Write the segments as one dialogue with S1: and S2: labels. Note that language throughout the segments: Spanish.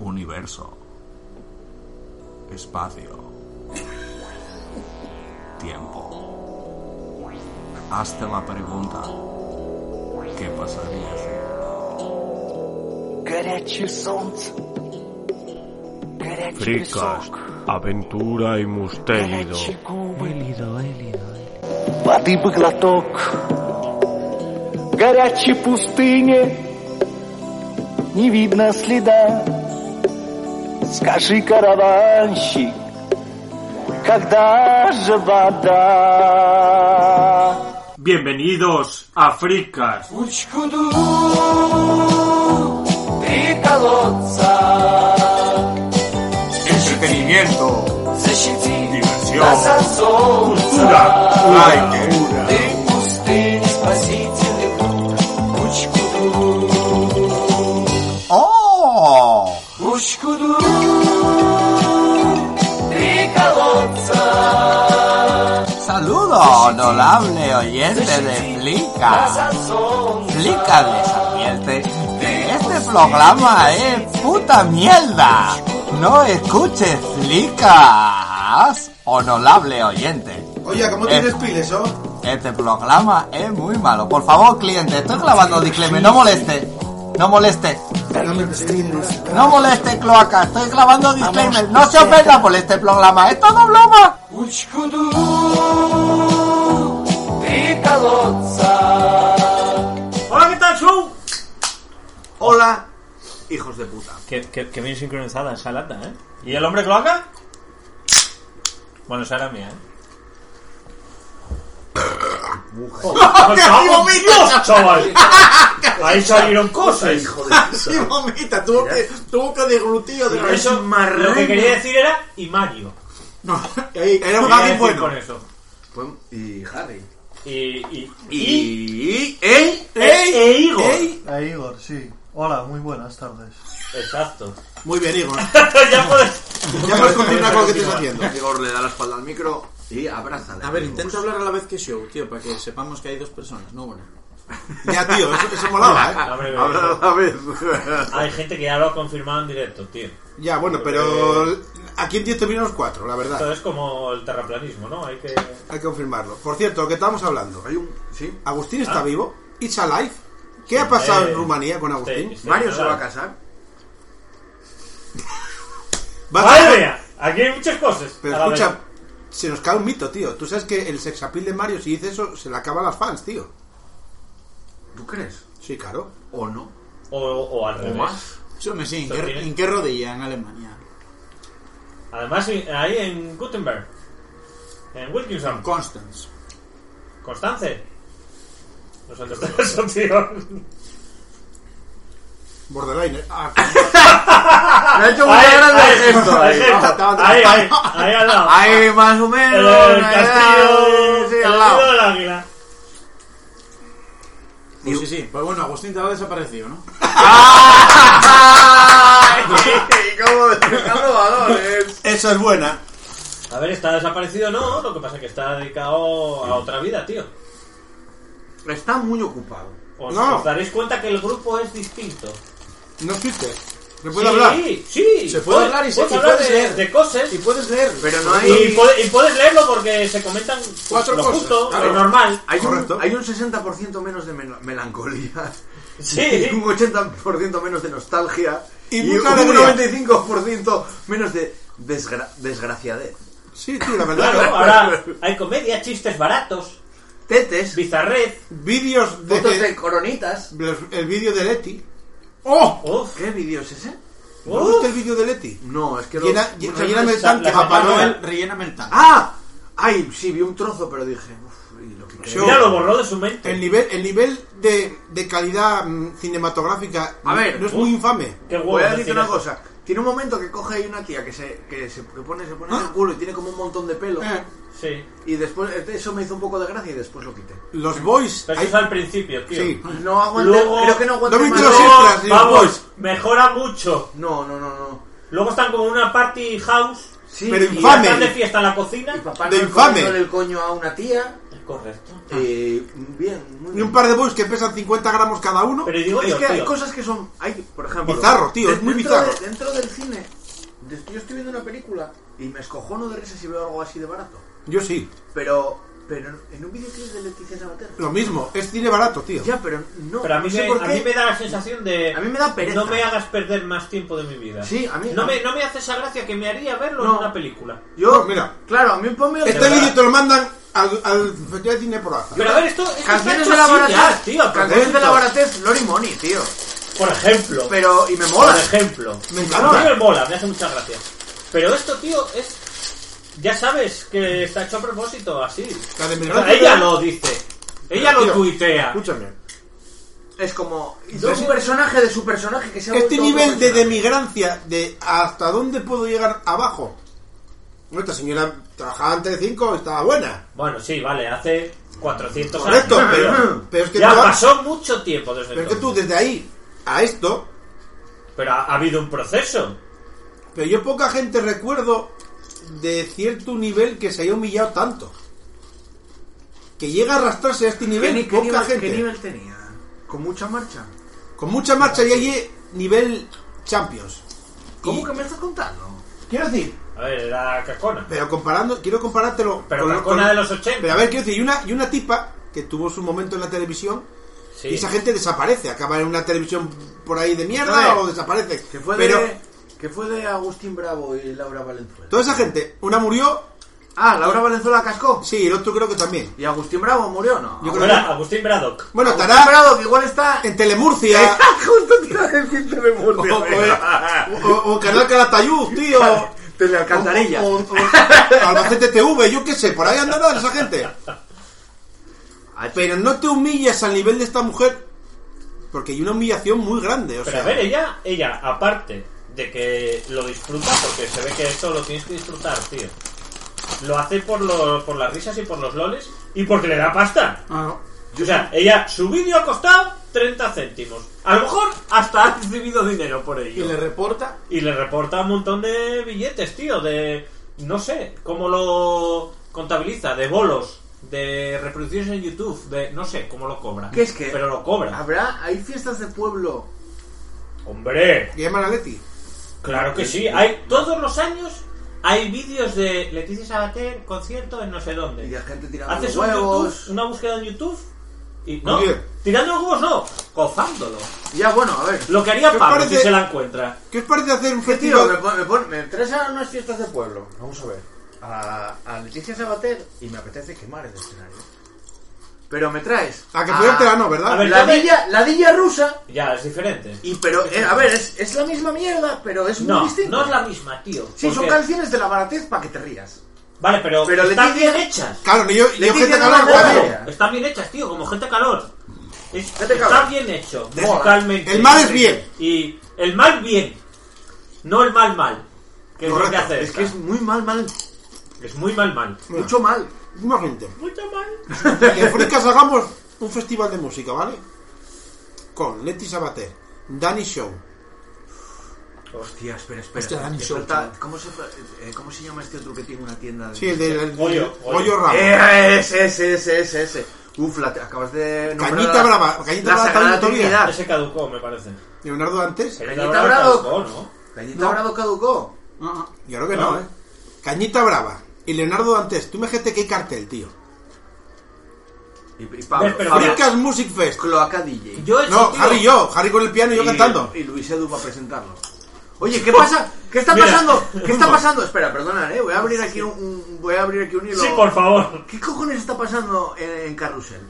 S1: Universo. Espacio. Tiempo. Hasta la pregunta. ¿Qué pasaría si?
S2: Good at your sons. Good at your
S3: Fricas,
S2: sons.
S3: aventura y mustélido.
S4: Élido, élido, élido.
S2: Воды бы глоток. Горячей пустыни не видно следа. Скажи, караванщик, когда же вода?
S5: Bienvenidos a Fricas.
S2: Учкуду три колодца
S5: Entretenimiento,
S2: защити
S5: diversión,
S2: нас от
S5: cultura,
S2: солнца.
S5: like,
S2: Ты пустынь, спасительный дух, Учкуду,
S6: ¡Oh!
S2: Учкуду, три колодца
S6: ¡Saludo, honorable oyente de
S2: нас
S6: Flica!
S2: от солнца.
S6: Flica les advierte que este programa es puta mierda. No escuches Flicas, honorable oyente.
S7: Oye,
S8: Eh.
S7: ¿cómo tienes piles, oh?
S6: Este programa es muy malo. Por favor, cliente, estoy clavando disclaimer. No moleste. No moleste.
S7: No me persiguen.
S6: No moleste, cloaca. Estoy clavando disclaimer. No se ofenda por este programa. Es todo broma.
S2: Учкуду, три колодца
S5: ¡Hola, qué tal, show!
S7: Hola.
S5: Hijos de puta.
S4: Qué, qué- qué bien sincronizada esa lata, ¿eh? ¿Y el hombre cloaca? Bueno, esa era mía, ¿eh?
S5: ¡Ay, Dios, chaval! Ahí salieron cosas, hijo de
S7: Sí, mamita, tuvo que, tuvo que deglutir otra vez.
S5: Eso,
S4: Lo que quería decir era y Mario.
S7: No, ahí,
S5: Era un
S4: Quería
S5: Gaby
S4: decir
S5: bueno.
S4: Con eso.
S7: Pues, Y Harry.
S4: Y, y,
S5: Y... ¡Ey!
S4: e- e Igor.
S9: A Igor, sí. Hola, muy buenas tardes.
S4: Exacto.
S7: Muy bien, Igor.
S4: ya puedes.
S7: Ya puedes continuar con lo que estás haciendo.
S8: Igor le da la espalda al micro y abrázale.
S10: A ver, intenta hablar a la vez que show, tío, para que sepamos que hay dos personas, no una.
S7: Ya, tío, eso, eso molaba, ¿eh?
S4: Hombre,
S8: Habla a la vez.
S4: Hay gente que ya lo ha confirmado en directo, tío.
S7: Ya, bueno, pero aquí en 10 terminamos 4, la verdad.
S8: Ah.
S4: Esto es como el terraplanismo, ¿no? Hay que...
S7: Hay que confirmarlo. Por cierto, ¿qué estábamos hablando?
S8: Hay un. ¿Sí? Ah.
S7: Agustín está vivo. It's alive. ¿Qué ha pasado
S4: Eh,
S7: en Rumanía con Agustín?
S4: Sí, sí,
S8: Mario se
S4: claro.
S8: va a casar.
S7: Va a
S4: ¡Madre
S7: ser-
S4: mía! Aquí hay muchas cosas.
S7: Pero
S4: A la
S7: escucha,
S4: vez.
S7: se nos cae un mito, tío. Tú sabes que el sexapil de Mario, si dice eso, se le acaba a las fans, tío.
S8: ¿Tú crees?
S7: Sí, claro.
S8: ¿O no?
S4: O, o al
S8: ¿O
S4: revés.
S8: más?
S10: Eso me sé, ¿en
S4: Pero
S10: qué,
S4: tiene-
S10: en qué rodilla en Alemania?
S4: Además, en- ahí en Gutenberg. En Wilkinson.
S10: Constance.
S4: Constance. No sé dónde está eso, tío.
S7: Borderline. Ah,
S8: Me ha hecho
S4: Ahí,
S8: mucha gracia el
S4: ahí,
S8: gesto.
S4: ahí,
S8: ahí.
S4: ahí, ahí, ahí al lado.
S8: Ahí, más o
S4: El,
S8: menos.
S4: el
S8: ahí,
S4: castillo.
S8: sí, al
S4: el nido
S8: lado.
S4: del águila.
S10: Pues sí, sí. Pues bueno, Agustín te ha desaparecido, ¿no?
S8: ¡Ay! ¿Cómo despejando balones?
S7: Esa es buena.
S4: A ver, está desaparecido, no. Lo que pasa es que está dedicado a otra vida, tío.
S8: Está muy ocupado.
S4: Os,
S7: No.
S4: os daréis cuenta que el grupo es distinto.
S7: No existe. ¿Se puede
S4: sí,
S7: hablar?
S4: Sí,
S10: Se puede hablar y se-
S4: puedes
S10: y
S4: hablar
S10: puedes
S4: de,
S10: leer.
S4: de cosas.
S10: Y puedes leer.
S8: Pero pues, no hay.
S4: Y, puede- y puedes leerlo porque se comentan
S7: Cuatro
S4: lo
S7: cosas,
S4: justo,
S7: claro.
S4: lo normal.
S8: Hay
S7: Correcto.
S8: un, hay un 60% menos de mel- melancolía.
S4: Sí.
S8: Y un 80% menos de nostalgia.
S7: Y
S8: un
S7: mucha alegría.
S8: 95% menos de desgra- desgraciadez.
S7: Sí, tío, la verdad.
S4: Claro, ahora hay comedia, chistes baratos,
S8: Tetes,
S4: bizarred.
S7: Vídeos de.
S8: fotos de coronitas.
S7: los- El vídeo de Leti. ¡Oh!
S4: Uf,
S8: ¿Qué vídeo es ese?
S7: ¿No
S4: uf.
S7: viste el vídeo de Leti?
S8: No, es que
S7: Llena,
S8: lo-
S7: lle-
S8: muchas
S7: relléname el
S8: veces-
S7: tanque,
S4: la- la-
S7: papá
S4: la-
S7: Noel.
S10: Relléname el tanque.
S8: ¡Ah! Ay, sí, vi un trozo, pero dije. Uf, y lo que
S7: Yo-
S4: Mira, lo borró de su mente.
S7: El nivel, el nivel de, de calidad mm, cinematográfica
S8: A ver, uh,
S7: no es muy
S4: uf.
S7: infame.
S4: Qué huevo
S8: Voy a
S4: decir
S8: decirte una
S4: eso.
S8: cosa. Tiene un momento que coge ahí una tía que se, que se que pone, se pone en el culo y tiene como un montón de pelo.
S7: Eh,
S4: Sí,
S8: Y después, este, eso me hizo un poco de gracia y después lo quité.
S7: los boys.
S4: pero eso
S7: hay-
S4: es al principio, tío.
S7: Sí.
S8: No aguanté,
S4: Luego-
S8: creo que no aguanté
S7: No
S8: más.
S7: viste
S4: Luego,
S7: los extras, y los boys.
S4: vamos, mejora mucho.
S8: No, no, no, no.
S4: Luego están como en una party house.
S8: Sí,
S7: Pero
S4: Y
S7: infame.
S4: están de fiesta en la
S8: y
S4: cocina.
S8: papá
S7: De
S8: Noel
S7: infame.
S8: comiéndole el coño a una tía.
S4: Correcto.
S8: Ah.
S5: Eh, bien, muy
S7: Y un
S5: bien.
S7: par de boys que pesan 50 gramos cada uno.
S4: Pero digo
S5: es
S4: yo,
S5: que hay
S4: tío,
S5: cosas que son. Hay, por ejemplo.
S7: Bizarro, tío, es muy
S5: dentro de-
S7: bizarro.
S5: dentro del cine, de- yo estoy viendo una película y me escojono de risa si veo algo así de barato.
S7: Yo sí.
S5: Pero, pero en un videoclip de Leticia Sabater.
S7: Lo mismo, es cine barato, tío.
S5: Ya, pero no.
S4: Pero a mí,
S5: no sé
S4: me,
S5: por
S4: a
S5: qué.
S4: mí me da la sensación de.
S5: A mí me da pereza.
S4: No me hagas perder más tiempo de mi vida.
S5: Sí, a mí-
S4: No,
S5: a mí-
S4: me, no me hace esa gracia que me haría verlo en
S5: No.
S4: una película.
S5: Yo,
S7: No, mira.
S5: Claro, a mí ponme.
S7: Este vídeo te lo mandan al, al Festival de Cine por Aza.
S4: Pero a ver, esto. esto
S5: Canciones
S4: está
S5: de la
S4: hecho así
S5: baratez,
S4: ya, tío. a
S5: Canciones de la
S4: propósito.
S5: baratez, Lori Money, tío.
S4: Por ejemplo.
S5: Pero, y me
S4: Por
S5: mola.
S4: ejemplo.
S5: Me
S4: a mí
S5: encanta.
S4: me mola, me hace mucha gracia. Pero esto, tío, es. Ya sabes que está hecho a propósito, así.
S7: La de mi
S4: O sea,
S7: rancho,
S4: ella
S7: tío.
S4: lo dice. Ella lo
S7: Tío,
S4: tuitea.
S7: Escúchame.
S5: Es como. y de un personaje de su personaje que se ha
S7: Este
S5: vuelto
S7: nivel de
S5: otro personaje.
S7: demigrancia, de hasta dónde puedo llegar abajo. Nuestra señora trabajaba antes de 5, estaba buena.
S4: Bueno, sí, vale, hace 400
S7: Correcto,
S4: años.
S7: pero- pero es que
S4: ya
S7: tú-
S4: pasó mucho tiempo desde
S7: Pero es que tú,
S4: entonces.
S7: desde ahí a esto,
S4: Pero ha, ha habido un proceso.
S7: pero yo poca gente recuerdo de cierto nivel que se haya humillado tanto. Que llega a arrastrarse a este
S5: ¿Qué,
S7: nivel,
S5: ni- qué
S7: poca
S5: nivel,
S7: gente.
S5: qué nivel tenía? ¿Con mucha marcha?
S7: Con mucha marcha y allí nivel Champions.
S5: ¿Cómo
S7: Y-
S5: que me estás contando?
S7: Quiero decir,
S4: A ver, era cacona.
S7: Pero comparando, quiero comparártelo
S4: Pero Marcona de los 80.
S7: Pero a ver, quiero decir, y una, y una tipa que tuvo su momento en la televisión
S4: Sí.
S7: y esa gente desaparece, acaba en una televisión por ahí de mierda
S5: Joder,
S7: o desaparece.
S5: Que fue,
S7: pero
S5: de, que fue de Agustín Bravo y Laura Valenzuela.
S7: toda esa gente, una murió,
S5: Ah, Laura Valenzuela cascó.
S7: sí, el otro creo que también.
S5: ¿Y Agustín Bravo murió o no?
S7: Yo creo
S4: Era Agustín Braddock.
S7: Bueno,
S5: Agustín
S7: estará
S5: Bravo, que igual está...
S7: en Telemurcia
S5: Ah, Justo te iba a decir
S7: o,
S5: Telemurcia.
S7: o- o- o Canal Calatayud, tío. o-
S5: Desde Alcantarilla.
S7: o- o- o Albacete TV, yo qué sé, por ahí andará esa gente. Pero no te humillas al nivel de esta mujer porque hay una humillación muy grande. O
S4: Pero
S7: sea,
S4: a ver, ella, ella, aparte de que lo disfruta, porque se ve que esto lo tienes que disfrutar, tío. Lo hace por, lo- por las risas y por los loles y porque le da pasta.
S7: Ah,
S4: O sea, ella, su vídeo ha costado 30 céntimos. A lo mejor hasta ha recibido dinero por ello.
S5: reporta?
S4: Y le reporta un montón de billetes, tío, de... No sé, cómo lo contabiliza, de bolos, de reproducciones en YouTube, de... No sé, cómo lo cobra.
S5: Que Ah. es que-
S4: Pero lo cobra.
S5: ¿Habrá? ¿Hay fiestas de pueblo?
S4: Hombre,
S7: llaman a Leti.
S4: claro que sí. Hay, todos los años hay vídeos de Leticia Sabater, concierto en no sé dónde.
S5: Y de gente tirando
S4: Haces un
S5: huevos...
S4: YouTube, una búsqueda en YouTube y... No,
S7: bien.
S4: tirando huevos no, gozándolo.
S5: Ya, bueno, a ver.
S4: Lo que haría
S7: ¿Qué
S4: Pablo
S7: parece-
S4: si se la encuentra.
S7: ¿Qué os parece hacer un
S5: ¿Qué tío? Me,
S7: festival?
S5: pon- me, pon- me traes a unas fiestas de pueblo. Vamos a ver. A, a Leticia Sabater y me apetece quemar el escenario. Pero me traes.
S7: A que ponértela no, ¿verdad?
S4: Ah. A ver,
S5: la,
S4: yo me-
S5: dilla, la dilla rusa.
S4: Ya, es diferente.
S5: Y pero, eh, a ver, es, es la misma mierda, pero es muy
S4: No,
S5: distinto.
S4: no es la misma, tío.
S5: Sí, son
S4: porque-
S5: canciones de la baratez para que te rías.
S4: Vale, pero,
S5: Pero
S4: están
S5: Leticia-
S4: bien hechas.
S7: Claro, no, yo, yo
S5: Leticia
S7: gente que
S5: no
S7: habla
S5: me
S7: guay.
S5: acuerdo.
S4: Claro, están bien hechas, tío, como gente calor. Es-
S5: Gente
S4: está
S5: calor.
S4: bien hecho,
S5: Mola.
S4: musicalmente.
S7: El mal es bien.
S4: Y el mal bien. No el mal mal. Que es lo que
S7: Correcto,
S4: hace
S5: Es
S4: esta.
S5: que es muy mal, mal.
S4: Es muy mal mal.
S5: Mucho mal.
S7: Una gente.
S4: Mucho mal.
S7: Que en Fricas hagamos un festival de música, ¿vale? Con Leti Sabater, Danny Show.
S5: Hostia, espera, espera.
S7: Este
S10: Hostia, Dani
S5: Me
S10: Show,
S5: falta- ¿cómo, se, eh, ¿Cómo se llama este otro que tiene una tienda? De
S7: Sí, el del
S4: Goyo, Goyo.
S7: Goyo Ramos.
S5: Eh, Ese, ese, ese, ese, ese. Uf, la, acabas de. nombrar
S7: Cañita
S5: a la-
S7: Brava, Cañita
S5: la
S7: Brava
S5: Sagrada
S7: también todavía.
S5: Trinidad.
S4: Ese caducó, me parece.
S7: Leonardo antes.
S4: Pero
S5: Cañita
S4: ahora
S5: Bravo.
S4: caducó, ¿no?
S5: Cañita Bravo caducó.
S7: Yo creo que no,
S4: No.
S7: ¿eh? Cañita Brava y Leonardo Dantes. Tú imagínate que hay cartel, tío.
S5: Y, y Pablo.
S4: Ves, pero
S5: Pablo.
S4: mira-
S7: Fricas Music Fest.
S5: Cloaca DJ.
S4: Yo eso,
S7: No,
S4: tío,
S7: Harry y yo. Harry con el piano y yo cantando. Oh.
S5: Y Luis Edu va a presentarlo. Oye, ¿qué pasa? ¿Qué está
S4: Mira.
S5: pasando? ¿Qué está pasando? Espera, perdona, eh. Voy a abrir aquí un, un- voy a abrir aquí un hilo.
S4: Sí, por favor.
S5: ¿Qué cojones está pasando en, en Carrusel?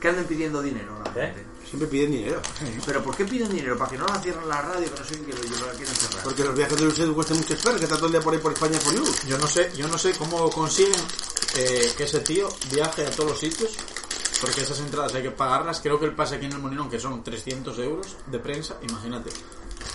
S5: Que andan pidiendo dinero la
S4: ¿Eh?
S5: gente.
S7: Siempre piden dinero.
S5: ¿Pero por qué piden dinero? ¿Para que no la cierren la radio? Que no sé qué, que la quieren cerrar.
S7: Porque los viajes de Luis Edu cuestan mucho esperar, que está todo el día por ahí por España por Luz.
S10: Yo no sé, yo no sé cómo consiguen eh, que ese tío viaje a todos los sitios, porque esas entradas hay que pagarlas. Creo que el pase aquí en el Molinón, que son 300 euros de prensa, imagínate.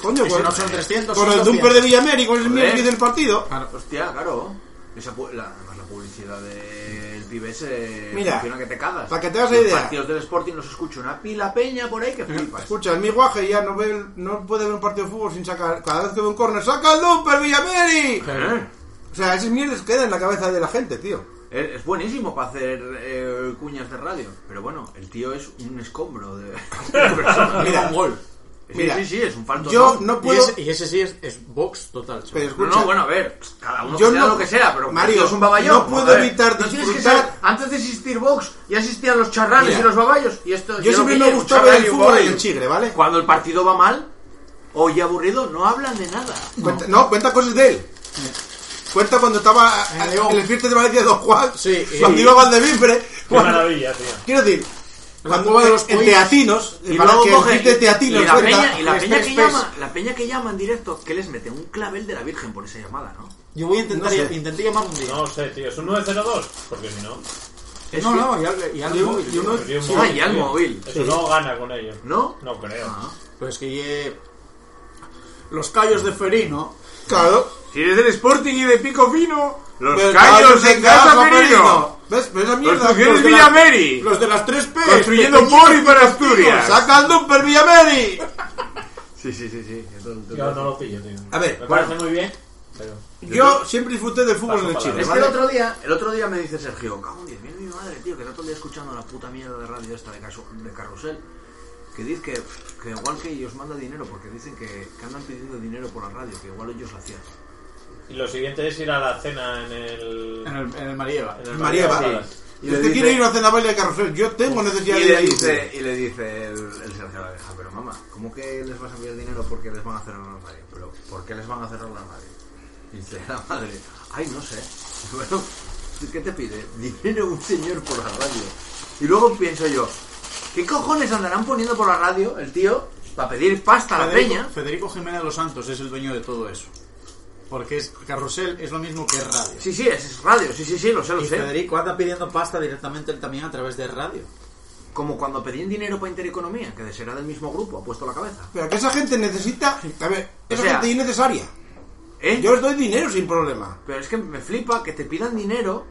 S7: Coño,
S10: Y si
S7: con,
S10: no son 300,
S7: con
S10: son
S7: el Dumper de
S10: 200.
S7: Villamérico, con el
S5: Joder.
S7: Miembro del partido.
S10: Claro,
S5: Ah, Hostia, claro. Esa pu- la, además, la publicidad del pibe ese
S7: Mira,
S5: funciona que te cagas.
S7: para que te hagas
S5: Los
S7: idea.
S5: partidos del Sporting los escucho una pila peña por ahí que flipas.
S7: Pues, Escucha, el mi guaje ya no, ve, el- no puede ver un partido de fútbol sin sacar. Cada vez que ve un corner, ¡saca el Dumper Villameri!
S5: ¿Eh?
S7: O sea, esas mierdas quedan en la cabeza de la gente, tío.
S5: Es, es buenísimo para hacer eh, y cuñas de radio. Pero bueno, el tío es un escombro de.
S7: Mira,
S5: Mira,
S7: mira,
S5: sí, sí, sí, es un falto.
S7: yo no puedo-
S10: Y ese, y ese sí es, es box total. chaval.
S7: Pero
S5: No,
S7: escucha,
S5: no, bueno, a ver, cada uno
S7: Yo
S5: que sea
S7: no-
S5: lo que sea, pero
S7: Mario,
S5: tío, es un babayón.
S7: no puedo
S5: joder.
S7: evitar
S5: No tienes que
S7: disfrutar-
S5: ser- antes de existir Vox, ya existían los charranes
S7: Mira,
S5: y los babayos. Y esto,
S7: yo
S5: lo
S7: siempre me
S5: pillé,
S7: ha
S5: un
S7: gustado ver
S5: charrán
S7: el
S5: y un
S7: fútbol y
S5: babayo.
S7: el chigre, ¿vale?
S5: Cuando el partido va mal, o ya aburrido, no hablan de nada.
S7: Cuenta- no, cuenta cosas de él. Cuenta cuando estaba a- a- en el fiesta de Valencia de Don Juan,
S10: Sí,
S7: cuando
S10: y-
S7: iba a Valdevifre.
S4: Qué
S7: cuando-
S4: maravilla, tío.
S7: quiero decir, cuando
S10: cueva de los
S7: en
S10: pollos.
S7: Teatinos,
S5: Y
S7: para
S5: luego
S7: que el
S5: coge-
S7: hit de Teatinos
S5: y la
S7: cuenta-
S5: peña, y la
S7: en
S5: peña que
S7: Space Space.
S5: llama, la peña que llama en directo, que les mete un clavel de la Virgen por esa llamada, ¿no?
S10: Yo voy a intentar,
S7: No sé.
S10: intenté llamar un día.
S4: No sé, tío. ¿Es un 902? Porque si no...
S5: Es
S10: no,
S5: que-
S10: no, y al, y al móvil, tío.
S4: sería un
S5: sí,
S4: móvil,
S5: y al
S4: tío.
S5: móvil.
S4: Eso no gana con ello.
S5: ¿No? Ah.
S4: No creo.
S10: Pero es que eh, los callos de Ferino.
S7: Claro.
S5: Si eres del Sporting y de Pico Fino, los
S7: Pero
S5: callos
S7: se
S5: en casa,
S7: encaja,
S5: Merino.
S7: Merino. ¿Ves? Pero esa
S5: Los
S7: mierda.
S5: tujeres
S7: Porque la-
S5: Villameri.
S10: Los de las tres P.
S5: Construyendo por y para Asturias.
S7: ¡Sacando un per Villameri!
S5: Sí, sí, sí, sí.
S4: Yo no lo pillo, tío.
S7: A ver,
S4: Me
S7: bueno.
S4: parece muy bien, pero...
S7: Yo siempre disfruté del fútbol en el Chile,
S5: Es que el
S7: ¿vale?
S5: otro día, el otro día me dice Sergio, cago en 10.000 mi madre, tío, que está todo el día escuchando la puta mierda de radio esta de, casu- de carrusel, que dice que, que igual que ellos manda dinero, porque dicen que, que andan pidiendo dinero por la radio, que igual ellos lo hacían.
S4: Y lo siguiente es ir a la cena en el...
S10: En el, en el Marieva.
S4: en el
S7: María va.
S4: Salas.
S7: Y Usted quiere ir a cenar baile de carrusel. Yo tengo
S5: Y
S7: necesidad de ir
S5: le
S7: ahí.
S5: dice, y le dice el, el Sergio a la vieja, pero mamá, ¿cómo que les vas a enviar dinero porque les van a cerrar la radio? Pero, ¿por qué les van a cerrar la radio? Y dice la madre, ay, no sé. Bueno, ¿qué te pide? Dinero un señor por la radio. Y luego pienso yo, ¿qué cojones andarán poniendo por la radio el tío para pedir pasta a la peña?
S10: Federico, Federico Jiménez de los Santos es el dueño de todo eso. Porque es, Carrusel es lo mismo que radio.
S5: Sí, sí, es es radio, sí, sí, sí, lo sé, lo
S10: y
S5: sé.
S10: Federico anda pidiendo pasta directamente él también a través de radio.
S5: Como cuando pedían dinero para Intereconomía, que será del mismo grupo, ha puesto la cabeza.
S7: Pero que esa gente necesita. A ver, esa
S5: O sea-
S7: gente es innecesaria.
S5: ¿Eh?
S7: Yo les doy dinero sin problema.
S5: Pero es que me flipa que te pidan dinero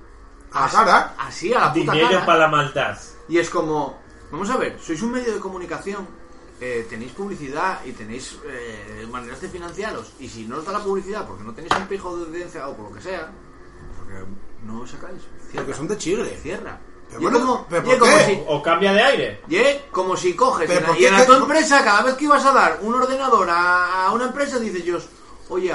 S7: A
S5: Ah,
S7: la cara.
S5: así a la puta
S4: Dinero
S5: cara.
S4: para la maldad.
S5: Y es como, vamos a ver, sois un medio de comunicación, eh, tenéis publicidad y tenéis eh, maneras de financiaros. Y si no os da la publicidad porque no tenéis un pijo de audiencia o por lo que sea, porque no os sacáis.
S7: Porque
S5: Cierra.
S7: son de chigre.
S5: cierra.
S7: Pero
S5: Y
S7: bueno,
S5: como,
S7: ¿pero
S5: y
S7: por
S5: como
S7: qué?
S5: si-
S4: O cambia de aire.
S5: y es como si coges
S7: Pero
S5: en-
S7: ¿por
S5: y
S7: qué
S5: en
S7: te-
S5: la tu empresa, cada vez que ibas a dar un ordenador a, a una empresa, dices yo, oye,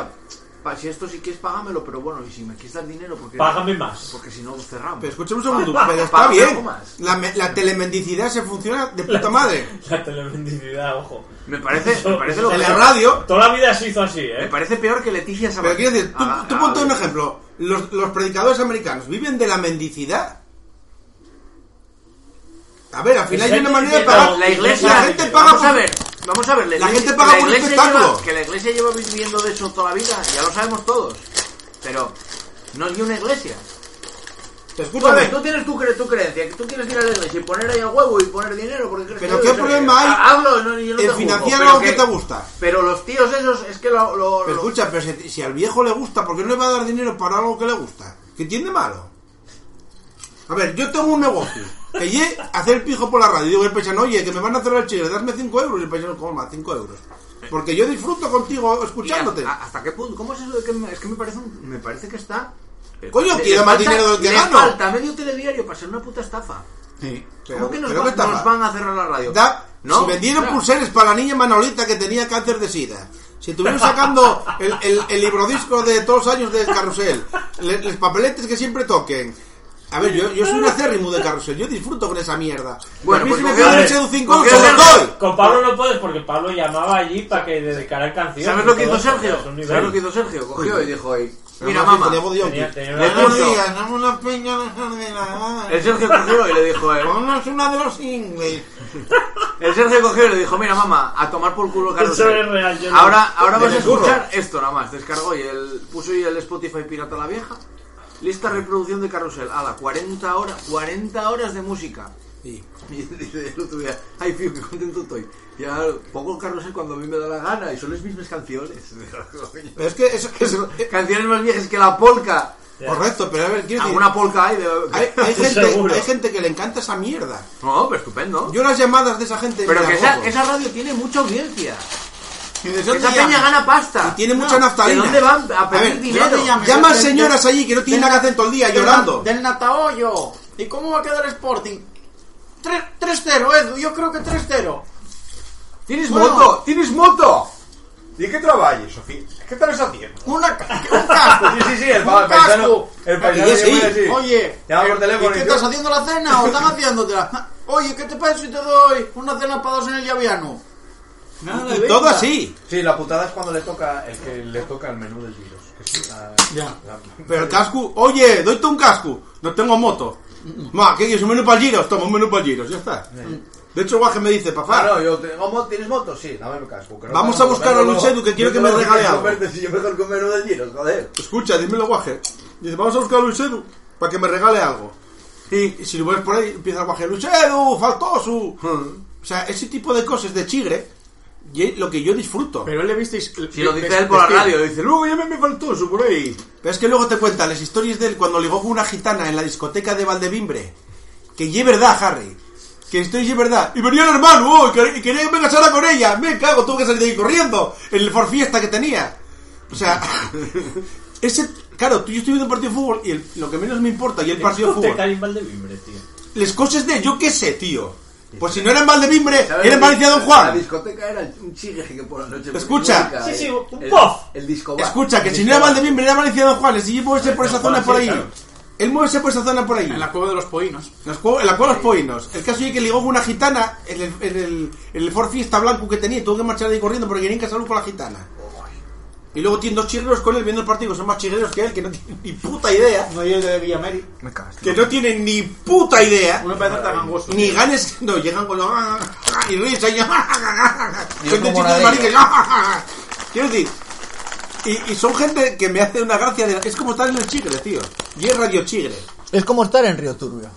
S5: pa, si esto sí que es págamelo, pero bueno, y si me quieres dar dinero, porque
S4: Págame más.
S5: Porque si no cerramos.
S7: Pero escúchame un segundo.
S5: Pa-
S7: Pero está
S5: págame algo
S7: bien.
S5: más.
S7: La, me- la telemendicidad se funciona de puta madre.
S4: La telemendicidad, ojo.
S5: Me parece, me parece lo
S7: En
S5: que
S7: la radio.
S4: Toda la vida se hizo así,
S5: Me
S4: ¿eh?
S5: parece peor que Leticia Sabater.
S7: Pero quiero decir, tú,
S5: Ah,
S7: tú
S5: ah,
S7: ponte un
S5: ah,
S7: ejemplo. Los, los predicadores americanos viven de la mendicidad. A ver, al final hay una manera de pagar.
S5: La iglesia.
S7: La gente paga
S5: vamos
S7: por
S5: a ver. Vamos a ver.
S7: La
S5: iglesia-
S7: gente paga
S5: la
S7: por un
S5: iglesia
S7: espectáculo.
S5: lleva- que la iglesia lleva viviendo de eso toda la vida. Ya lo sabemos todos. Pero no es ni una iglesia. Tú, a
S7: Escúchame.
S5: ver, tú tienes tu, cre- tu creencia. Que tú quieres ir a la iglesia y poner ahí el huevo y poner dinero porque crees
S7: Pero
S5: que-
S7: qué
S5: yo sé-
S7: problema hay
S5: Ah, Hazlo. No, yo no te
S7: El
S5: juzgo,
S7: financiar
S5: pero
S7: algo que te gusta.
S5: Pero los tíos esos es que lo... lo-
S7: Pero
S5: lo-
S7: escucha, pero si, si al viejo le gusta, ¿por qué no le va a dar dinero para algo que le gusta? ¿Qué tiene de malo? A ver, yo tengo un negocio. Que llegué a hacer el pijo por la radio. Y digo, el paisano, oye, que me van a hacer el chile, darme 5 euros. Y el paisano, ¿cómo más? 5 euros. Porque yo disfruto contigo
S5: Mira,
S7: escuchándote.
S5: ¿a- ¿Hasta qué punto? ¿Cómo es eso de que me, es que me parece, un- me parece que está... eh,
S7: Coño,
S5: le-
S7: quiero
S5: le
S7: más
S5: falta-
S7: dinero del que
S5: le
S7: gano.
S5: falta medio telediario para ser una puta estafa. ¿Cómo que nos,
S7: pero
S5: va-
S7: ¿qué tapa?
S5: nos van a cerrar la radio?
S7: Da-
S5: ¿No?
S7: Si vendieron
S5: Claro.
S7: pulseres para la niña Manolita que tenía cáncer de sida. Si estuvieron sacando el, el, el librodisco de todos los años de Carrusel. le- los papeletes que siempre toquen. A ver, yo, yo soy un acérrimo de Carrusel. Yo disfruto con esa mierda. Bueno,
S5: Bueno,
S7: pues
S5: pues
S7: si me
S5: coge-
S7: piden
S4: a
S7: un
S4: ver,
S7: Shadow 5
S5: coge
S7: se
S5: el-
S7: lo doy.
S4: Con Pablo no puedes porque Pablo llamaba allí para que dedicara canciones.
S5: ¿Sabes lo que
S4: y todo
S5: hizo
S4: eso,
S5: Sergio?
S4: es un nivel.
S5: ¿Sabes lo que hizo Sergio? Cogió y dijo ahí... Mira,
S7: Además,
S5: mamá.
S7: dijo, "Diego Dionki".
S4: Tenía- tenía
S5: Le
S4: una-
S5: puso-
S7: dame una piña de jardinada.
S5: El Sergio cogió y le dijo... eh,
S7: Ponnos una de los ingles.
S5: El Sergio cogió y le dijo... Mira, mamá, a tomar por culo el carrusel.
S4: Eso es real, yo no-
S5: ahora ahora vas a
S7: Desde el curro.
S5: escuchar esto nada más. Descargó y el, puso y el Spotify pirata a la vieja. Lista reproducción de carrusel. Ala, 40 horas, 40 horas de música.
S7: Sí.
S5: Y dice el otro día, ay, tío, qué contento estoy. Ya pongo el carrusel cuando a mí me da la gana y son las mismas canciones.
S7: Pero es que eso, eso- eh,
S5: canciones más viejas que la polka.
S7: correcto, pero a ver, quiero decir.
S5: Alguna polka hay de...
S7: Hay, hay gente,
S4: Seguro.
S7: hay gente que le encanta esa mierda.
S5: No, pero estupendo.
S7: Yo las llamadas de esa gente. me
S5: pero
S7: las
S5: que esa,
S7: gozo.
S5: esa radio tiene mucha audiencia.
S7: Y de dónde
S5: Esa
S7: llaman?
S5: peña gana pasta.
S7: Y tiene
S5: No,
S7: mucha naftalina.
S5: ¿De dónde van a pedir
S7: ver,
S5: dinero?
S10: ¿de dónde llaman?
S7: Llaman señoras allí que no tienen nada que hacer todo el día llorando.
S10: Del Nataollo. ¿Y cómo va a quedar Sporting? Tre- 3-0, Edu, yo creo que 3-0.
S5: ¡Tienes
S10: Bueno.
S5: moto! ¡Tienes moto!
S8: ¿Y qué trabajas, Sofía? ¿Qué estás haciendo?
S10: Una ca- un casco.
S8: Sí, sí, sí, el,
S10: Un
S8: el paisano.
S10: casco.
S8: El paisano
S10: Y yo sí.
S8: llama así.
S10: Oye,
S8: Te llama por teléfono
S10: ¿y
S8: y
S10: qué
S8: yo-
S10: estás haciendo la cena o están haciéndotela? Ah, Oye, ¿qué te parece si te doy una cena para dos en el llaviano? Nada,
S7: Y todo
S10: venga.
S7: así.
S8: Sí, la putada es cuando le toca el que le toca el menú del virus. que es la-
S10: Ya.
S8: la-
S7: Pero el casco, oye, doyte un casco. No tengo moto. Ma, ¿qué quieres? Un menú para giros. Toma, un menú para giros, ya está. De hecho, Guaje me dice,
S8: Ah,
S7: papá,
S8: no, yo tengo mo- ¿Tienes moto? Sí, dame el casco. que no
S7: Vamos
S8: tengo,
S7: a buscar a
S8: no,
S7: Luchedu,
S8: no.
S7: que quiero
S8: Yo
S7: que
S8: te
S7: me
S8: lo
S7: regale
S8: quiero
S7: algo.
S8: comerte, Si yo mejor que un menú del virus, joder.
S7: escucha, dímelo, Guaje. Dice, vamos a buscar a Luchedu para que me regale algo. Y, y si lo ves por ahí, empieza el Guaje, Luchedu, faltoso.
S8: Hmm.
S7: O sea, ese tipo de cosas de chigre, y es lo que yo disfruto.
S10: Pero él le visteis.
S5: Si lo dice él pues, por la radio, lo dice, luego ya me, me faltó eso por ahí.
S7: Pero es que luego te cuenta las historias de él cuando ligó con una gitana en la discoteca de Valdevimbre. Que y es verdad, Harry. Que esto y es verdad. Y venía el hermano, oh, y quer- y quería que me casara con ella. Me cago, tuve que salir de ahí corriendo. En el forfiesta que tenía. O sea, ese. Claro, tú, yo estoy viendo un partido de fútbol y el- lo que menos me importa, y el partido de
S4: Discoteca
S7: fútbol.
S4: en Valdevimbre, tío.
S7: Las cosas de yo qué sé, tío. Pues si no era en Valdevimbre,
S5: ¿Sabes
S7: era en
S5: lo que-
S7: Valencia Don
S5: La
S7: Juan.
S5: discoteca era un chigre que por la noche.
S7: Escucha.
S5: ponía
S4: Sí, sí,
S5: eh,
S4: un
S5: el-
S4: puff.
S5: El disco bar.
S7: Escucha, que
S5: El
S7: si
S5: disco
S7: no era
S5: bar.
S7: Valdevimbre, era Valencia Don Juan. Si yo moverse por esa
S4: Don Juan,
S7: zona por
S4: sí,
S7: ahí.
S4: claro.
S7: Él mueve por esa zona por ahí.
S10: En la cueva de los poinos.
S7: Los cuevos- en la cueva de los poinos. El caso es que ligó con una gitana en el, en el, en el Ford Fiesta blanco que tenía y tuvo que marchar de ahí corriendo porque querían casarlo con la gitana. Y luego tiene dos chigreros con él viendo el partido, que son más chigreros que él, que no tienen ni puta idea.
S10: No hay el de Villameri.
S5: Me cagas.
S7: Que no tienen ni puta idea.
S10: Uno parece tan gangoso.
S7: Ni ganes. No, llegan con los. ah, Y ríes ahí. Son de ah,
S6: como
S7: chistes de
S6: nadie.
S7: maricas. Quiero decir. Y, y son gente que me hace una gracia. De, es como estar en el chigre, tío. Y es radio chigre.
S6: Es como estar en Río Turbio.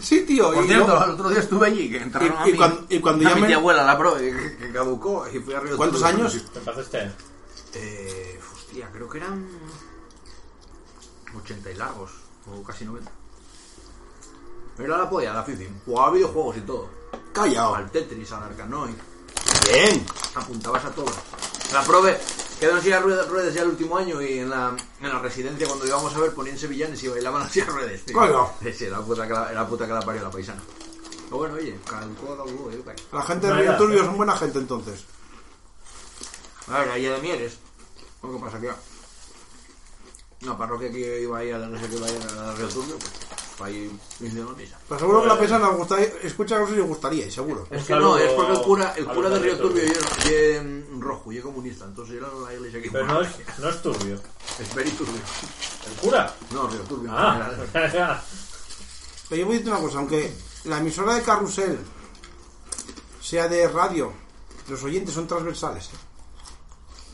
S7: Sí, tío.
S5: Por
S7: y
S5: cierto,
S7: luego-
S5: el otro día estuve allí, que entraron
S7: Y-
S5: a
S7: y
S5: mí-
S7: cuan- y cuando
S5: a
S7: ya
S5: mi
S7: me-
S5: tía abuela, la pro, que, que caducó, y fui arriba.
S7: ¿Cuántos años?
S4: ¿Te pasa este?
S5: Eh, hostia, creo que eran 80 y largos, o casi 90. Era la polla, la afición. Jugaba a videojuegos y todo.
S7: Callao.
S5: Al Tetris, al Arcanoid.
S7: Bien.
S5: Apuntabas a todo. La prove quedaron sin las ruedas, ruedas ya el último año y en la, en la residencia cuando íbamos a ver ponían sevillanes y bailaban así a ruedas. tío.
S7: Coño.
S5: Sí, la puta que la, era la puta que la parió la paisana. Pero bueno, oye, caducó, caducó, eh, vaya.
S7: La gente de
S4: Vale,
S7: Río
S4: vale.
S7: Turbio son buena gente entonces.
S5: A ver, allá de Mieres. ¿Qué pasa aquí? Una parroquia que iba a ir a la no sé qué vaya a la Río Turbio, pues para ir diciendo la misa.
S7: Pero seguro que la paisana os gustaría, escucha no sé si os gustaría, seguro.
S5: Es que
S4: saludo
S5: no, es porque el cura, el
S4: a
S5: cura
S4: los
S5: de Río
S4: de
S5: Turbio
S4: Río
S5: y es, y es, mm, rojo y es comunista, entonces era la iglesia que
S4: Pero no es, no es turbio.
S5: Es Very Turbio.
S4: ¿El cura?
S5: No, Río Turbio. en
S4: Ah,
S5: general.
S7: Pero yo voy a decir una cosa, aunque la emisora de Carrusel sea de radio, los oyentes son transversales. ¿eh?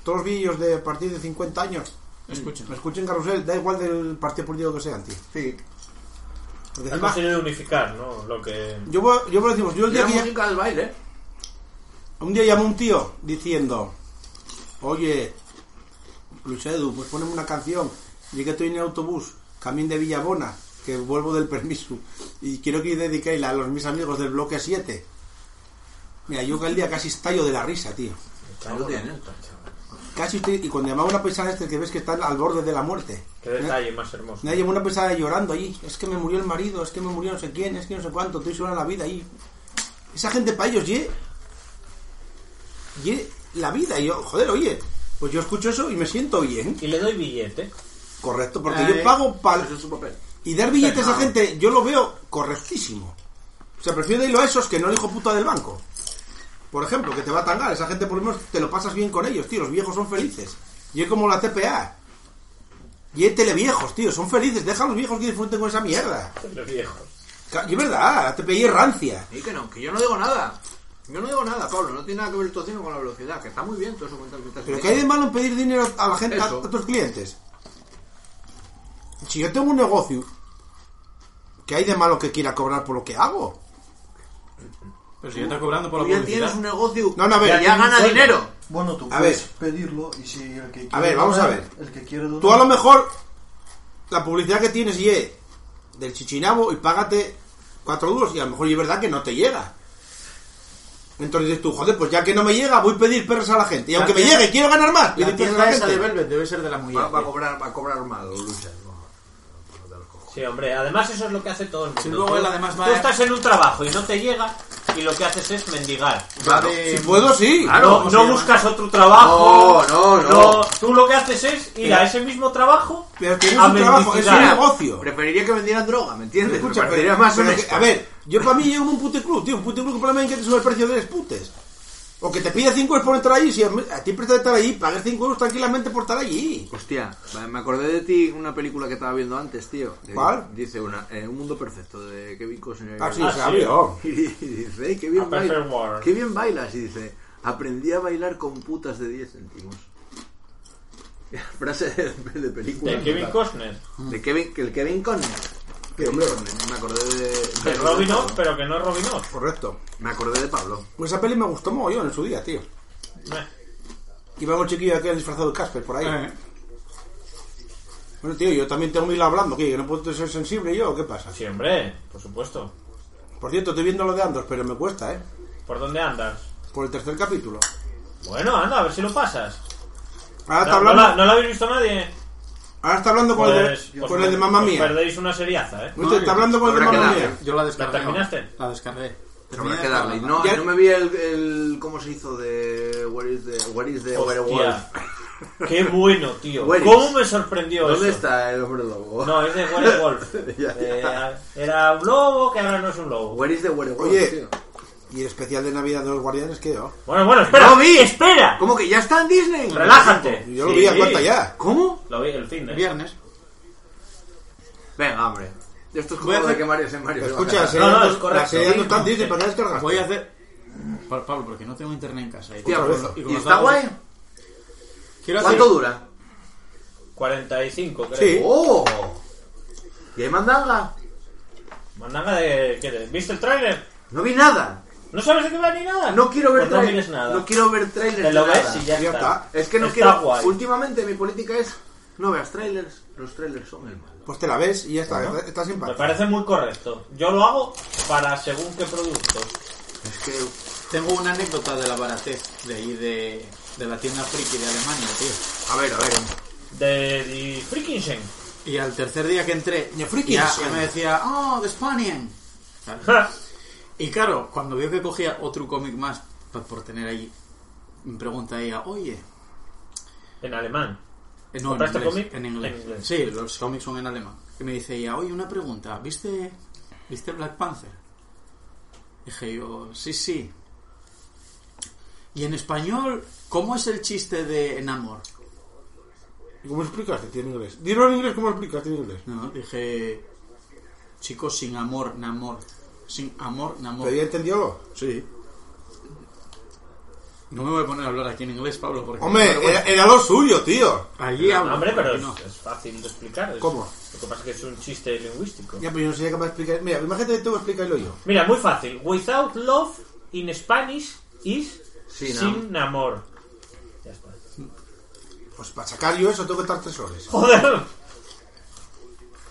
S7: Todos los vídeos de a partir de 50 años
S10: Escuchen.
S7: me escuchen Carrusel, da igual del partido político que sean, tío.
S5: Sí.
S7: Porque
S4: han
S7: encima,
S4: conseguido unificar, ¿no? Lo que...
S7: yo, voy- yo voy a decimos, yo el
S5: Era
S7: día que-
S5: música del baile, ¿eh?
S7: Un día llamó un tío diciendo, oye, Luchedu, pues poneme una canción. Llegué estoy en el autobús, camino de Villabona, que vuelvo del permiso, y quiero que dediquéis a los mis amigos del bloque 7. Mira, yo el día casi estallo de la risa, tío.
S5: Ahí lo tienes.
S7: Casi estoy- y cuando llamaba a una paisana este que ves que están al borde de la muerte.
S4: Qué
S5: Eh,
S4: detalle más hermoso.
S7: Me llamó una paisana llorando allí. Es que me murió el marido, es que me murió no sé quién, es que no sé cuánto, estoy sola en la vida ahí. Esa gente para ellos, ye. Ye, la vida. Y yo, joder, oye, pues yo escucho eso y me siento bien.
S4: Y le doy billete.
S7: Correcto, porque
S10: Eh,
S7: yo pago para.
S5: Ese es su papel.
S7: Y dar billetes a esa gente, yo lo veo correctísimo. O sea, prefiero irlo a esos que no el hijo puta del banco. Por ejemplo, que te va a tangar. Esa gente por lo menos te lo pasas bien con ellos, tío. Los viejos son felices. Y es como la TPA. Y es televiejos, tío. Son felices. Deja a los viejos que disfruten con esa mierda.
S4: Los viejos.
S7: Ca- Y es verdad, la TPI es rancia.
S5: Y que no, que yo no digo nada. Yo no digo nada, Pablo. No tiene nada que ver el tocino con la velocidad, que está muy bien todo eso cuenta mientras
S7: Pero
S5: se
S7: ¿qué hay
S5: dice.
S7: de malo en pedir dinero a la gente, a,
S5: Eso.
S7: a tus clientes? Si yo tengo un negocio, ¿qué hay de malo que quiera cobrar por lo que hago?
S10: Pero si ya está cobrando por
S5: Tú
S10: la
S5: ya tienes
S10: publicidad.
S5: un negocio
S7: No, no, a ver,
S5: que ya
S4: tienes
S5: gana
S4: un
S5: dinero.
S9: Bueno, tú
S7: A
S9: puedes
S7: ver.
S9: pedirlo y si el que quiere.
S7: ver, vamos a
S9: donar,
S7: ver.
S9: El que quiere donar.
S7: Tú a lo mejor la publicidad que tienes y es del chichinabo y págate cuatro duros y a lo mejor y es verdad que no te llega. Entonces dices tú, joder, pues ya que no me llega, voy a pedir perros a la gente. Y aunque me
S10: tienda-
S7: llegue, quiero ganar más. le
S10: La
S7: doy perros
S10: tienda
S7: gente.
S10: esa de Velvet debe ser de la
S5: Va, va a
S10: mujer.
S5: cobrar, va a cobrar mal, Lucha. No, no, no, no, no, no, no, no, no, no, no, no, no, no, no,
S4: Sí, hombre, además eso es lo que hace todo el mundo.
S10: Si luego él
S4: Tú-
S10: además va-
S4: Tú estás en un trabajo y no te llega y lo que haces es mendigar.
S5: Va de-
S7: Si puedo, sí.
S4: No-
S10: ¿cómo
S4: no
S10: se llama?
S4: buscas otro trabajo.
S5: No, no, no.
S4: Tú lo que haces es ir a ese mismo trabajo
S7: Pero que es
S4: a
S7: un trabajo, es un
S4: mendigar.
S7: negocio.
S5: Preferiría que vendieran droga, ¿me entiendes?
S7: Escucha, pero-
S5: Me parecería más
S7: pero que-
S5: honesto.
S7: a ver, yo para mí llevo un puticlub, tío. Un puticlub que probablemente te sube el precio de los putes. O que te pida 5 euros por entrar allí. Si a, mí- a ti presta estar allí, pagues 5 euros tranquilamente por estar allí.
S5: Hostia, va, me acordé de ti una película que estaba viendo antes, tío. De-
S7: ¿Cuál?
S5: Dice una, eh, Un mundo perfecto de Kevin Costner.
S7: Ah, sí,
S4: Ah,
S7: se
S4: sí.
S7: abrió.
S5: Y dice, "Ey, qué bien,
S4: A Perfect
S5: baila,
S4: World.
S5: qué bien bailas. Y dice, aprendí a bailar con putas de 10 céntimos. Frase de, de película.
S4: De Kevin Costner.
S5: De Kevin, que el Kevin Conner.
S7: Sí, hombre,
S5: Me acordé de.
S4: De
S5: me acordé
S4: Robin
S5: de
S4: Hood,
S5: Pablo.
S4: pero que no es Robin Hood.
S7: correcto.
S5: Me acordé de Pablo.
S7: Pues esa peli me gustó mogollón en su día, tío.
S4: Meh.
S7: Iba con el chiquillo aquel disfrazado de Casper por ahí.
S10: Eh,
S7: Bueno, tío, yo también tengo mi hilo hablando, ¿qué? ¿Que no puedo ser sensible yo o qué pasa?
S4: Sí, hombre, por supuesto.
S7: Por cierto, estoy viendo lo de Andros, pero me cuesta, ¿eh?
S4: ¿Por dónde andas?
S7: Por el tercer capítulo.
S4: Bueno, anda, a ver si lo pasas.
S7: Ahora está
S4: No, no
S7: hablando,
S4: la, no la habéis visto nadie. eh.
S7: ahora está hablando Ah, con,
S4: Pues,
S7: el, de,
S4: os-
S7: con el de mamá
S4: os
S7: mía.
S4: Perdéis una seriaza, ¿eh?
S7: Oíste, está hablando con el de
S5: Habrá que
S7: mamá
S5: darle.
S7: mía.
S10: yo la
S4: ¿La
S10: descargué.
S4: terminaste?
S10: La descargué.
S5: Habrá
S10: Terminé
S5: que
S10: de
S5: darle.
S10: descargarla.
S5: No,
S7: Ya-
S5: no me vi el, el. ¿Cómo se hizo de. Where is the. Where is the.
S4: Hostia.
S5: werewolf?
S4: Qué bueno, tío.
S5: Where is?
S4: ¿Cómo me sorprendió
S5: ¿Dónde
S4: eso?
S5: está el hombre lobo?
S4: No, es de Werewolf.
S5: Ya, ya.
S4: Eh, era un lobo que ahora no es un lobo.
S5: Where is the werewolf?
S7: Oye.
S5: tío?
S7: ¿Y el especial de Navidad de los Guardianes qué? oh?
S4: Bueno, bueno, espera.
S5: ¡No vi!
S4: ¡Espera!
S5: ¿Cómo que ya está en Disney?
S4: ¡Relájate!
S7: Yo lo
S4: Eh, Sí,
S7: vi a cuenta ya.
S5: ¿Cómo?
S4: Lo vi el fin de.
S10: Viernes.
S5: Venga, hombre. Esto es
S10: Voy a
S5: como de
S10: hacer-
S5: que Mario se Mario. se va a
S7: Escucha,
S5: cagar.
S7: se
S4: No, no, es
S7: la
S4: correcto.
S7: serie no está en
S4: Sí,
S7: Disney,
S4: sí.
S7: ¿para qué descargas?
S10: Voy a hacer. Pa- Pablo, porque no tengo internet en casa. Y,
S5: Hostia,
S10: con-
S7: otra
S5: pues,
S10: y con
S5: ¿Y
S10: los
S5: está
S10: datos-
S5: guay?
S10: Quiero hacer-
S5: ¿Cuánto dura?
S4: 45, creo.
S7: Sí.
S5: ¡Oh! ¿Y hay mandanga?
S4: Mandanga de... ¿qué de- ¿Viste el tráiler?
S5: No vi nada.
S4: ¿No sabes de qué va ni nada?
S5: No quiero ver
S4: Pues no
S5: trailers.
S4: mires nada.
S5: No quiero ver trailers.
S4: Te lo
S5: de
S4: ves
S5: nada.
S4: y ya,
S7: Ya
S4: está.
S7: está.
S5: Es que no
S4: Está
S5: quiero.
S4: guay.
S5: Últimamente mi política es no veas trailers. Los trailers son el mal.
S7: Pues te la ves y ya está, está- está sin
S4: Me
S7: paz.
S4: parece muy correcto. Yo lo hago para según qué producto.
S5: Es que,
S10: Tengo una anécdota de la baratez de ahí de, de la tienda friki de Alemania, tío.
S5: a ver, a ver.
S4: De Die Frikinsen.
S10: Y al tercer día que entré,
S7: De friki,
S10: ya,
S7: sí.
S10: ya me decía, oh, de Spanian.
S4: Ja.
S10: Y claro, cuando vio que cogía otro cómic más pa- por tener ahí, me pregunta ella, oye,
S4: en alemán.
S10: eh, no, en
S4: ¿Compraste
S10: inglés,
S4: cómic?
S10: en inglés.
S4: En inglés.
S10: Sí, los cómics son en alemán. Y me dice ella, oye, una pregunta, ¿viste, ¿viste Black Panther? Dije yo, sí, sí. Y en español, ¿cómo es el chiste de enamor?
S7: ¿Cómo explicaste, tío, en inglés? Dilo en inglés, ¿cómo explicaste en inglés?
S10: No, dije, chicos, sin amor, namor. Sin amor, namor.
S7: ¿Pero ya entendió algo?
S10: Sí. No me voy a poner a hablar aquí en inglés, Pablo, porque...
S7: Hombre, eh, era, era lo suyo, tío.
S10: Allí hablo.
S4: No, hombre, pero
S10: aquí
S4: es,
S10: no.
S4: es fácil de explicar. Es-
S7: ¿Cómo?
S4: Lo que pasa es que es un chiste lingüístico.
S7: Ya, pero yo no sería capaz de explicar. Mira, imagínate que tengo que explicarlo yo.
S4: Mira, muy fácil. Without love in Spanish is
S5: Sin
S4: sin, amor. Ya está.
S7: Pues para sacar yo eso tengo que estar tres horas.
S4: Joder.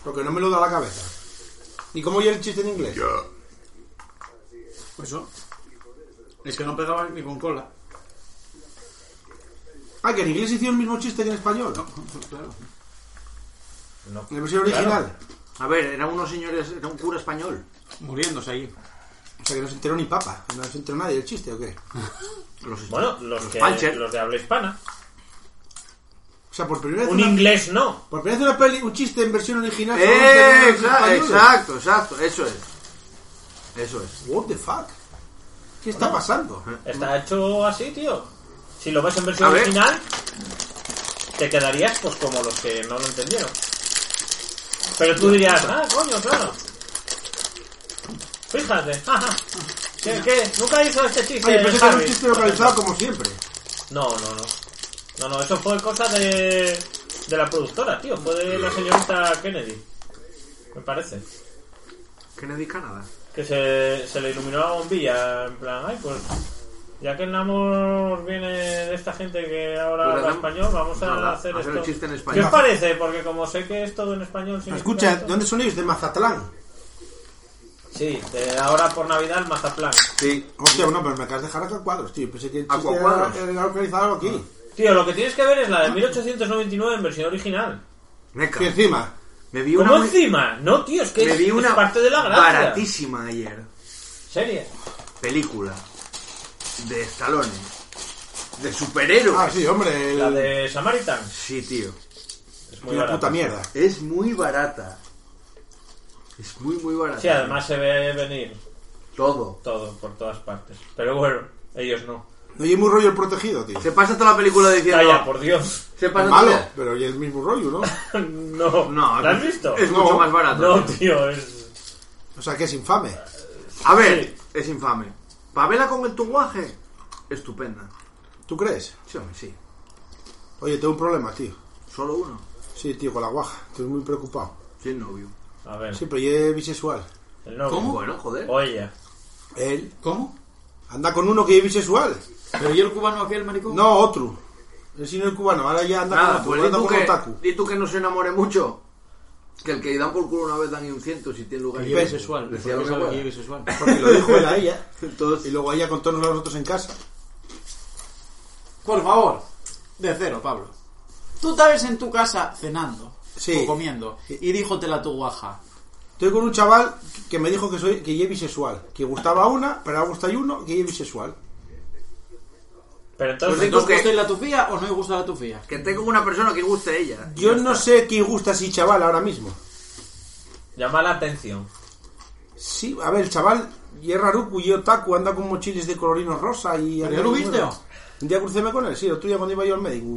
S7: Porque no me lo da la cabeza. ¿Y cómo oye el chiste en inglés?
S10: Pues eso. Es que no pegaba ni con cola.
S7: Ah, que en inglés hicieron el mismo chiste que en español.
S10: Claro.
S4: No.
S7: En la versión original.
S5: A ver, eran unos señores, era un cura español.
S10: Muriéndose allí.
S7: O sea, que no se enteró ni papa. No se enteró nadie del chiste, ¿o qué?
S5: Los
S4: Bueno, los, que,
S5: Pancher.
S4: los de habla hispana.
S7: O sea, por primera vez...
S4: Un
S7: una-
S4: inglés no.
S7: Por primera vez una peli, un chiste en versión original... solo enteró a
S5: ¡Eh! exa-
S7: los españoles.
S5: Exacto, exacto. Eso es. Eso es.
S7: What the fuck? ¿Qué está pasando?
S4: Está hecho así, tío. Si lo ves en
S5: A
S4: versión
S5: ver.
S4: original, te quedarías pues como los que no lo entendieron. Pero tú dirías, ah, coño, claro. Fíjate, ajá. ¿Qué, qué? ¿Nunca hizo este chiste?
S7: Oye, pensé que era un
S4: Harry?
S7: chiste localizado como siempre.
S4: No, no, no. No, no, eso fue cosa de, de la productora, tío. Fue de la señorita Kennedy. Me parece.
S5: Kennedy, Canadá.
S4: Que se, se le iluminó la bombilla. En plan, ay, pues. Ya que el Namor viene de esta gente que ahora
S5: Pues
S4: habla
S5: hacemos-
S4: español, vamos a
S5: nada,
S4: hacer,
S5: hacer el
S4: esto.
S5: chiste en
S4: ¿Qué
S5: español.
S4: os parece? Porque como sé que es todo en español. significa
S7: Escucha,
S4: esto.
S7: ¿dónde son ellos? De Mazatlán.
S4: Sí, de ahora por Navidad el Mazatlán.
S5: Sí.
S7: Hostia, bueno, pero me acabas de dejar acá cuadros, tío. Pensé que el
S5: A
S7: chiste
S5: cuadros.
S7: era, era localizado aquí. Ah.
S4: Tío, lo que tienes que ver es la de 1899 en versión original.
S5: Neca.
S7: Y encima,
S5: Me vi una
S4: ¿Cómo
S5: muy-
S4: encima? No, tío, es que
S5: me
S4: es,
S5: vi
S4: es
S5: una
S4: parte de la gracia.
S5: baratísima ayer.
S4: Serie.
S5: Película de Stallone. De superhéroes.
S7: Ah, sí, hombre.
S4: La
S7: el-
S4: de Samaritan.
S5: Sí, tío.
S4: Es muy
S7: Una
S4: barata.
S7: puta mierda.
S5: Es muy barata. Es muy, muy barata.
S4: Sí, además se ve venir
S5: Todo.
S4: todo por todas partes. Pero bueno, ellos no.
S7: No, y es muy rollo el protegido, tío.
S5: Se pasa toda la película diciendo...
S4: Calla, por Dios.
S5: Se pasa
S7: Malo,
S5: toda-
S7: pero ya es mismo rollo, ¿no?
S4: no.
S5: No,
S4: ¿La has
S5: es-
S4: visto?
S5: Es mucho
S7: No.
S5: más barato.
S4: No, tío, es.
S7: O sea, que es infame.
S5: A ver, es infame. Pavela con el tuguaje. Estupenda.
S7: ¿Tú crees?
S5: Sí, hombre, sí.
S7: Oye, tengo un problema, tío.
S5: Solo uno.
S7: Sí, tío, con la guaja. Estoy muy preocupado.
S5: Sí, el novio.
S4: A ver,
S7: Sí, pero ya es bisexual.
S4: el nombre.
S10: ¿Cómo?
S5: Bueno, joder.
S4: Ah, Oye,
S7: Él
S10: ¿Cómo?
S7: anda con uno que es bisexual.
S10: ¿Pero y el cubano aquel, maricón?
S7: No, otro. El sino es cubano, ahora ya anda
S5: Nada,
S7: con otro.
S5: pues di
S7: Anda
S5: tú,
S7: con
S5: que,
S7: otaku.
S5: di tú que no se enamore mucho. Que el que dan por culo una vez dan y un ciento si tiene lugar.
S10: Que yo
S5: Ven,
S10: bisexual.
S5: Decía
S10: ¿Por
S5: mi
S10: qué sabe que
S5: abuela.
S10: yo bisexual?
S7: Porque lo dijo él a ella. Y
S5: Entonces,
S7: luego ella contónos a nosotros en casa.
S10: Por favor, de cero, Pablo. Tú estabas en tu casa cenando
S7: Sí.
S10: o comiendo y díjotela a tu guaja.
S7: Estoy con un chaval que me dijo que soy que es bisexual. Que gustaba una, pero ahora gusta y uno que es bisexual.
S4: pero
S5: Pues
S4: entonces.
S5: digo-
S10: ¿Nos
S5: que-
S10: gusta la tufía o no os gusta la tufía?
S5: que esté con una persona que guste a ella.
S7: Yo no sé qué gusta si chaval ahora mismo.
S4: Llama la atención.
S7: Sí, a ver, el chaval y es raruku y otaku, anda con mochiles de colorino rosa y...
S10: ¿Pero ya lo viste o?
S7: Un día crucéme con él, sí, el otro día cuando iba yo al médico,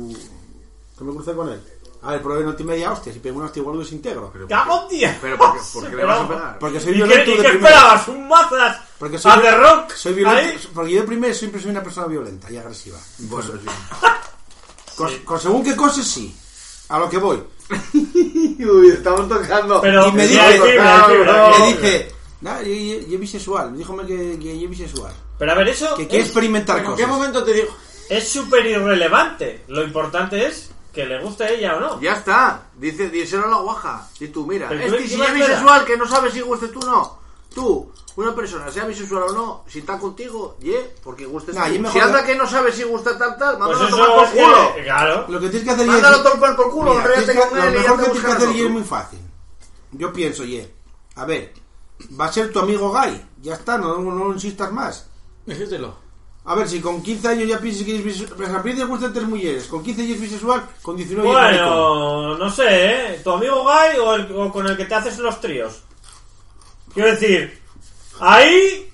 S7: que me crucé con él. A ver, probé no te media hostia, si pego una hostia igual lo desintegro.
S4: ¡Cago en día!
S5: Pero porque, porque le vas a pegar.
S7: Porque soy
S4: ¿Y
S7: violento
S4: qué, y
S7: de
S4: qué
S7: primera.
S4: esperabas? ¿Un mazas?
S7: Porque soy,
S4: ¿A The Rock?
S7: soy violento,
S4: Ahí.
S7: porque yo de primera siempre soy una persona violenta y agresiva.
S5: Bueno, sí.
S7: Con, con según qué cosas sí, a lo que voy.
S5: Uy, estamos tocando.
S4: Pero-
S7: Y me
S4: Sí, sí,
S7: dice,
S4: sí, sí,
S7: me
S4: sí.
S7: dice, "Nah, yo, yo- yo bisexual, me dijo que, que yo bisexual,
S4: Pero a ver, eso
S7: que
S5: Eh,
S7: quiere
S4: es-
S7: experimentar
S10: ¿En qué
S7: cosas.
S10: momento te digo?
S4: es súper irrelevante. Lo importante es que le guste a ella o no.
S5: Ya está. Dice, díselo a la guaja. Y tú, mira,
S4: Pero
S5: es
S4: tú
S5: que si
S4: encima
S5: es
S4: espera.
S5: bisexual, que no sabes si guste tú o no. Tú, una persona, sea bisexual o no, si está contigo, ye, porque guste
S7: Nah,
S5: tú.
S7: y mejor
S5: Si
S7: la-
S5: anda que no sabes si gusta tal, tal,
S4: Pues
S5: mándalo a tomar
S4: eso
S5: por
S4: es
S5: culo.
S4: que, claro.
S7: Lo que tienes que hacer es-
S5: Mándalo a tomar por culo,
S7: Mira,
S5: enréate
S7: tienes que-
S5: con
S7: lo
S5: él y ya
S7: mejor que
S5: te
S7: tienes que
S5: buscas
S7: hacer y es
S5: otro.
S7: muy fácil. Yo pienso, ye, a ver, va a ser tu amigo gay, ya está, no, no, no insistas más.
S10: Dígetelo.
S7: A ver, si con 15 años ya piensas que es bisexual, a te gustan tres mujeres, con 15 ya es bisexual, con 19 ya es maricón.
S4: Bueno, no sé, ¿eh? ¿Tu amigo gay o, el- o con el que te haces los tríos? Quiero decir, ahí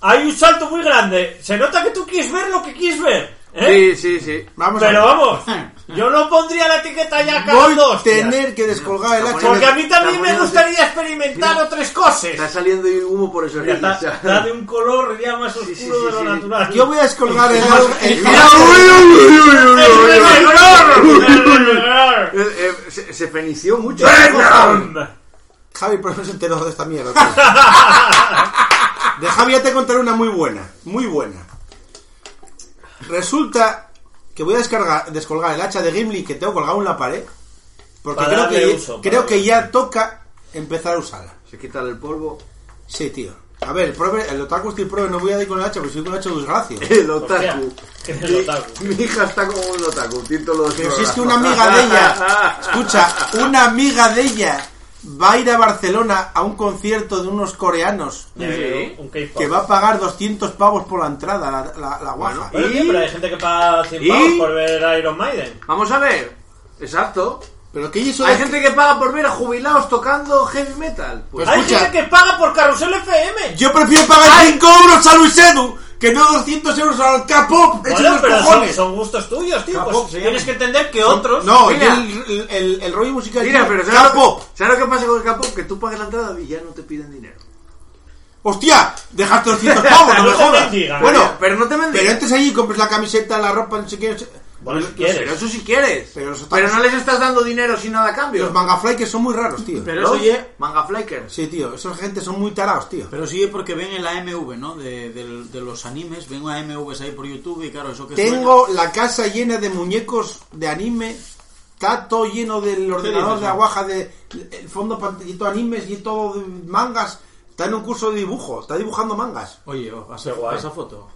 S4: hay un salto muy grande. Se nota que tú quieres ver lo que quieres ver. ¿eh?
S5: Sí, sí, sí.
S7: Vamos a
S4: Pero
S7: ver.
S4: vamos,
S10: Eh,
S4: yo no pondría la etiqueta ya cada
S7: Voy a
S4: dos.
S7: tener que descolgar el
S5: Está
S7: hacha.
S4: Porque a mí también
S5: Está
S4: me
S5: poniendo-
S4: gustaría experimentar otras
S5: Está
S4: cosas.
S5: saliendo humo por ese
S4: Mira,
S5: río.
S4: Está, está de un color ya más oscuro
S5: Sí, sí,
S4: de
S5: sí,
S4: lo
S5: sí.
S4: natural.
S7: Yo voy a descolgar el hacha. el-
S5: Eh, Se se fenició mucho.
S7: Javi, por eso se enteró de esta mierda. tío. De Javi ya te contaré una muy buena, muy buena. Resulta que voy a descargar, descolgar el hacha de Gimli que tengo colgado en la pared. Porque
S4: Para
S7: creo
S4: darle
S7: que,
S4: uso, para
S7: creo
S4: darle
S7: que ya toca empezar a usarla.
S5: Se quita el polvo.
S7: Sí, tío. A ver, pruebe, el otaku estoy pruebe, no voy a ir con el hacha, porque soy con el hacha de desgracia.
S5: El
S4: Hostia,
S5: otaku.
S4: que el otaku.
S5: Mi, mi hija está como un otaku. Tinto los
S7: Pero si es que una amiga de ella, escucha, una amiga de ella va a ir a Barcelona a un concierto de unos coreanos
S4: Eh, un K-pop.
S7: que va a pagar 200 pavos por la entrada, la, la, la guaja.
S4: Bueno, tío, pero hay gente que paga 100
S5: ¿Y?
S4: pavos por ver a Iron Maiden.
S5: Vamos a ver. Exacto.
S7: Pero que hizo
S5: Hay
S7: de...
S5: gente que paga por ver a jubilados tocando heavy metal. Pues
S4: Hay
S7: escucha.
S4: gente que paga por Carrusel FM.
S7: Yo prefiero pagar 5 euros a Luis Edu que no 200 euros al K-Pop. Échate
S4: Bueno,
S7: los
S4: pero son,
S7: cojones.
S4: son gustos tuyos, tío.
S7: Capó,
S4: Pues
S7: se llama.
S4: tienes que entender que otros.
S7: No,
S5: Mira.
S7: yo el, el- el rollo musical.
S5: mira,
S7: tío,
S5: pero ¿sabes,
S7: K-Pop.
S5: ¿sabes lo que pasa con el capo? Que tú pagas la entrada y ya no te piden dinero.
S7: Hostia, dejaste 200 pavos, no me
S4: No te
S7: jodas.
S4: bendiga.
S7: Bueno,
S5: Pero- pero no te venden.
S7: Pero entres allí, compras la camiseta, la ropa, no sé qué. no sé-
S4: Bueno, si
S5: Pero
S4: quieres.
S5: eso si quieres.
S7: Pero los
S5: Pero
S7: otakus-
S5: no les estás dando dinero sin nada a cambio.
S7: Los mangafly que son muy raros, tío.
S10: Pero
S5: Los
S10: eso ye,
S5: Manga Flakers.
S7: Sí, tío, esos gente son muy tarados, tío.
S10: pero eso ye porque ven el AMV, ¿no? De, del- de los animes, ven AMVs ahí por YouTube y claro, eso que
S7: Tengo la casa llena de muñecos de anime, tato lleno del ordenador
S10: dices,
S7: de
S10: no?
S7: aguaja, de el fondo pantallito animes y todo de mangas. Está en un curso de dibujo, está dibujando mangas.
S10: suena- Oye, o, pasa,
S4: Qué guay.
S10: pasa foto.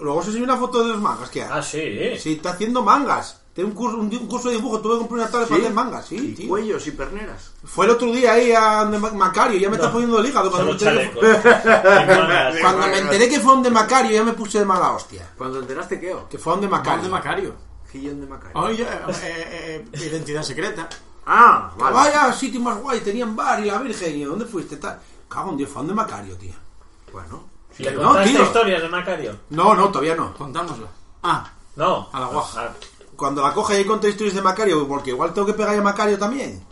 S7: Luego se una foto de los mangas que
S4: Ah,
S7: hace.
S4: sí.
S7: Sí, está haciendo mangas. Tenía un curso, un, di- un curso de dibujo, tuve que comprar una tablet para hacer manga, sí,
S8: y
S7: tío.
S8: cuellos y perneras.
S7: Fue el otro día ahí a donde Ma- Macario, ya me está poniendo el hígado. Cuando,
S8: solo
S7: me enteré, que
S8: chalecos.
S7: fue-
S8: mangas.
S7: Cuando me enteré que fue donde Macario, ya me puse de mala hostia.
S8: Cuando enteraste qué,
S5: Oh,
S8: o?
S7: Que fue donde Macario.
S10: Macario. de Macario.
S8: Guillón de Macario.
S10: Oye, eh, eh, eh, identidad secreta.
S8: Ah,
S7: Que
S8: vale.
S7: Vaya sitio más guay, tenían bar y la virgen, ¿y dónde fuiste? Tal. Cago en Dios, fue donde Macario, tío.
S8: Bueno,
S4: ¿Le
S7: No,
S4: contaste
S7: tío.
S4: historias de Macario?
S7: No, no, todavía no.
S10: Contámosla. Ah,
S4: No.
S10: A la guaja.
S4: Ah,
S7: Cuando la coja y conté historias de Macario, porque igual tengo que pegar a Macario también.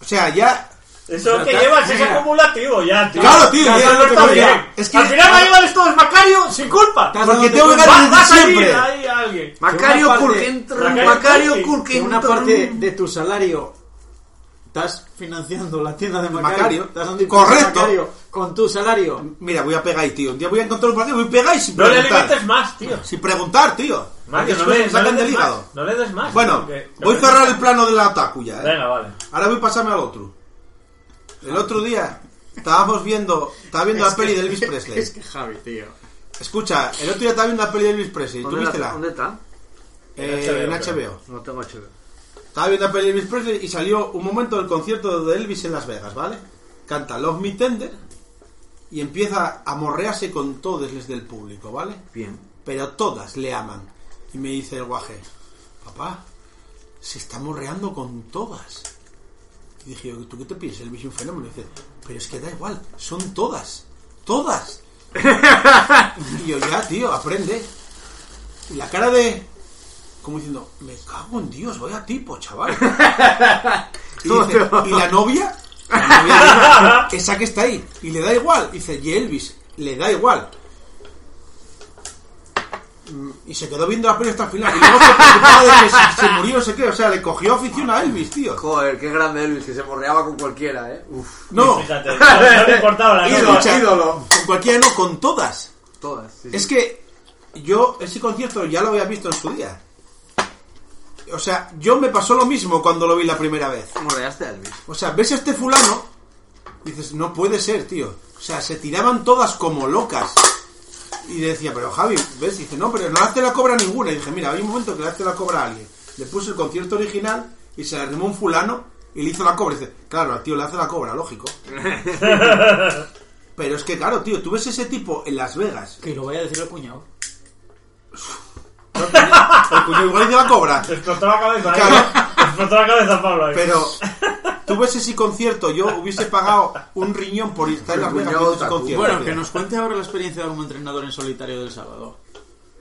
S7: O sea, ya.
S4: Eso es que
S10: Mira,
S4: llevas es
S10: mira.
S4: acumulativo ya, tío.
S7: Claro, tío, ya,
S4: Ya, eso
S7: ya
S4: no
S7: te
S4: está
S7: digo,
S4: bien.
S7: ya. Es que-
S4: Al final va a llevar esto es Macario sin culpa.
S7: Porque
S6: dándote
S7: tengo
S6: cuenta.
S7: ganas de
S4: Vas a ir
S7: siempre.
S4: ahí a alguien.
S8: Macario
S10: una parte-
S8: Kurkentron,
S4: Macario
S8: Macario
S4: Culkin,
S10: que
S8: Kurkentron.
S10: una parte de tu salario estás financiando la tienda de Macario.
S7: Macario.
S10: Estás dando impulso a
S7: Correcto.
S10: Macario con tu salario.
S7: Mira, voy a pegar ahí, tío. Un día voy a encontrar un partido, voy a pegar y sin
S4: No le
S7: preguntar.
S4: limites más, tío.
S7: Sin preguntar, tío.
S4: Mario,
S7: Porque
S4: no, le,
S7: me sacan
S4: no le
S7: del
S4: des
S7: hígado.
S4: más. No le des más.
S7: Bueno,
S4: porque-
S7: voy a cerrar el plano de la otaku ya, ¿eh?
S4: Venga, vale.
S7: Ahora voy a pasarme al otro. El otro día estábamos viendo, estaba viendo la peli de Elvis
S10: Es
S7: Presley.
S10: que Javi, tío.
S7: Escucha, el otro día estaba viendo la peli de Elvis Presley. ¿Tú
S8: ¿Dónde,
S7: viste
S8: la-
S7: la?
S8: ¿Dónde está?
S7: Eh, en
S4: En HBO, creo.
S7: HBO.
S8: No tengo HBO.
S7: Estaba viendo la peli de Elvis Presley y salió un momento del concierto de Elvis en Las Vegas, ¿vale? Canta Love Me Tender y empieza a morrearse con todos desde el público, ¿vale?
S8: Bien.
S7: Pero todas le aman. Y me dice el guaje, papá, se está morreando con todas. Y dije, yo, ¿tú qué te piensas? Elvis es un fenómeno. Y dice, pero es que da igual, son todas, todas. y yo, ya, tío, aprende. Y la cara de... Como diciendo, me cago en Dios, vaya tipo, chaval. Y, dice, ¿y la novia? La novia dice, esa que está ahí. Y le da igual. Y dice, y Elvis, le da igual. Mm, Y se quedó viendo la peli hasta el final. Y luego se preocupaba de que se, se murió, no sé qué. O sea, le cogió afición a Elvis, tío.
S8: Joder, qué grande Elvis, que se morreaba con cualquiera, eh. Uf,
S7: No,
S4: Fíjate, no, no le importaba la
S7: Ídolo,
S4: norma.
S7: chaval.
S8: ídolo.
S7: Ah, con cualquiera no, con todas.
S8: Todas. sí, sí.
S7: Es que yo ese concierto ya lo había visto en su día. O sea, yo me pasó lo mismo cuando lo vi la primera vez.
S8: morreaste a Elvis.
S7: O sea, ves a este fulano y dices, no puede ser, tío. O sea, se tiraban todas como locas. Y decía, pero Javi, ¿ves? Dice, no, pero no hace la cobra ninguna. Y dije, mira, hay un momento que le hace la cobra a alguien. Le puso el concierto original y se la arrimó un fulano y le hizo la cobra. Y dice, claro, al tío le hace la cobra, lógico. pero es que, claro, tío, tú ves ese tipo en Las Vegas.
S10: Que lo vaya a decir el cuñado.
S7: El cuñado igual hizo la cobra.
S4: Te explotó la cabeza.
S7: Claro.
S4: ¿eh? Explotó la cabeza Pablo. ahí.
S7: Pero tú ves ese concierto, yo hubiese pagado un riñón por estar en Las Vegas viendo ese concierto.
S10: Bueno,
S7: tío.
S10: que nos cuente ahora la experiencia de como entrenador en solitario del sábado.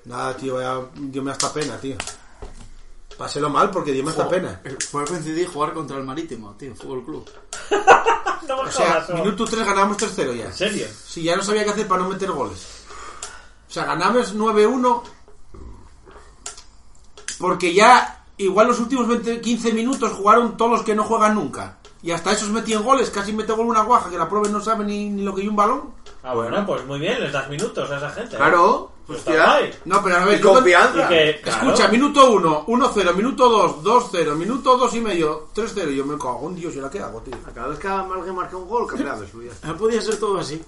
S7: Nada, tío, vaya, dio me hasta pena, tío. Páselo mal porque dio me hasta pena.
S10: Eh, Fue coincidir jugar contra el Marítimo, tío, Fútbol Club.
S4: No me
S7: O sea,
S4: jodas, no.
S7: minuto 3 ganamos 3-0 ya.
S4: ¿En serio?
S7: Sí, ya no sabía qué hacer para no meter goles. O sea, ganamos 9-1 porque ya igual los últimos 20, 15 minutos jugaron todos los que no juegan nunca. Y hasta esos metían goles, casi mete gol una guaja que la prueba no sabe ni, ni lo que hay un balón.
S4: Ah, bueno, pues muy bien, les das minutos a esa gente. ¿eh?
S8: Claro,
S4: Pues está
S8: hostia.
S4: guay.
S7: No, pero a ver,
S8: Y
S7: yo-
S8: confianza.
S4: Y que, claro,
S7: Escucha, minuto 1, 1-0, minuto 2, 2-0, minuto 2 y medio, 3-0. Yo me cago en Dios, ¿y ahora qué hago, tío?
S8: Cada vez que alguien marca un gol, cambiaba de suya.
S10: No Ah, podía ser todo así.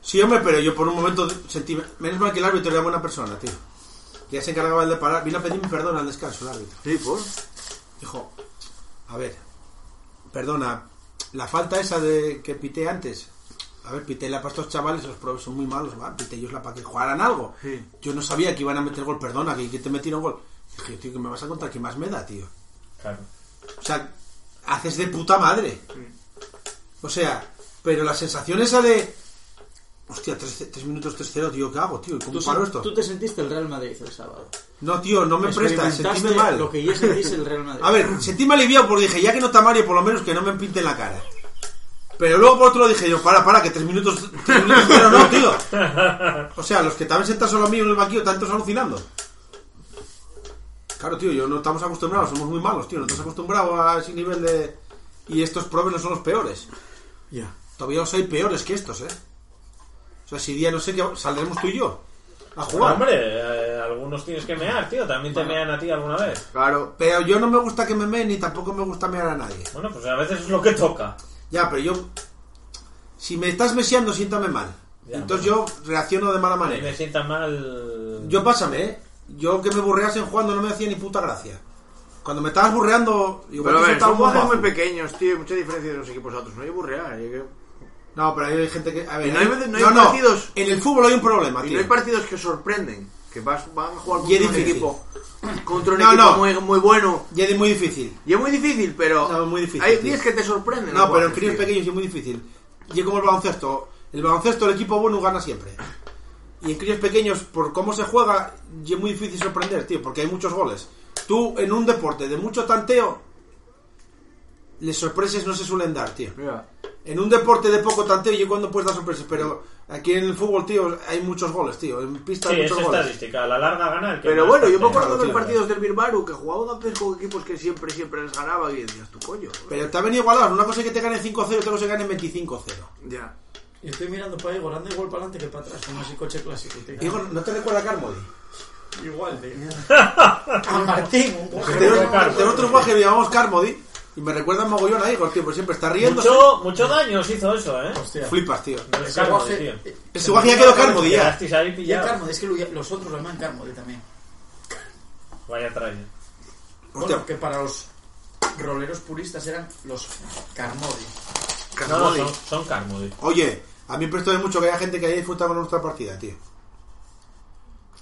S7: Sí, hombre, pero yo por un momento sentí. Menos mal que el árbitro era buena persona, tío. Ya se encargaba el de parar. Vino a pedirme perdón al descanso el árbitro.
S8: Sí, pues.
S7: Dijo, a ver, perdona, la falta esa de que pité antes. A ver, pité la para estos chavales, los probes son muy malos, va, pité ellos la para que jugaran algo.
S8: Sí.
S7: Yo no sabía que iban a meter gol, perdona, que, que te metieron gol. Dije, tío, que me vas a contar que más me da, tío.
S4: claro.
S7: O sea, haces de puta madre. O sea, pero la sensación esa de. Hostia, 3 minutos 3-0, tío, ¿qué hago, tío? ¿Y ¿Cómo
S10: Tú,
S7: paro
S10: sen-
S7: esto?
S10: tú te sentiste el Real Madrid el sábado.
S7: No, tío, no me presta,
S10: Experimentaste
S7: sentíme mal.
S10: Lo que ya sentís el Real Madrid.
S7: A ver, sentíme aliviado porque dije, ya que no está Mario, por lo menos que no me pinte la cara. Pero luego por otro lado dije yo, para, para, que 3 minutos, 3 minutos cero no, tío. O sea, los que estaban sentados solo a mí en el banquillo, tantos alucinando. Claro, tío, yo no estamos acostumbrados, somos muy malos, tío, no estás acostumbrado a ese nivel de... Y estos probes no son los peores.
S10: Ya.
S7: Todavía los hay peores que estos, ¿eh? O sea, si día no sé qué saldremos tú y yo a
S4: Bueno,
S7: jugar.
S4: hombre, eh, algunos tienes que mear, tío. También te mean a ti alguna vez.
S8: Claro.
S7: Pero yo no me gusta que me meen ni tampoco me gusta mear a nadie.
S4: Bueno, pues a veces es lo que toca.
S7: Ya, pero yo... Si me estás meseando, siéntame mal.
S4: Ya,
S7: Entonces yo reacciono de mala
S4: A mí
S7: manera.
S4: me sienta mal.
S7: Yo pásame, ¿eh? yo que me burreasen jugando no me hacía ni puta gracia. Cuando me estabas burreando, digo,
S8: Pero a
S7: "Voy a
S8: ver,
S7: soltar
S8: son
S7: un bombazo".
S8: jugadores muy pequeños, tío. Hay mucha diferencia de los equipos a otros. No hay burrear. hay que-
S7: No, pero hay gente que. A ver,
S8: Y no hay veces- no hay partidos-
S7: En el fútbol hay un problema,
S8: Y
S7: tío.
S8: no hay partidos que sorprenden. Que vas, van a jugar
S7: Y es
S8: contra un
S7: difícil.
S8: equipo. Contra un
S7: No,
S8: equipo
S7: no.
S8: Muy, muy bueno.
S7: Y es muy difícil.
S8: Y es muy difícil, pero.
S7: No, es muy difícil,
S8: Hay
S7: tío.
S8: días que te sorprenden.
S7: No,
S8: los
S7: pero en
S8: jugadores,
S7: críos
S8: tío.
S7: pequeños es muy difícil. Y es como el baloncesto. El baloncesto, el equipo bueno gana siempre. Y en críos pequeños, por cómo se juega, y es muy difícil sorprender, tío, porque hay muchos goles. Tú, en un deporte de mucho tanteo, les sorpresas no se suelen dar, tío.
S8: Mira,
S7: En un deporte de poco tanteo, yo cuando puedes dar sorpresas, pero aquí en el fútbol, tío, hay muchos goles, tío. En pista
S4: Sí,
S7: hay
S4: es
S7: muchos goles.
S4: estadística. A la larga gana el que
S8: Pero
S4: más
S8: bueno, yo me
S4: tantea.
S8: acuerdo de los
S7: tío.
S8: partidos del Bilbao que jugaban antes con equipos que siempre, siempre les ganaban y decías, tu coño.
S7: Pero también igualar, una cosa es que te gane 5-0 y otra cosa es que gane 25-0.
S8: Ya.
S10: Y estoy mirando para ahí, volando igual para adelante que para atrás, como ese coche clásico. tío.
S7: Diego, ¿no te recuerda a Carmody?
S10: Igual, tío. A Martín, un coche.
S7: Tenemos
S4: Carmody.
S7: tenemos otro juego que le llamamos Carmody y me recuerda mogollón a Igor, tío, porque siempre está riendo.
S4: Mucho, mucho daño os hizo eso, ¿eh?
S10: Hostia.
S7: Flipas, tío.
S4: Carmody,
S10: Ese guaje-
S4: tío.
S10: eh,
S7: Ese guaje ya quedó Carmody, ya.
S4: Quedasteis ahí
S10: Y el
S4: pillados.
S10: Carmody, es que lo- los otros lo llaman Carmody también.
S4: Vaya traje.
S10: Bueno, que para los roleros puristas eran los Carmody.
S4: No, no, son, son Carmody.
S7: Oye, a mí me presto de mucho que haya gente que haya disfrutado con nuestra partida, tío.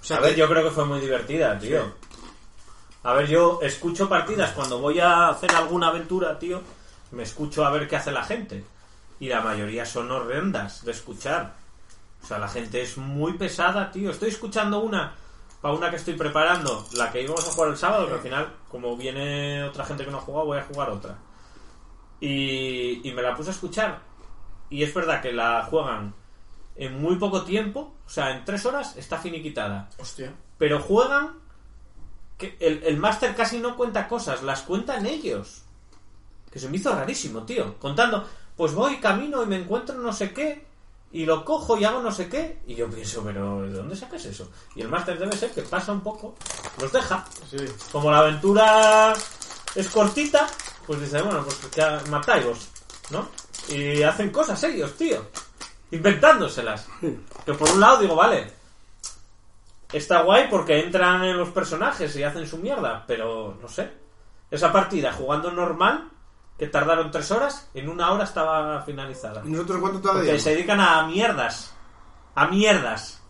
S7: O sea,
S4: A ver, yo creo que fue muy divertida, tío. A ver, yo escucho partidas cuando voy a hacer alguna aventura, tío. Me escucho a ver qué hace la gente. Y la mayoría son horrendas de escuchar. O sea, la gente es muy pesada, tío. Estoy escuchando una, para una que estoy preparando, la que íbamos a jugar el sábado, que al final, como viene otra gente que no ha jugado, voy a jugar otra. Y, y me la puse a escuchar. Y es verdad que la juegan en muy poco tiempo, o sea, en tres horas está finiquitada
S10: Hostia.
S4: pero juegan que el, el máster casi no cuenta cosas, las cuentan ellos. Que se me hizo rarísimo, tío. Contando, pues voy, camino y me encuentro no sé qué, y lo cojo y hago no sé qué. Y yo pienso, pero ¿de dónde sacas eso? Y el máster debe ser que pasa un poco, los deja. Como la aventura es cortita, pues dice, bueno, pues que matáis, ¿no? Y hacen cosas ellos, tío. Inventándoselas. Que por un lado digo, vale, Está guay porque entran en los personajes y hacen su mierda, pero no sé. Esa partida jugando normal, que tardaron tres horas, en una hora estaba finalizada.
S7: ¿y nosotros cuánto
S4: Porque
S7: todavía?
S4: se dedican a mierdas. A mierdas.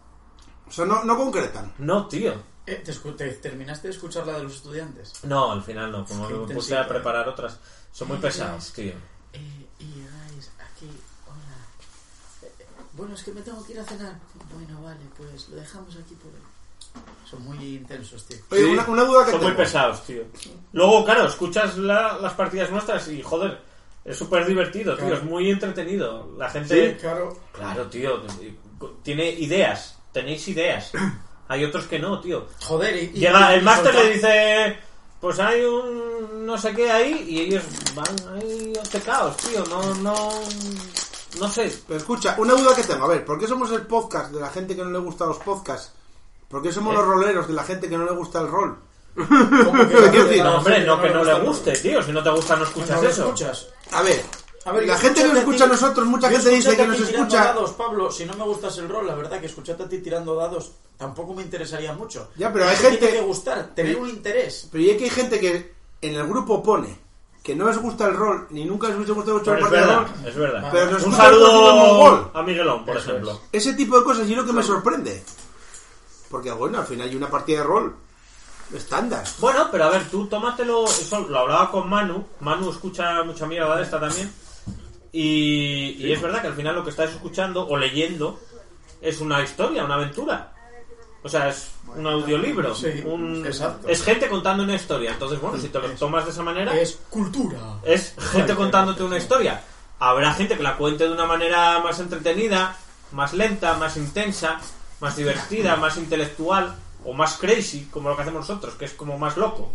S7: O sea, no, no concretan.
S4: No, tío.
S10: Eh, ¿te, escu- te- terminaste de escuchar la de los estudiantes?
S4: No, al final no. Como
S10: Qué
S4: me puse
S10: intensito,
S4: a
S10: eh.
S4: preparar otras. Son muy pesados, tío.
S10: Eh, y llegáis aquí, hola. Eh, eh, bueno, es que me tengo que ir a cenar. Bueno, vale, pues lo dejamos aquí por hoy. Son muy intensos, tío.
S7: Oye,
S4: Sí.
S7: una, una duda que
S4: Son muy
S7: tengo.
S4: pesados, tío. Luego, claro, escuchas la- las partidas nuestras y joder, es súper divertido, tío.
S10: Claro.
S4: Es muy entretenido. La gente.
S10: Eh, claro.
S4: Claro, tío. Tiene ideas. Tenéis ideas. Hay otros que no, tío.
S10: Joder, y... y-
S4: Llega
S10: y-
S4: el
S10: y
S4: máster
S10: soltar-
S4: le dice... Pues hay un no sé qué ahí y ellos van ahí pecados, tío. No, no... No sé.
S7: Pero escucha, una duda que tengo. A ver, ¿por qué somos el podcast de la gente que no le gusta los podcasts? ¿Por qué somos
S4: ¿Eh?
S7: los roleros de la gente que no le gusta el rol?
S10: ¿Cómo que
S7: Quiero
S10: la-
S7: decir,
S10: la-
S4: No, hombre, no que no le
S10: gusta?
S4: guste, tío. Si no te gusta no
S10: Pues
S4: escuchas
S10: no lo
S4: eso.
S10: escuchas.
S7: A ver,
S10: A ver,
S7: la
S10: yo
S7: gente que nos
S10: escuchate a
S7: escucha a
S10: ti-
S7: nosotros, mucha
S10: yo
S7: gente dice
S10: escuchate
S7: que
S10: a
S7: nos
S10: ti tirando
S7: escucha.
S10: dados, Pablo, si no me gustas el rol, la verdad que escucharte a ti tirando dados tampoco me interesaría mucho.
S7: Ya, pero hay
S10: Te tiene
S7: gente- Eh,
S10: que gustar, tener un interés.
S7: Pero ya que hay gente que en el grupo pone que no les gusta el rol, ni nunca les hubiese gustado mucho
S4: Pero
S7: el
S4: es
S7: partido de
S4: verdad,
S7: rol.
S4: es verdad.
S7: Pero nos
S4: Un
S7: escucha el próximo
S4: saludo
S7: mongol.
S4: a Miguelón, por
S10: Eso
S4: ejemplo.
S7: Ese tipo de cosas y es lo que me sorprende. Porque bueno, al final hay una partida de rol estándar.
S4: Bueno, pero a ver, tú tómatelo. Eso lo hablaba con Manu. Manu escucha mucha mierda de esta también. Y, y es verdad que al final lo que estás escuchando o leyendo es una historia, una aventura. O sea, es un audiolibro.
S10: Sí,
S4: un-
S10: exacto.
S4: Es gente contando una historia. Entonces, bueno, si te lo tomas de esa manera, es,
S10: Es cultura.
S4: gente contándote una historia. Habrá gente que la cuente de una manera más entretenida, más lenta, más intensa, más divertida, más intelectual o más crazy, como lo que hacemos nosotros, que es como más loco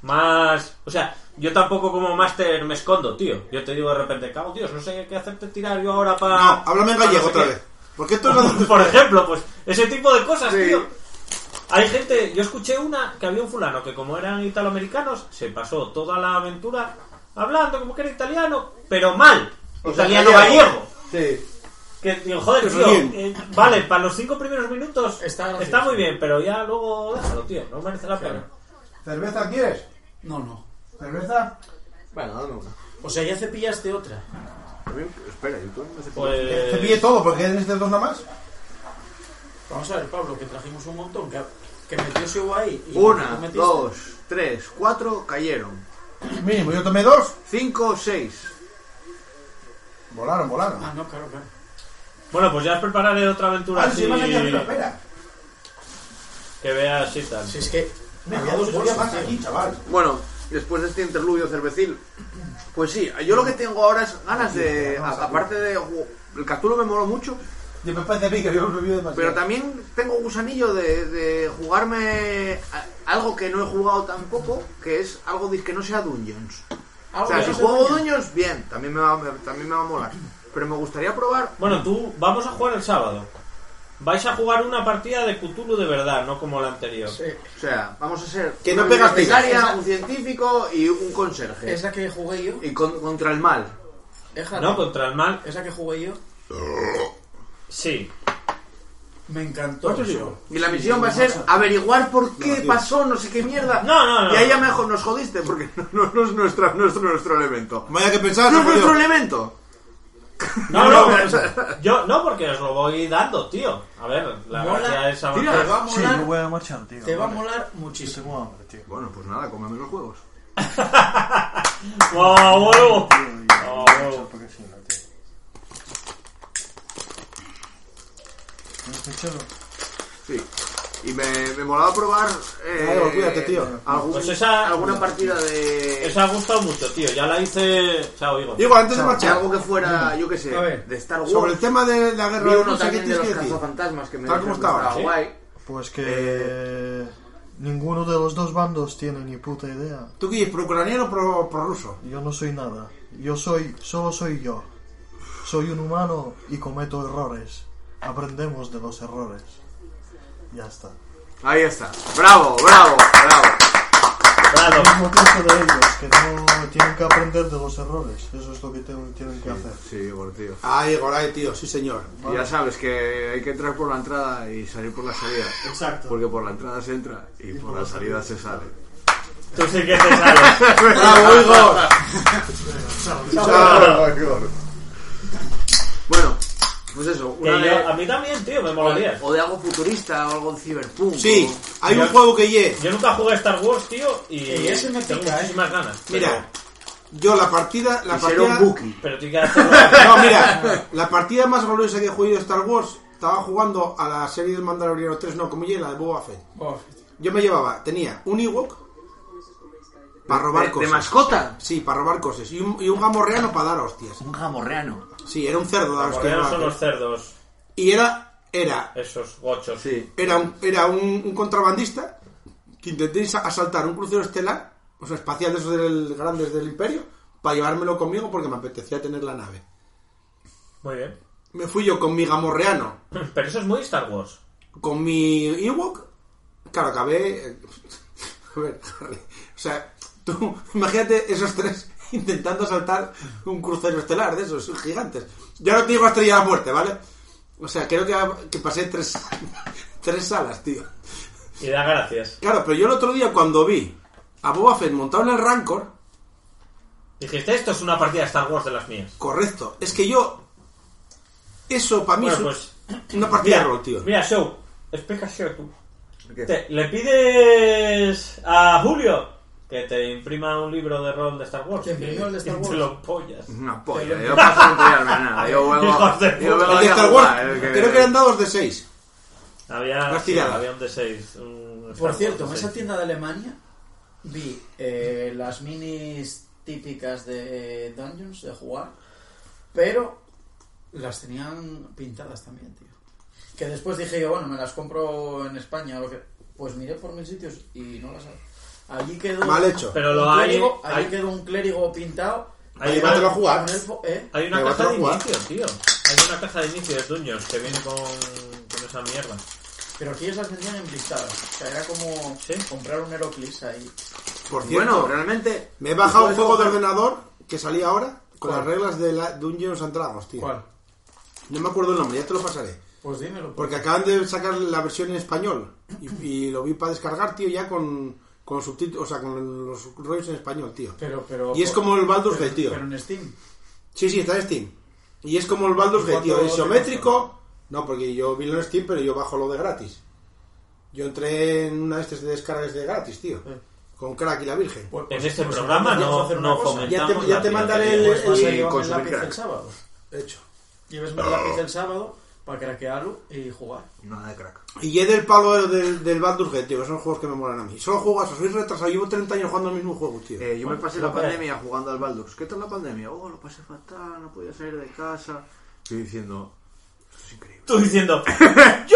S4: más. O sea, yo tampoco como máster me escondo, tío. Yo te digo de repente, cago, Dios, no sé qué hacerte tirar yo ahora para.
S7: No, Ah, háblame en
S4: pa' no
S7: gallego
S4: sé
S7: otra
S4: qué".
S7: vez. Porque esto es
S4: Por ejemplo, pues ese tipo de cosas,
S8: Sí.
S4: tío. Hay gente, yo escuché una que había un fulano que como eran italoamericanos, se pasó toda la aventura hablando como que era italiano, pero mal.
S8: O sea,
S4: italiano
S8: gallego.
S4: gallego.
S8: Sí.
S4: Que, digo, joder,
S7: eh. Pero
S4: tío,
S7: bien.
S4: eh, vale, para los cinco primeros minutos
S10: Está
S4: está,
S10: gracioso.
S4: muy bien, pero ya luego déjalo, tío, no merece la pena.
S7: ¿Cerveza quieres?
S10: No, no.
S7: ¿Cerveza?
S5: Bueno, dame una.
S10: O sea, ya cepillaste otra.
S5: También- espera, yo también me cepillo.
S7: Te
S4: Pues...
S7: pide todo, porque eres de dos nada más.
S10: Vamos a ver, Pablo, que trajimos un montón. Que, que metió Sebo ahí. y
S5: Una,
S10: tú metiste.
S5: dos, tres, cuatro cayeron.
S7: Mínimo, yo tomé dos.
S5: Cinco, seis.
S7: Volaron, volaron.
S10: Ah, no, claro, claro.
S4: Bueno, pues ya prepararé otra aventura
S7: Ah,
S4: así
S7: sí, más aquí arriba, espera.
S4: que veas si tal.
S10: Si es que.
S7: Mira,
S10: había
S7: había dos bolsas
S10: bolsas,
S7: más
S10: tío.
S7: aquí, chaval.
S5: Bueno, después de este interludio cervecil, pues sí, yo lo que tengo ahora es ganas de. a- aparte de. ju- El Cthulhu me moló mucho,
S7: Yo me parece a mí que habíamos bebido
S5: pero
S7: demasiado.
S5: también tengo gusanillo de, de jugarme a- algo que no he jugado tampoco, que es algo de- que no sea Dungeons. O sea, si juego Dungeons, bien, también me, va, me- también me va a molar. Pero me gustaría probar.
S4: Bueno, tú, vamos a jugar el sábado. Vais a jugar una partida de Cthulhu de verdad, no como la anterior.
S5: O sea, vamos a ser.
S7: Que no
S5: una
S7: pegas
S5: bibliotecaria,
S10: tiros.
S5: un científico y un conserje.
S10: Esa que jugué yo.
S5: Y con- contra el mal.
S7: Eh,
S10: Déjala.
S5: pues-
S4: No, contra el mal,
S10: Esa que jugué yo.
S4: sí.
S10: Me encantó. eso.
S5: Y la misión va a ser averiguar por qué pasó, no sé qué mierda.
S4: No, no, no.
S5: Y ahí ya mejor nos jodiste porque no, no es nuestra, nuestro, nuestro elemento.
S7: Vaya que pensar,
S5: ¡No es nuestro elemento!
S4: No, no,
S5: No,
S4: no, yo no, porque os lo voy dando, tío. A ver, la
S10: Mola.
S4: gracia es
S5: Tira,
S4: avanzar.
S5: va a
S9: Sí,
S5: molar.
S9: yo voy a marchar, tío.
S10: Te va a
S9: Vale.
S10: molar
S9: Yo
S10: muchísimo.
S9: tengo hambre, tío.
S5: Bueno, pues nada, cómeme los juegos.
S4: ¡Guau,
S7: Ah,
S4: huevo!
S9: Tío, yo
S4: Oh.
S9: voy a marchar porque si no, tío. ¿Tienes pechero?
S5: Sí. Y me, me molaba probar. Eh,
S7: Claro, cuídate, tío.
S5: algún-
S4: Pues esa-
S5: alguna partida de.
S4: Esa ha gustado mucho, tío. Ya la hice. Chao, digo.
S7: Digo, antes de
S5: de
S7: marchar,
S5: algo que fuera, yo qué sé,
S10: A ver.
S5: de Star Wars.
S7: sobre el tema de la
S5: Vi
S7: guerra de
S5: uno
S7: Rusia, ¿qué
S5: también de
S7: tienes
S5: los
S7: que decir?
S5: cazafantasmas que me
S7: Tal como
S5: dijeron
S7: estaba,
S5: que estaba
S4: ¿sí?
S5: guay.
S9: Pues que Eh, ninguno de los dos bandos tiene ni puta idea.
S7: ¿Tú qué es? ¿Pro-ucraniano o pro- pro-ruso?
S9: Yo no soy nada. Yo soy, solo soy yo. Soy un humano y cometo errores. Aprendemos de los errores. Ya está.
S5: Ahí está. Bravo, bravo, bravo.
S4: Bravo.
S9: Al mismo tiempo de ellos, que no tienen que aprender de los errores. Eso es lo que te- tienen que hacer.
S5: Sí, Igor, tío.
S7: Ay, Goray, tío, sí señor.
S5: Y Ya sabes que hay que entrar por la entrada y salir por la salida.
S9: Exacto.
S5: Porque por la entrada se entra y, por, la salida se sale.
S4: Tú sí que te sales.
S7: ¡Bravo, Igor!
S5: Bueno, pues eso.
S4: Que
S5: Una
S4: yo- a
S5: de,
S4: mí también, tío, me molaría.
S5: o de algo futurista o algo de cyberpunk.
S7: Sí,
S5: o-
S7: hay un juego que ye.
S4: Yo nunca jugué a Star Wars, tío, y,
S10: Y ese me
S4: tengo
S10: pica, eh.
S4: muchísimas ganas.
S7: Mira, yo la partida... La
S5: y ser un
S7: partida...
S5: Buki.
S4: Pero tú que hacerlo.
S7: No, mira, la partida más gloriosa que he jugado de Star Wars estaba jugando a la serie del Mandaloriano 3, no, como ye, la de Boba Fett.
S10: Oh,
S7: Yo me llevaba, tenía un Ewok para robar
S5: de, de
S7: cosas.
S5: mascota.
S7: Sí, para robar cosas. Y un, y un gamorreano para dar hostias.
S5: Un jamorreano.
S7: Sí, era un cerdo dar
S4: Los
S7: hostias.
S4: cerdos
S7: ¿no?
S4: son los cerdos,
S7: Y era, era,
S4: esos gochos.
S5: Sí.
S7: era, un, era un, un contrabandista que intenté asa- asaltar un crucero estelar, o sea, espacial de esos del, grandes del imperio, para llevármelo conmigo porque me apetecía tener la nave.
S4: Muy bien.
S7: Me fui yo con mi gamorreano,
S4: Pero eso es muy Star Wars.
S7: con mi Ewok. Claro, acabé... eh, A ver, Harry, o sea, tú imagínate esos tres intentando asaltar un crucero estelar de esos gigantes. Yo no te digo estrella de la muerte, ¿vale? O sea, creo que, que pasé tres, tres salas, tío.
S4: Y da gracias.
S7: Claro, pero yo el otro día cuando vi a Boba Fett montado en el Rancor,
S4: Dijiste, esto es una partida de Star Wars de las mías.
S7: correcto, es que yo... Eso para mí
S4: Bueno, pues,
S7: es una partida de rol, tío.
S4: Mira, Show, explica Show tú. Te- le pides a Julio que te imprima un libro de rol de Star Wars.
S10: Que imprima el de Star
S4: y
S10: Wars.
S4: te lo pollas.
S5: Una polla. Yo paso a empollarme nada. Yo vengo,
S4: Hijos de
S5: yo
S4: puta.
S5: vengo
S7: El de
S5: aquí a
S7: Star
S5: jugar,
S7: Wars,
S5: eh, que-
S7: creo que eran dados de seis.
S4: Había,
S7: Las
S4: sí,
S7: tiradas.
S4: había un de 6.
S10: Por cierto, en esa tienda de Alemania vi eh, las minis típicas de Dungeons de jugar, pero las tenían pintadas también, tío. Que después dije yo, bueno, me las compro en España o lo que. Pues miré por mil sitios y no las hay. Allí quedó.
S7: Mal hecho.
S4: Pero lo
S10: un
S4: hay-
S10: clérigo- allí
S4: hay-
S10: quedó un clérigo pintado.
S4: Hay
S10: con-
S7: llévatelo a jugar.
S10: con elfo- ¿eh?
S4: Hay una
S7: Me va a
S4: caja de
S7: trobar.
S4: inicio, tío. Hay una caja de inicio de Dungeons que viene con, con esa mierda.
S10: Pero aquí ellos las vendían en listadas. O sea, era como
S4: Sí.
S10: comprar un Heroclix ahí.
S7: Por cierto,
S5: Bueno, realmente.
S7: me he bajado un
S5: puedes
S7: juego de
S5: coger-
S7: ordenador que salía ahora con
S10: ¿Cuál?
S7: las reglas de la Dungeons and Dragons, tío.
S10: ¿Cuál?
S7: No me acuerdo el nombre, ya te lo pasaré.
S10: Pues dímelo.
S7: Porque acaban de sacar la versión en español. Y, y lo vi para descargar, tío, ya con, con subtítulos, o sea, con los rollos en español, tío.
S10: Pero, pero,
S7: y es como el Baldur's
S10: pero-
S7: Gate, tío.
S10: Pero en Steam.
S7: Sí, sí, está en Steam. Y es como el Baldur's Gate, tío.
S10: ¿Cuánto
S7: Es
S10: te
S7: isométrico. No, porque yo vi lo en Steam, pero yo bajo lo de gratis. Yo entré en una de estas de descargas de gratis, tío. Con Crack y la Virgen.
S10: pues
S4: En este programa no- no
S7: Ya
S4: fomentamos
S7: te, ya
S4: la
S7: te mandaré el,
S10: Pues vas a
S7: el-
S10: llevar el
S7: el
S10: lápiz
S7: crack.
S10: el sábado.
S7: Hecho.
S10: Lleves un lápiz el sábado para craquearlo y jugar.
S5: Nada de crack.
S7: Y ya del palo del, del Baldur's Gate, tío. que Son los juegos que me molan a mí. Solo juegas, sois retrasados. Llevo 30 años jugando el mismo juego, tío.
S5: Eh, yo me pasé la
S4: Bueno,
S5: pandemia jugando al Baldur's. ¿Qué tal la pandemia? Oh, lo pasé fatal, no podía salir de casa. Estoy diciendo,
S4: Tú diciendo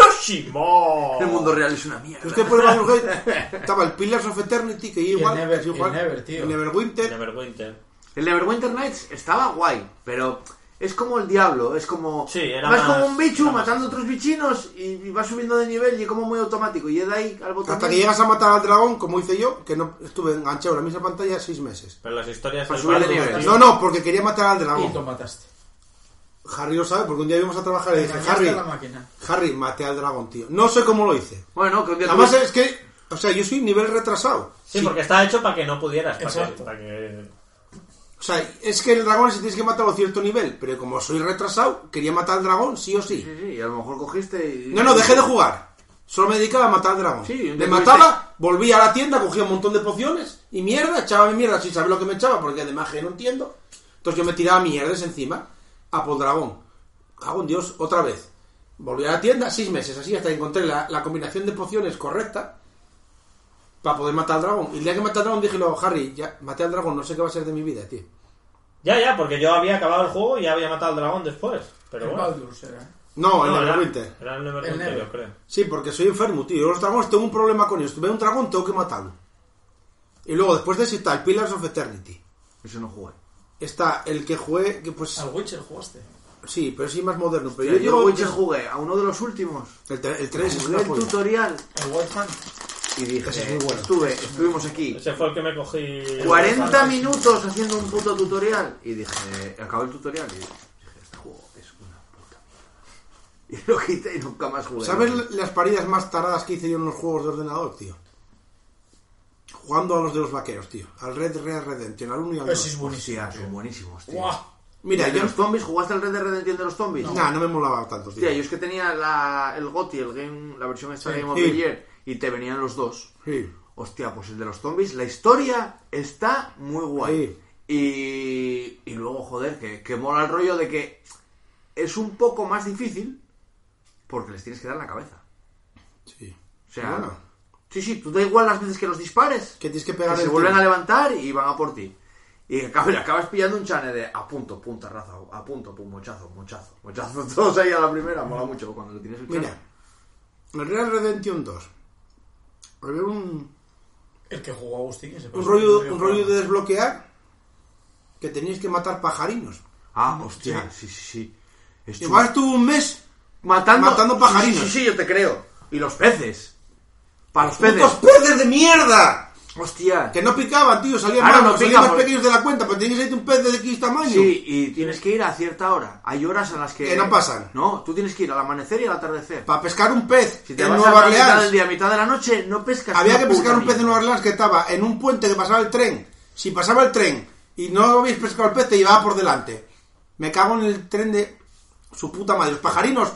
S4: ¡Yoshimo!
S5: el mundo real es una mierda.
S7: Usted por el Baldur's Gate estaba el Pillars of Eternity, que igual.
S10: Never-
S7: es igual.
S10: y el Never, tío.
S7: El Neverwinter.
S4: Neverwinter.
S5: El Neverwinter Nights estaba guay, pero es como el diablo, es como...
S4: Sí, era
S5: vas
S4: más-
S5: como un bicho
S4: era más-
S5: matando otros bichinos y, y vas subiendo de nivel y como muy automático. Y es de ahí al botón...
S7: Hasta que llegas a matar al dragón, como hice yo, que no estuve enganchado en la misma pantalla seis meses.
S4: Pero las historias
S5: Para
S4: del
S5: subir de
S4: Baldur's
S5: nivel.
S4: Gate-
S7: No, no, porque quería matar al dragón.
S10: Pues Y lo mataste.
S7: Harry lo sabe, porque un día íbamos a trabajar y le dije,
S10: Engañaste
S7: Harry,
S10: a la máquina.
S7: Harry, maté al dragón, tío. No sé cómo lo hice.
S5: Bueno, que un día...
S7: Además eh-
S5: tuve-
S7: es que, o sea, yo soy nivel retrasado.
S4: Sí, porque estaba hecho para que no pudieras. Para que,
S10: Exacto.
S4: para que-
S7: O sea, es que el dragón se tienes que matar a cierto nivel, pero como soy retrasado, quería matar al dragón sí o sí.
S5: Sí, sí, y a lo mejor cogiste y...
S7: No, no, dejé de jugar. Solo me dedicaba a matar al dragón.
S5: Sí,
S7: le
S5: entonces
S7: mataba, volvía a la tienda, cogía un montón de pociones y mierda, echaba mi mierda sin saber lo que me echaba, porque de magia no entiendo. Entonces yo me tiraba mierdas encima a por dragón. Hago un dios otra vez. Volví a la tienda seis meses así hasta que encontré la, la combinación de pociones correcta para poder matar al dragón. Y el día que maté al dragón dije, no, Harry, ya maté al dragón, no sé qué va a ser de mi vida, tío.
S4: Ya, ya, porque yo había acabado el juego y ya había matado al dragón después. Pero
S10: El
S4: bueno.
S10: Baldur's era. ¿eh?
S7: No, el
S4: No, era,
S7: Neverwinter.
S4: era el
S10: El
S4: Neverwinter,
S10: Never.
S4: yo creo.
S7: Sí, porque soy enfermo, tío. Yo los dragones tengo un problema con ellos. Veo un dragón, tengo que matarlo. Y luego, después de ese está el Pillars of Eternity.
S5: Eso no jugué.
S7: Está el que jugué, que pues...
S10: Al Witcher jugaste.
S7: Sí, pero sí más moderno. Pero
S5: Ah, Yo,
S7: yo digo...
S5: Witcher jugué a uno de los últimos.
S7: El, tre- el 3 es
S5: Jugué
S7: una
S5: el
S7: joya.
S5: tutorial
S10: Al White Hunt.
S5: y dije...
S7: Ese es muy bueno.
S5: Estuve, estuvimos aquí
S4: Ese fue el que me cogí.
S5: 40 minutos haciendo un puto tutorial y dije, acabó el tutorial y dije, este juego es una puta mierda. Y lo quité y nunca más jugué.
S7: ¿Sabes las paridas más taradas que hice yo en los juegos de ordenador, tío? Jugando a los de los vaqueros, tío. Al Red Red Redemption, al 1 y al
S10: Ese es
S7: 2.
S10: buenísimo.
S5: Hostia, son buenísimos, tío.
S10: ¡Guau!
S7: Eh, Mira,
S5: ¿Y el de
S7: yo...
S5: los zombies? ¿Jugaste al Red Dead Redemption de los zombies?
S7: Nah, no me molaba tanto, tío.
S5: Hostia, yo es que tenía la, el GOTI, el game, la versión extra Game of
S7: Sí.
S5: the Year, y te venían los dos.
S7: Sí.
S5: Hostia, pues el de los zombies, la historia está muy guay.
S7: Sí.
S5: Y, y luego, joder, que, que mola el rollo de que es un poco más difícil porque les tienes que dar en la cabeza.
S7: Sí.
S5: O sea,
S7: Bueno.
S5: sí, sí, tú da igual las veces que los dispares.
S7: Que tienes que
S5: que
S7: pegar
S5: se
S7: el
S5: vuelven
S7: tiro.
S5: a levantar y van a por ti. Y acabas, acabas pillando un chane de a punto, punta, raza, a punto, pum, mochazo, mochazo, mochazo. Todos ahí a la primera, mola mucho cuando lo tienes el chane.
S7: Mira, el Real Redemption 2. Había un,
S10: El que jugó Agustín ese.
S7: un rollo, un rollo de desbloquear que teníais que matar pajarinos.
S5: Ah, hostia, sí, sí, sí. Estuve
S7: Igual estuvo un mes.
S5: matando,
S7: matando pajarinos.
S5: Sí, sí, sí, yo te creo. Y los peces. Para los peces.
S7: ¡Putos peces de mierda!
S5: Hostia.
S7: Que no picaban, tío. Salían
S5: Ahora
S7: más,
S5: no
S7: salían
S5: pica,
S7: más
S5: porque-
S7: pequeños de la cuenta, pero tenías ahí un pez de X tamaño.
S5: Sí, y tienes que ir a cierta hora. Hay horas en las que...
S7: Que no pasan.
S5: No, tú tienes que ir al amanecer y al atardecer.
S7: Para pescar un pez
S5: Si te
S7: en
S5: vas
S7: Nueva
S5: a la mitad
S7: Orleans.
S5: del día, a mitad de la noche, no pescas.
S7: Había
S5: una
S7: que
S5: puta
S7: pescar un pez en
S5: mierda.
S7: Nueva Orleans que estaba en un puente que pasaba el tren. Si pasaba el tren y no habéis pescado el pez, te llevaba por delante. Me cago en el tren de su puta madre. Los pajarinos,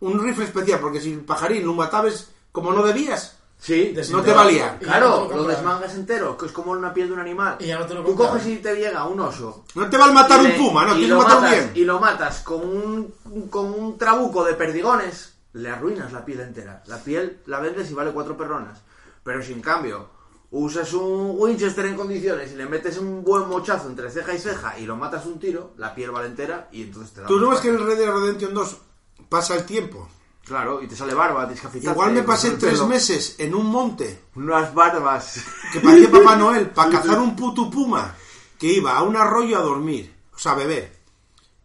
S7: un rifle especial, porque si el pajarín lo matabas como no debías,
S5: Sí,
S10: Des-
S7: no te valía.
S5: claro,
S10: Y ya no te lo
S5: lo
S10: compras.
S5: desmangas entero, que es como una piel de un animal.
S10: Y ya no te lo
S5: Tú
S10: compras.
S5: coges y te llega un oso.
S7: No te va a matar
S5: y
S7: un
S5: le-
S7: puma, no,
S5: y
S7: tienes que
S5: lo
S7: matar
S5: matas-
S7: bien.
S5: Y lo matas con un, con un trabuco de perdigones, le arruinas la piel entera. La piel la vendes y vale cuatro perronas. Pero si en cambio usas un Winchester en condiciones y le metes un buen mochazo entre ceja y ceja y lo matas un tiro, la piel vale entera y entonces te da
S7: Tú
S5: más
S7: no ves que
S5: paz.
S7: en el Red Dead Redemption 2 pasa el tiempo.
S5: Claro, y te sale barba, tienes que afeitarte,
S7: Igual me
S5: cortarte
S7: pasé
S5: el
S7: tres
S5: pelo.
S7: meses en un monte
S5: Unas barbas.
S7: que parecía Papá Noel para cazar un puto puma que iba a un arroyo a dormir, o sea, a beber,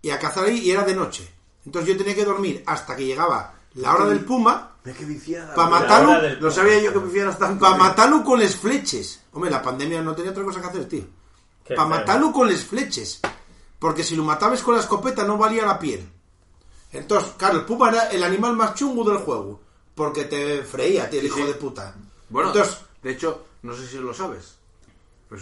S7: y a cazar ahí y era de noche. Entonces yo tenía que dormir hasta que llegaba la hora del puma
S5: Mira qué viciada.
S7: para
S5: bro.
S4: hora
S7: matarlo,
S4: del-
S5: No sabía yo que me hicieras tanto.
S7: para
S5: tío.
S7: matarlo con las fleches. Hombre, la pandemia no tenía otra cosa que hacer, tío.
S4: Qué
S7: Para
S4: feo.
S7: matarlo con las fleches. Porque si lo matabas con la escopeta no valía la piel. Entonces, claro, el puma era el animal más chungo del juego. Porque te freía, tío, el hijo de puta.
S5: Bueno,
S7: Entonces,
S5: de hecho, no sé si lo sabes. Pues,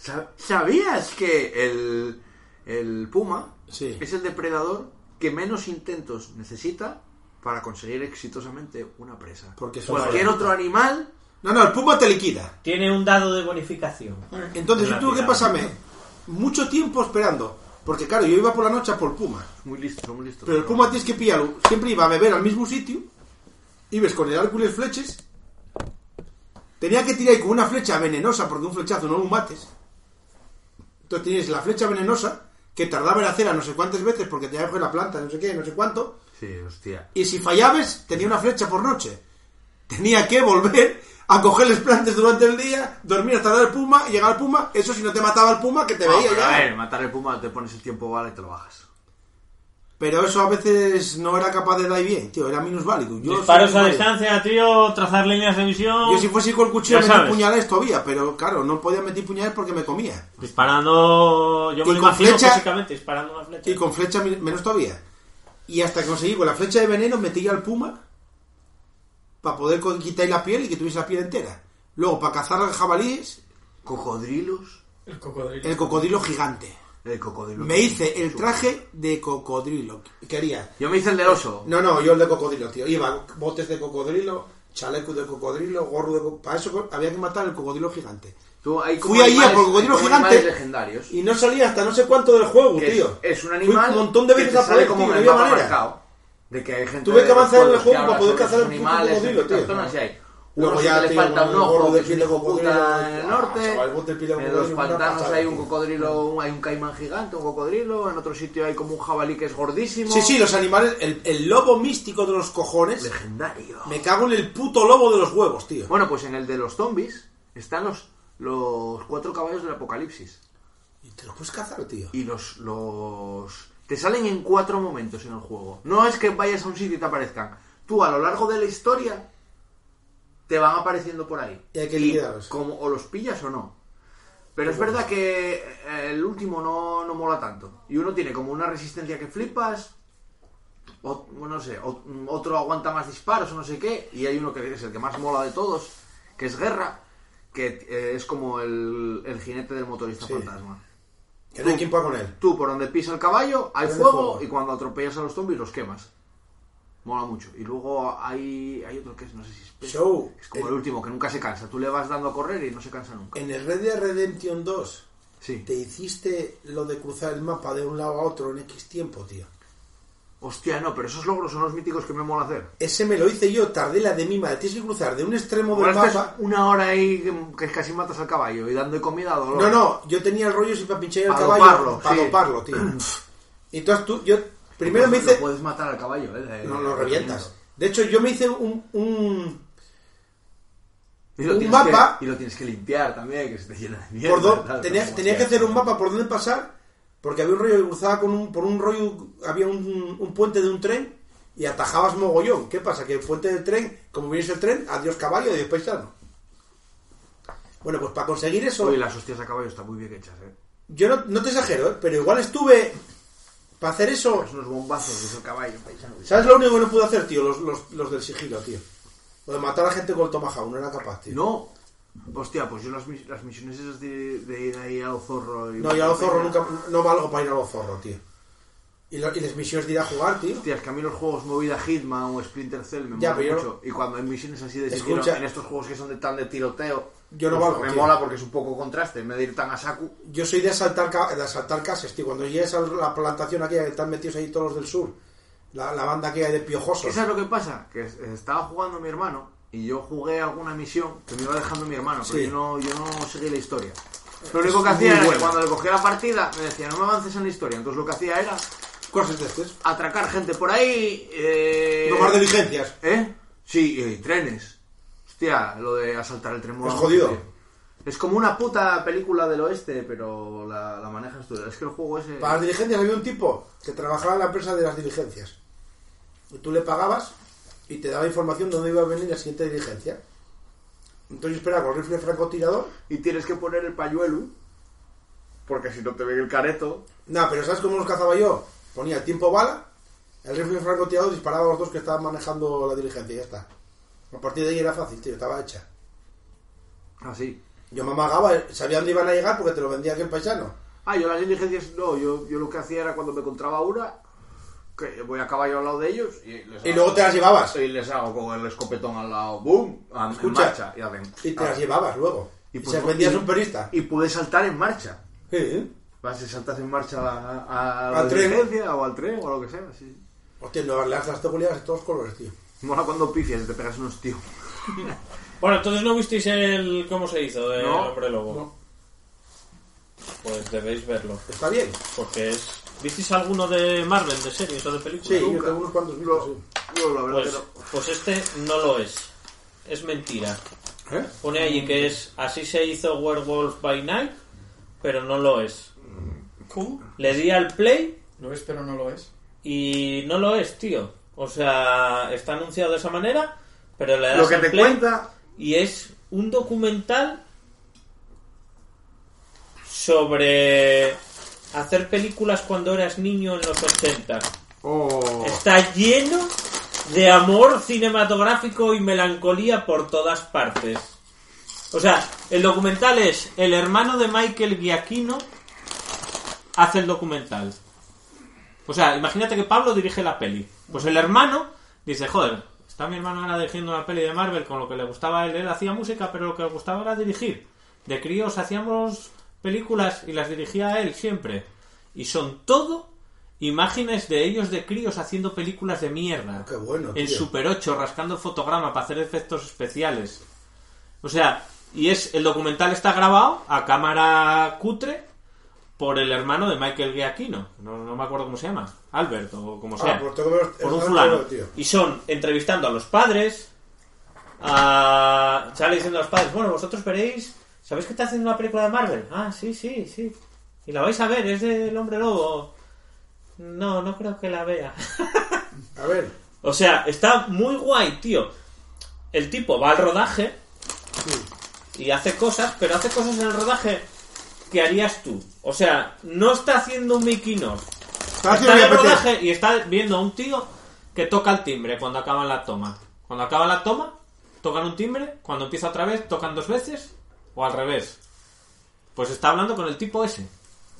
S5: ¿sab- ¿Sabías que el, el puma
S10: Sí.
S5: es el depredador que menos intentos necesita para conseguir exitosamente una presa?
S7: Porque son
S5: cualquier
S7: valientes.
S5: otro animal
S7: no, no, el puma te liquida.
S4: Tiene un dado de bonificación.
S7: Entonces
S4: En
S7: yo
S4: la
S7: tuve que
S4: tirada.
S7: pasarme mucho tiempo esperando. Porque claro, yo iba por la noche a por Puma.
S5: muy listo, muy listo.
S7: Pero el Puma tienes que pillarlo. Siempre iba a beber al mismo sitio. Ibas con el arco y las flechas. Tenía que tirar con una flecha venenosa porque un flechazo no lo mates. Entonces tienes la flecha venenosa que tardaba en hacer a no sé cuántas veces porque tenía que coger la planta, no sé qué, no sé cuánto.
S5: Sí, hostia.
S7: Y si fallabas, tenía una flecha por noche. Tenía que volver a coger las plantas durante el día, dormir hasta dar el puma, llegar al puma. Eso si no te mataba el puma, que te
S5: Ah,
S7: veía
S5: pero
S7: ya.
S5: a ver, matar el puma te pones el tiempo bala y te lo bajas.
S7: Pero eso a veces no era capaz de dar bien, tío. Era minusválido. Yo
S4: Disparos
S7: soy
S4: a
S7: minusválido.
S4: distancia, tío. Trazar líneas de visión.
S7: Yo si fuese con el cuchillo
S4: Ya
S7: metía
S4: sabes.
S7: puñales todavía, pero claro, no podía meter puñales porque me comía.
S4: Disparando. Yo
S7: Y
S4: me lo
S7: con
S4: imagino
S7: flecha-
S4: físicamente disparando una flecha.
S7: Y con flecha mi- menos todavía. Y hasta que conseguí con la flecha de veneno metí al puma para poder co- quitar la piel y que tuviese la piel entera. Luego, para cazar jabalíes,
S5: Cocodrilos.
S10: El cocodrilo.
S7: el cocodrilo gigante.
S5: El cocodrilo.
S7: Me hice el traje de cocodrilo. Quería.
S5: Yo me hice el del oso.
S7: No, no, yo el de cocodrilo, tío. Iba botes de cocodrilo, chaleco de cocodrilo, gorro de cocodrilo. Para eso co- había que matar al cocodrilo gigante.
S5: Tú, hay como
S7: Fui ahí a
S5: animales-
S7: por el cocodrilo
S5: hay como animales
S7: gigante.
S5: legendarios.
S7: Y no salía hasta no sé cuánto del juego,
S5: que es-
S7: tío.
S5: Es, un animal
S7: Fui un montón de veces
S5: que te
S7: a por
S5: sale
S7: él,
S5: como
S7: tío,
S5: en
S7: no
S5: el
S7: había
S5: mapa
S7: manera.
S5: marcado. De que hay gente
S7: Tuve
S5: de
S7: que avanzar en el
S5: juegos
S7: juego
S5: que
S7: para
S5: habla
S7: poder
S5: sobre
S7: cazar
S5: sus
S7: el puto
S5: animales,
S7: cocodrilo,
S5: en ciertas
S7: tío.
S5: zonas, y hay
S7: Luego
S5: unos
S7: ya
S5: que le
S7: te
S5: falta
S7: digo,
S5: un
S7: un gorro
S5: ojo,
S7: de
S5: que es un
S7: piel de
S5: hijo
S7: cocodrilo,
S5: puta en el
S7: ah,
S5: norte.
S7: chaval, vos te pides un
S5: En los
S7: cocodrilo, una
S5: pantanos
S7: pasada,
S5: hay un
S7: tío.
S5: cocodrilo, hay un caimán gigante, un cocodrilo. En otro sitio hay como un jabalí que es gordísimo.
S7: Sí, sí, los animales. El, el lobo místico de los cojones.
S5: Legendario.
S7: Me cago en el puto lobo de los huevos, tío.
S5: Bueno, pues en el de los zombies están los, los cuatro caballos del apocalipsis.
S7: Y te lo puedes cazar, tío.
S5: Y los, los... Te salen en cuatro momentos en el juego. No es que vayas a un sitio y te aparezcan. Tú a lo largo de la historia te van apareciendo por ahí.
S7: Y hay que liquidarlos.
S5: como O los pillas o no. Pero es verdad que eh, el último no, no mola tanto. Y uno tiene como una resistencia que flipas. O, no sé, o- otro aguanta más disparos o no sé qué. Y hay uno que es el que más mola de todos, que es Guerra, que eh, es como el, el jinete del motorista
S7: Sí.
S5: fantasma.
S7: Que no hay quien pueda con él.
S5: Tú por donde pisa el caballo hay
S7: Prende
S5: fuego,
S7: fuego.
S5: y cuando atropellas a los zombies los quemas. Mola mucho. Y luego hay, hay otro que es, no sé si es Pez.
S7: Show.
S5: Es como el,
S7: El-
S5: último, que nunca se cansa. Tú le vas dando a correr y no se cansa nunca.
S7: En el Red Dead Redemption 2,
S5: Sí.
S7: te hiciste lo de cruzar el mapa de un lado a otro en X tiempo, tío.
S5: Hostia, no, pero esos logros son los míticos que me mola hacer.
S7: Ese me lo hice yo, tardé la de mi madre. Tienes que cruzar de un extremo del
S5: Ahora estás
S7: mapa.
S5: una hora ahí que- que casi matas al caballo y dando comida a dolor.
S7: No, no, yo tenía el rollo si para pinchar el
S5: Para
S7: caballo.
S5: doparlo,
S7: para
S5: sí.
S7: doparlo, tío. Y entonces tú, yo primero
S5: No,
S7: me
S5: no
S7: hice.
S5: puedes matar al caballo, eh. de-
S7: No,
S5: de-
S7: lo
S5: de-
S7: revientas. De hecho, yo me hice un, un
S5: Y lo
S7: Un
S5: tienes que-
S7: mapa.
S5: y lo tienes que limpiar también, que se te llena de mierda.
S7: por do-
S5: tal,
S7: tenía,
S5: como
S7: tenía que
S5: sea.
S7: hacer un mapa por dónde pasar, porque había un rollo que cruzaba con un, por un rollo, había un, un puente de un tren y atajabas mogollón. ¿Qué pasa? Que el puente del tren, como viniese el tren, adiós caballo, adiós paisano. Bueno, pues para conseguir eso,
S5: Uy, las hostias a caballo están muy bien hechas, eh.
S7: yo no, no te exagero, ¿eh? pero igual estuve para hacer eso.
S5: Unos bombazos desde el caballo, paisano.
S7: ¿Sabes lo único que no pude hacer, tío? Los, los, los del sigilo, tío. Lo de matar a gente con el tomahawk, no era capaz, tío.
S5: No. Hostia, pues yo las, mis- las misiones esas de, de ir ahí al zorro. Y
S7: No, yo a los zorros nunca. No valgo para ir a los zorros, tío. Y, lo- y las misiones de ir a jugar, tío.
S5: Hostia, es que a mí los juegos movida Hitman o Splinter Cell me
S7: Ya,
S5: mola
S7: pero yo
S5: mucho. Y cuando hay misiones así de
S7: Escucha.
S5: sigilo, en estos juegos que son de tan de tiroteo,
S7: Yo no
S5: pues
S7: valgo,
S5: me
S7: tío.
S5: mola porque es un poco contraste. En vez de ir tan a saku,
S7: Yo soy de asaltar, ca- de asaltar casas, tío. Cuando llegues a la plantación aquella que están metidos ahí todos los del sur, la, la banda aquella de piojosos.
S5: ¿Sabes lo que pasa? Que es- estaba jugando mi hermano y yo jugué alguna misión que me iba dejando mi hermano, pero
S7: Sí. Eh,
S5: yo, no, yo no seguí la historia. Lo
S7: Es
S5: único que
S7: muy
S5: hacía era que
S7: buena.
S5: cuando le cogía la partida me decía, no me avances en la historia. Entonces lo que hacía era
S7: Cosas de estas.
S5: atracar gente por ahí. Eh,
S7: Robar diligencias.
S5: ¿Eh? Sí, y trenes. Hostia, lo de asaltar el tren. mola
S7: Es
S5: mucho,
S7: jodido.
S5: tío. Es como una puta película del oeste, pero la, la manejas tú. Es que el juego ese...
S7: Para las diligencias había un tipo que trabajaba en la empresa de las diligencias. Y tú le pagabas y te daba información de dónde iba a venir la siguiente diligencia. Entonces yo esperaba con rifle francotirador.
S5: Y tienes que poner el pañuelo, porque si no te ve el careto...
S7: Nada, pero ¿sabes cómo los cazaba yo? Ponía el tiempo bala El rifle francotirador disparaba a los dos que estaban manejando la diligencia y ya está. A partir de ahí era fácil, tío, estaba hecha.
S5: Ah, sí.
S7: Yo me amagaba, eh, sabía dónde iban a llegar porque te lo vendía aquel paisano.
S5: Ah, yo las diligencias no, yo, yo lo que hacía era cuando me encontraba una, que voy a caballo al lado de ellos y les
S7: Y luego te las llevabas.
S5: Y les hago con el escopetón al lado, ¡boom! a-
S7: Escucha.
S5: en marcha, y hacen.
S7: Y
S10: Ah.
S7: te las llevabas luego. Y,
S5: pues,
S7: se vendías
S5: y-
S7: un perista.
S5: Y puedes saltar en marcha.
S7: Sí.
S5: Vas y saltas en marcha a, a- a la
S7: Al tren.
S5: diligencia o al tren o a lo que sea, sí.
S7: Hostia, Nueva Orleans las tegulias de todos colores, tío.
S5: Mola cuando pifias y te pegas unos tíos.
S4: Bueno, entonces no visteis Eh, el. ¿Cómo se hizo? Del
S5: No,
S4: hombre lobo. Pues debéis verlo.
S7: Está bien.
S4: Porque es. ¿Visteis alguno de Marvel, de series o de películas?
S7: Sí, yo tengo unos cuantos libros, sí.
S5: Yo, la verdad
S4: Pues,
S5: que
S4: pues este no lo es. Es mentira.
S7: ¿Eh?
S4: Pone allí que es así se hizo Werewolf by Night, pero no lo es.
S10: ¿Cómo?
S4: Le di al play
S10: Lo es, pero no lo es.
S4: y no lo es, tío. O sea, está anunciado de esa manera, pero le das
S5: no. Lo que
S4: al
S5: te
S4: play
S5: cuenta.
S4: y es un documental sobre hacer películas cuando eras niño en los 80.
S5: Oh,
S4: Está lleno de amor cinematográfico y melancolía por todas partes. O sea, el documental es el hermano de Michael Giacchino hace el documental. O sea, imagínate que Pablo dirige la peli. Pues el hermano dice, joder, está mi hermano ahora dirigiendo una peli de Marvel con lo que le gustaba a él. Él hacía música, pero lo que le gustaba era dirigir. De críos hacíamos películas y las dirigía él siempre. Y son todo imágenes de ellos de críos haciendo películas de mierda.
S7: Qué bueno,
S4: En
S7: tío. Ah,
S4: Super 8, rascando fotograma para hacer efectos especiales. O sea, y es el documental está grabado a cámara cutre por el hermano de Michael Giacchino. No, no me acuerdo cómo se llama. Albert o como sea.
S7: pues tengo que ver-
S4: por un
S7: tengo que
S4: fulano.
S7: verlo, tío.
S4: Y son entrevistando a los padres. A... Sale diciendo a los padres, bueno, vosotros veréis... ¿Sabéis que está haciendo una película de Marvel? Ah, sí, sí, sí. Y la vais a ver, es del hombre lobo. No, no creo que la vea.
S7: A ver,
S4: O sea, está muy guay, tío. El tipo va al rodaje y hace cosas, pero hace cosas en el rodaje que harías tú. O sea, no está haciendo un making of.
S7: Está
S4: Está,
S7: haciendo
S4: en el
S7: PPT.
S4: rodaje y está viendo a un tío que toca el timbre cuando acaba la toma. Cuando acaba la toma, tocan un timbre, cuando empieza otra vez, tocan dos veces, o al revés. Pues está hablando con el tipo ese.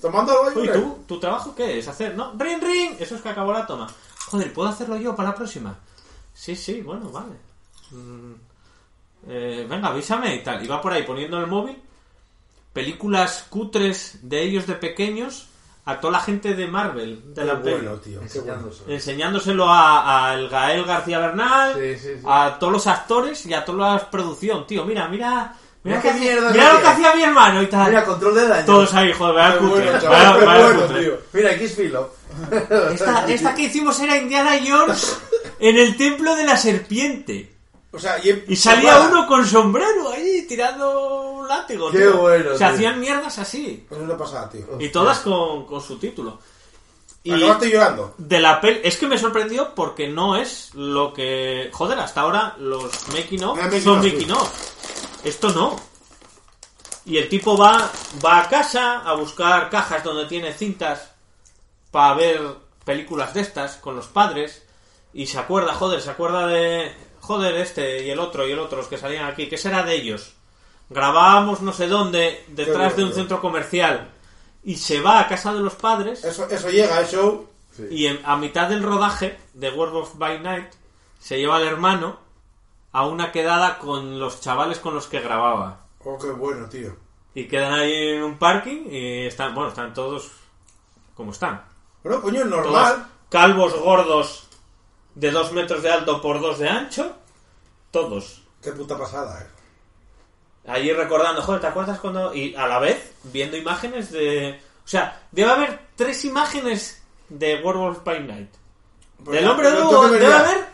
S7: tomando algo ahí,
S4: Oye,
S7: hombre?
S4: ¿tú, ¿tu trabajo qué es? ¿Hacer? ¿No? ¡Ring, ring! Eso es que acabó la toma. Joder, ¿puedo hacerlo yo para la próxima? Sí, sí, bueno, vale. Mm, eh, venga, avísame y tal. Y va por ahí poniendo el móvil. Películas cutres de ellos de pequeños a toda la gente de Marvel, de
S7: Qué
S4: la peli.
S7: bueno, tío. Qué bueno.
S4: Enseñándoselo a, a el Gael García Bernal,
S8: Sí, sí, sí.
S4: a todos los actores y a toda la producción. Tío, mira, mira.
S8: Mira
S4: lo
S8: qué
S4: que-
S8: mierda
S4: mira lo que
S8: hacía.
S4: hacía mi hermano y tal.
S8: Mira, control de daño.
S4: Todos ahí, joder, vaya
S7: Qué
S4: cutre.
S7: bueno,
S4: vaya-
S7: chaval, qué
S4: vaya
S7: bueno,
S4: cutre.
S7: tío.
S8: Mira, aquí es filo.
S4: Esta, esta que hicimos era Indiana Jones en el templo de la serpiente.
S7: O sea, y,
S4: Y salía
S7: Pues
S4: uno con sombrero ahí tirando un látigo.
S8: Qué
S4: tío.
S8: bueno,
S4: Se
S8: tío.
S4: hacían mierdas así.
S7: pues es una pasada, tío.
S4: Y todas con, con su título. Y
S7: Acabaste llorando.
S4: de la peli. Es que me sorprendió porque no es lo que. Joder, hasta ahora los making of
S7: Era Ah, making
S4: son
S7: of,
S4: making
S7: sí.
S4: of. Esto no. Y el tipo va, va a casa a buscar cajas donde tiene cintas para ver películas de estas con los padres. Y se acuerda, joder, se acuerda de. Joder, este y el otro y el otro, los que salían aquí. ¿Qué será de ellos? Grabábamos no sé dónde, detrás de un
S7: bueno.
S4: centro comercial. Y se va a casa de los padres.
S7: Eso, eso llega, eso.
S4: Y en- a mitad del rodaje de World of by Night se lleva al hermano a una quedada con los chavales con los que grababa.
S7: Oh, qué bueno, tío.
S4: Y quedan ahí en un parking y están, bueno, están todos como están.
S7: Bueno, coño,
S4: Todos
S7: normal.
S4: calvos gordos de dos metros de alto por dos de ancho. Todos.
S7: Qué puta pasada, eh.
S4: Allí recordando, joder, ¿te acuerdas cuando.? Y a la vez, viendo imágenes de. O sea, debe haber tres imágenes de Werewolf by Night.
S7: Pues
S4: Del
S7: no,
S4: hombre
S7: no
S4: lobo
S7: tengo ni
S4: debe
S7: idea.
S4: haber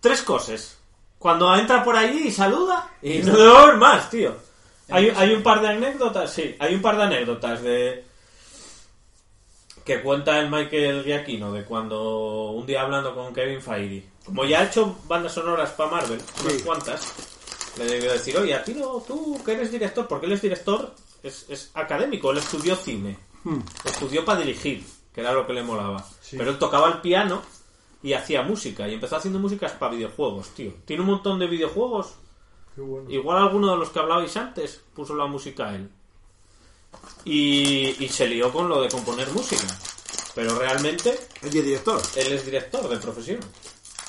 S4: tres cosas. Cuando entra por allí y saluda, y no debe haber más, tío. Hay, hay un par de anécdotas, sí, hay un par de anécdotas de. que cuenta el Michael Giacchino de cuando un día hablando con Kevin Feige. Como ya ha hecho bandas sonoras para Marvel, unas cuantas, le debió decir, oye, a ti no, tú que eres director, porque él es director, es, es académico, él
S7: Hmm.
S4: estudió cine, estudió para dirigir, que era lo que le molaba. Pero él tocaba el piano y hacía música. Y empezó haciendo músicas para videojuegos, tío. Tiene un montón de videojuegos.
S7: Qué bueno.
S4: Igual alguno de los que hablabais antes puso la música a él. Y, y se lió con lo de componer música. Pero realmente.
S11: Él es director.
S4: Él es director de profesión.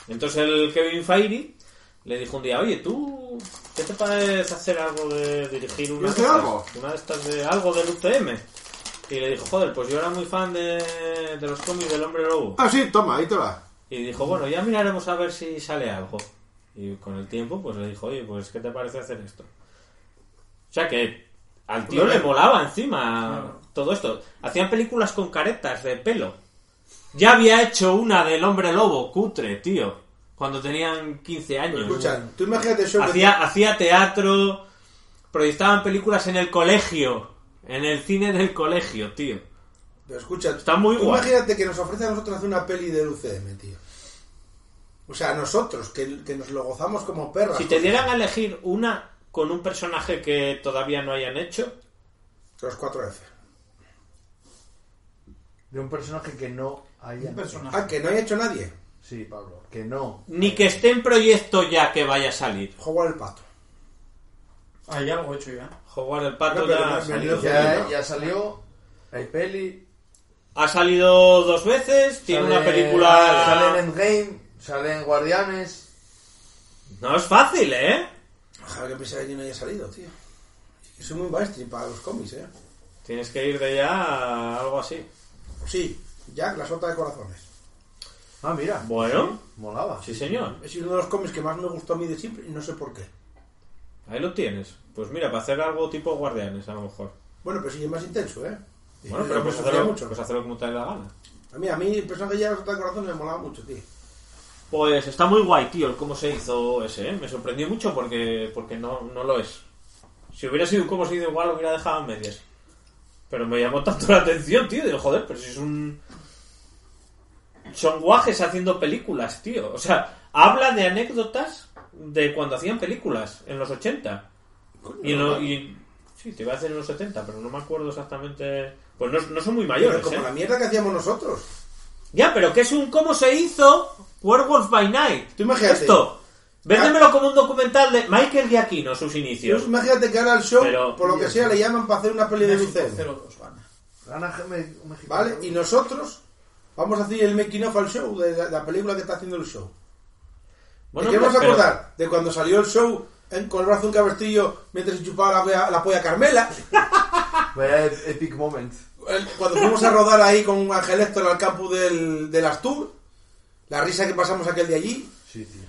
S4: Entonces el Kevin Feige le dijo un día: Oye, tú. ¿Qué te parece hacer algo de dirigir una
S11: ¿Quieres
S4: de,
S11: hacer
S4: estas,
S11: algo?
S4: una de estas de algo del UTM? Y le dijo: Joder, pues yo era muy fan de, de los cómics del Hombre Lobo.
S11: Ah, sí, toma, ahí te va.
S4: Y dijo, bueno, ya miraremos a ver si sale algo. Y con el tiempo, pues le dijo, oye, pues ¿qué te parece hacer esto? O sea que al tío le molaba encima todo esto. Hacían películas con caretas de pelo. Ya había hecho una del hombre lobo, cutre, tío. Cuando tenían 15 años.
S11: Escucha, tú imagínate eso. que
S4: Hacía, hacía teatro, proyectaban películas en el colegio, en el cine del colegio, tío.
S7: Pero escucha,
S4: Está muy
S7: tú
S4: guay.
S7: imagínate que nos ofrece a nosotros hacer una peli del UCM, tío. O sea, nosotros, que, que nos lo gozamos como perras.
S4: Si te dieran a elegir una con un personaje que todavía no hayan hecho,
S7: Los 4F.
S5: De un personaje que no haya.
S7: Un personaje.
S5: Ah, que no haya hecho nadie.
S7: Sí, Pablo, que no.
S4: ni que esté en proyecto ya que vaya a salir.
S7: Jugar el pato.
S12: Ah, ya lo he hecho ya.
S4: Jugar el pato
S7: No, pero
S4: ya
S7: no
S4: ha
S7: has
S4: salido.
S7: venido.
S5: Ya, ya salió. Hay peli.
S4: Ha salido dos veces, tiene
S5: sale-
S4: una película...
S5: Sale en Endgame, sale en Guardianes.
S4: No es fácil, ¿eh?
S7: Joder, que pensaba que no haya salido, tío. Yo soy muy mainstream para los cómics, eh.
S4: Tienes que ir de ya a algo así.
S7: Sí, Jack, la sota de corazones.
S5: Ah, mira.
S4: Bueno,
S5: Molaba.
S4: sí señor.
S7: Es uno de los cómics que más me gustó a mí de siempre y no sé por qué.
S4: Ahí lo tienes. Pues mira, para hacer algo tipo guardianes, a lo mejor.
S7: Bueno, pero sí es más intenso, ¿eh? Y
S4: Bueno,
S7: yo
S4: pero
S7: me
S4: puedes
S7: sufría
S4: hacerlo, pues
S7: mucho.
S4: puedes hacerlo como te dé la gana.
S7: A mí, a mí el personaje de Jack, la sota de corazones me molaba mucho, tío.
S4: Pues está muy guay, tío, el cómo se hizo ese, ¿eh? Me sorprendió mucho porque, porque no, no lo es. Si hubiera sido un cómo se hizo igual, lo hubiera dejado a medias. Pero me llamó tanto la atención, tío. Digo, joder, pero si es un... Son guajes haciendo películas, tío. O sea, habla de anécdotas de cuando hacían películas, en los 80. Y, en lo- y- Sí, te iba a decir en los 70, pero no me acuerdo exactamente... Pues no, no son muy mayores,
S7: Pero como
S4: ¿eh?
S7: la mierda que hacíamos nosotros.
S4: Ya, pero que es un cómo se hizo Werewolf by Night.
S7: Tú imagínate.
S4: Esto.
S5: Ah.
S4: Véndemelo como un documental de Michael Giacchino, sus inicios.
S7: Pues imagínate que ahora el show,
S4: Pero-
S7: por lo que sea, le llaman para hacer una peli de Lucero.
S12: 0-2 gana.
S5: Gana me- mexicano.
S7: ¿Vale? Y nosotros vamos a hacer el making of al show, de la, la película que está haciendo el show. ¿De qué
S4: pero-
S7: vamos a
S4: pero-
S7: acordar? ¿De cuando salió el show en- con el brazo de un cabestillo mientras se chupaba la, polla- la polla Carmela?
S5: Vaya epic moment.
S7: El- Cuando fuimos a rodar ahí con Ángel Héctor al campus del, del Astur. La risa que pasamos aquel de allí.
S5: Sí, tío.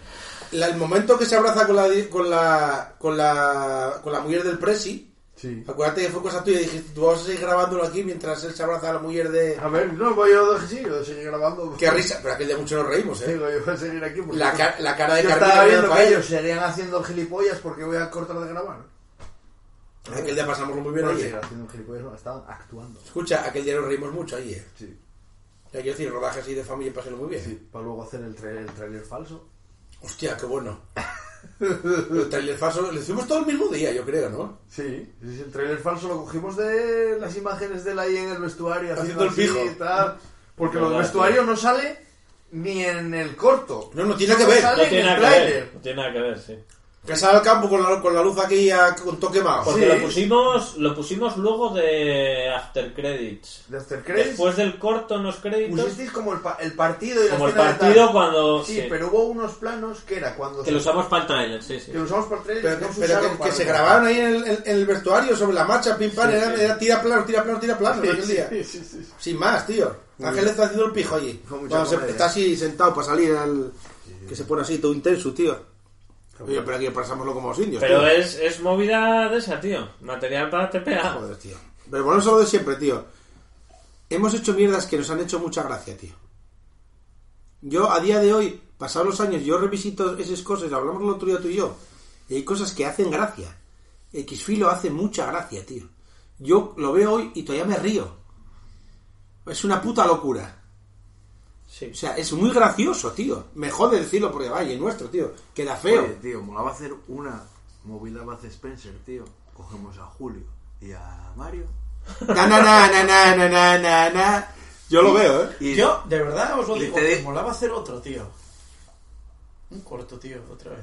S7: La- el momento que se abraza con la, di- con la, con la, con la mujer del Presi.
S5: Sí.
S7: Acuérdate que fue cosa tuya y dijiste, tú vamos a seguir grabándolo aquí mientras él se abraza a la mujer de...
S5: A ver, no, voy yo a sí, yo seguir grabando.
S7: Qué risa, pero aquel de mucho nos reímos,
S5: Sí,
S7: ¿eh?
S5: Digo, yo voy a seguir aquí porque...
S7: La, ca- la cara de
S5: Yo
S7: Carmina
S5: estaba
S7: que era
S5: viendo
S7: para
S5: que
S7: ellos.
S5: ellos seguían haciendo gilipollas porque voy a cortar de grabar.
S7: Aquel día pasamos muy bien,
S5: no
S7: oye.
S5: seguían haciendo gilipollas, no, estaban actuando.
S7: Escucha, aquel día nos reímos mucho, ahí, ¿eh?
S5: Sí,
S7: O sea, quiero decir, rodaje así de familia pasarlo muy bien.
S5: sí. Para luego hacer el, tra- el trailer falso.
S7: Hostia, qué bueno. el trailer falso, lo hicimos todo el mismo día, yo creo, ¿no?
S5: Sí, sí, sí, el trailer falso lo cogimos de las imágenes de él ahí en el vestuario
S7: Haciendo
S5: haciendo,
S7: el
S5: así
S7: fijo.
S5: y tal. Porque lo del
S4: Verdad,
S5: vestuario no sale ni en el corto.
S7: No, no tiene que
S5: Solo
S7: ver.
S5: Sale
S4: No tiene
S5: en
S4: nada
S5: el
S4: que ver.
S5: trailer.
S4: No tiene nada que ver, sí.
S7: Que sale al campo con la, con la luz aquí a- con toque más.
S4: Porque
S5: Sí.
S4: lo pusimos, lo pusimos luego de After Credits.
S5: De After Credits,
S4: Después del corto en los créditos,
S5: pusisteis como el, pa- el partido y la
S4: como el
S5: escena de
S4: partido
S5: tal.
S4: cuando
S5: Sí,
S4: sí,
S5: pero hubo unos planos que era cuando
S4: que
S5: se-
S4: lo usamos para el trailer, sí, sí.
S5: que lo usamos para el trailer
S7: Pero,
S5: y no
S7: que-
S5: se
S7: pero
S5: usaron
S7: que,
S5: para
S7: que se
S5: nada.
S7: grabaron ahí en el, en- en el vestuario sobre la marcha, pim pam,
S4: Sí,
S7: era,
S4: sí.
S7: era tira plano, tira plano, tira plano aquel día.
S5: Sí, sí, sí, sí.
S7: Sin más, tío. Ángel está haciendo el pijo allí.
S5: Con mucha
S7: Cuando se-
S5: comedia.
S7: está así sentado para salir al. Que se pone así todo intenso, tío. Oye, pero aquí pasámoslo como los indios.
S4: Pero
S7: tío.
S4: es, es movida de esa, tío. Material para TPA.
S7: Joder, tío. Pero volvemos a lo de siempre, tío. Hemos hecho mierdas que nos han hecho mucha gracia, tío. Yo, a día de hoy, pasados los años, yo revisito esas cosas, hablamos el otro día tú y yo, y hay cosas que hacen gracia. Xfilo hace mucha gracia, tío. Yo lo veo hoy y todavía me río. Es una puta locura.
S4: Sí.
S7: O sea, es muy gracioso, tío. Me jode decirlo porque vaya, es nuestro, tío. Queda feo.
S13: Oye, tío, molaba hacer una movida Bud Spencer, tío. Cogemos a Julio y a Mario.
S7: Na, na, na, na, na, na, na, na, na. Yo lo veo, ¿eh?
S10: Y- yo, de verdad, os lo digo, me molaba hacer otro, tío. Un corto, tío, otra vez.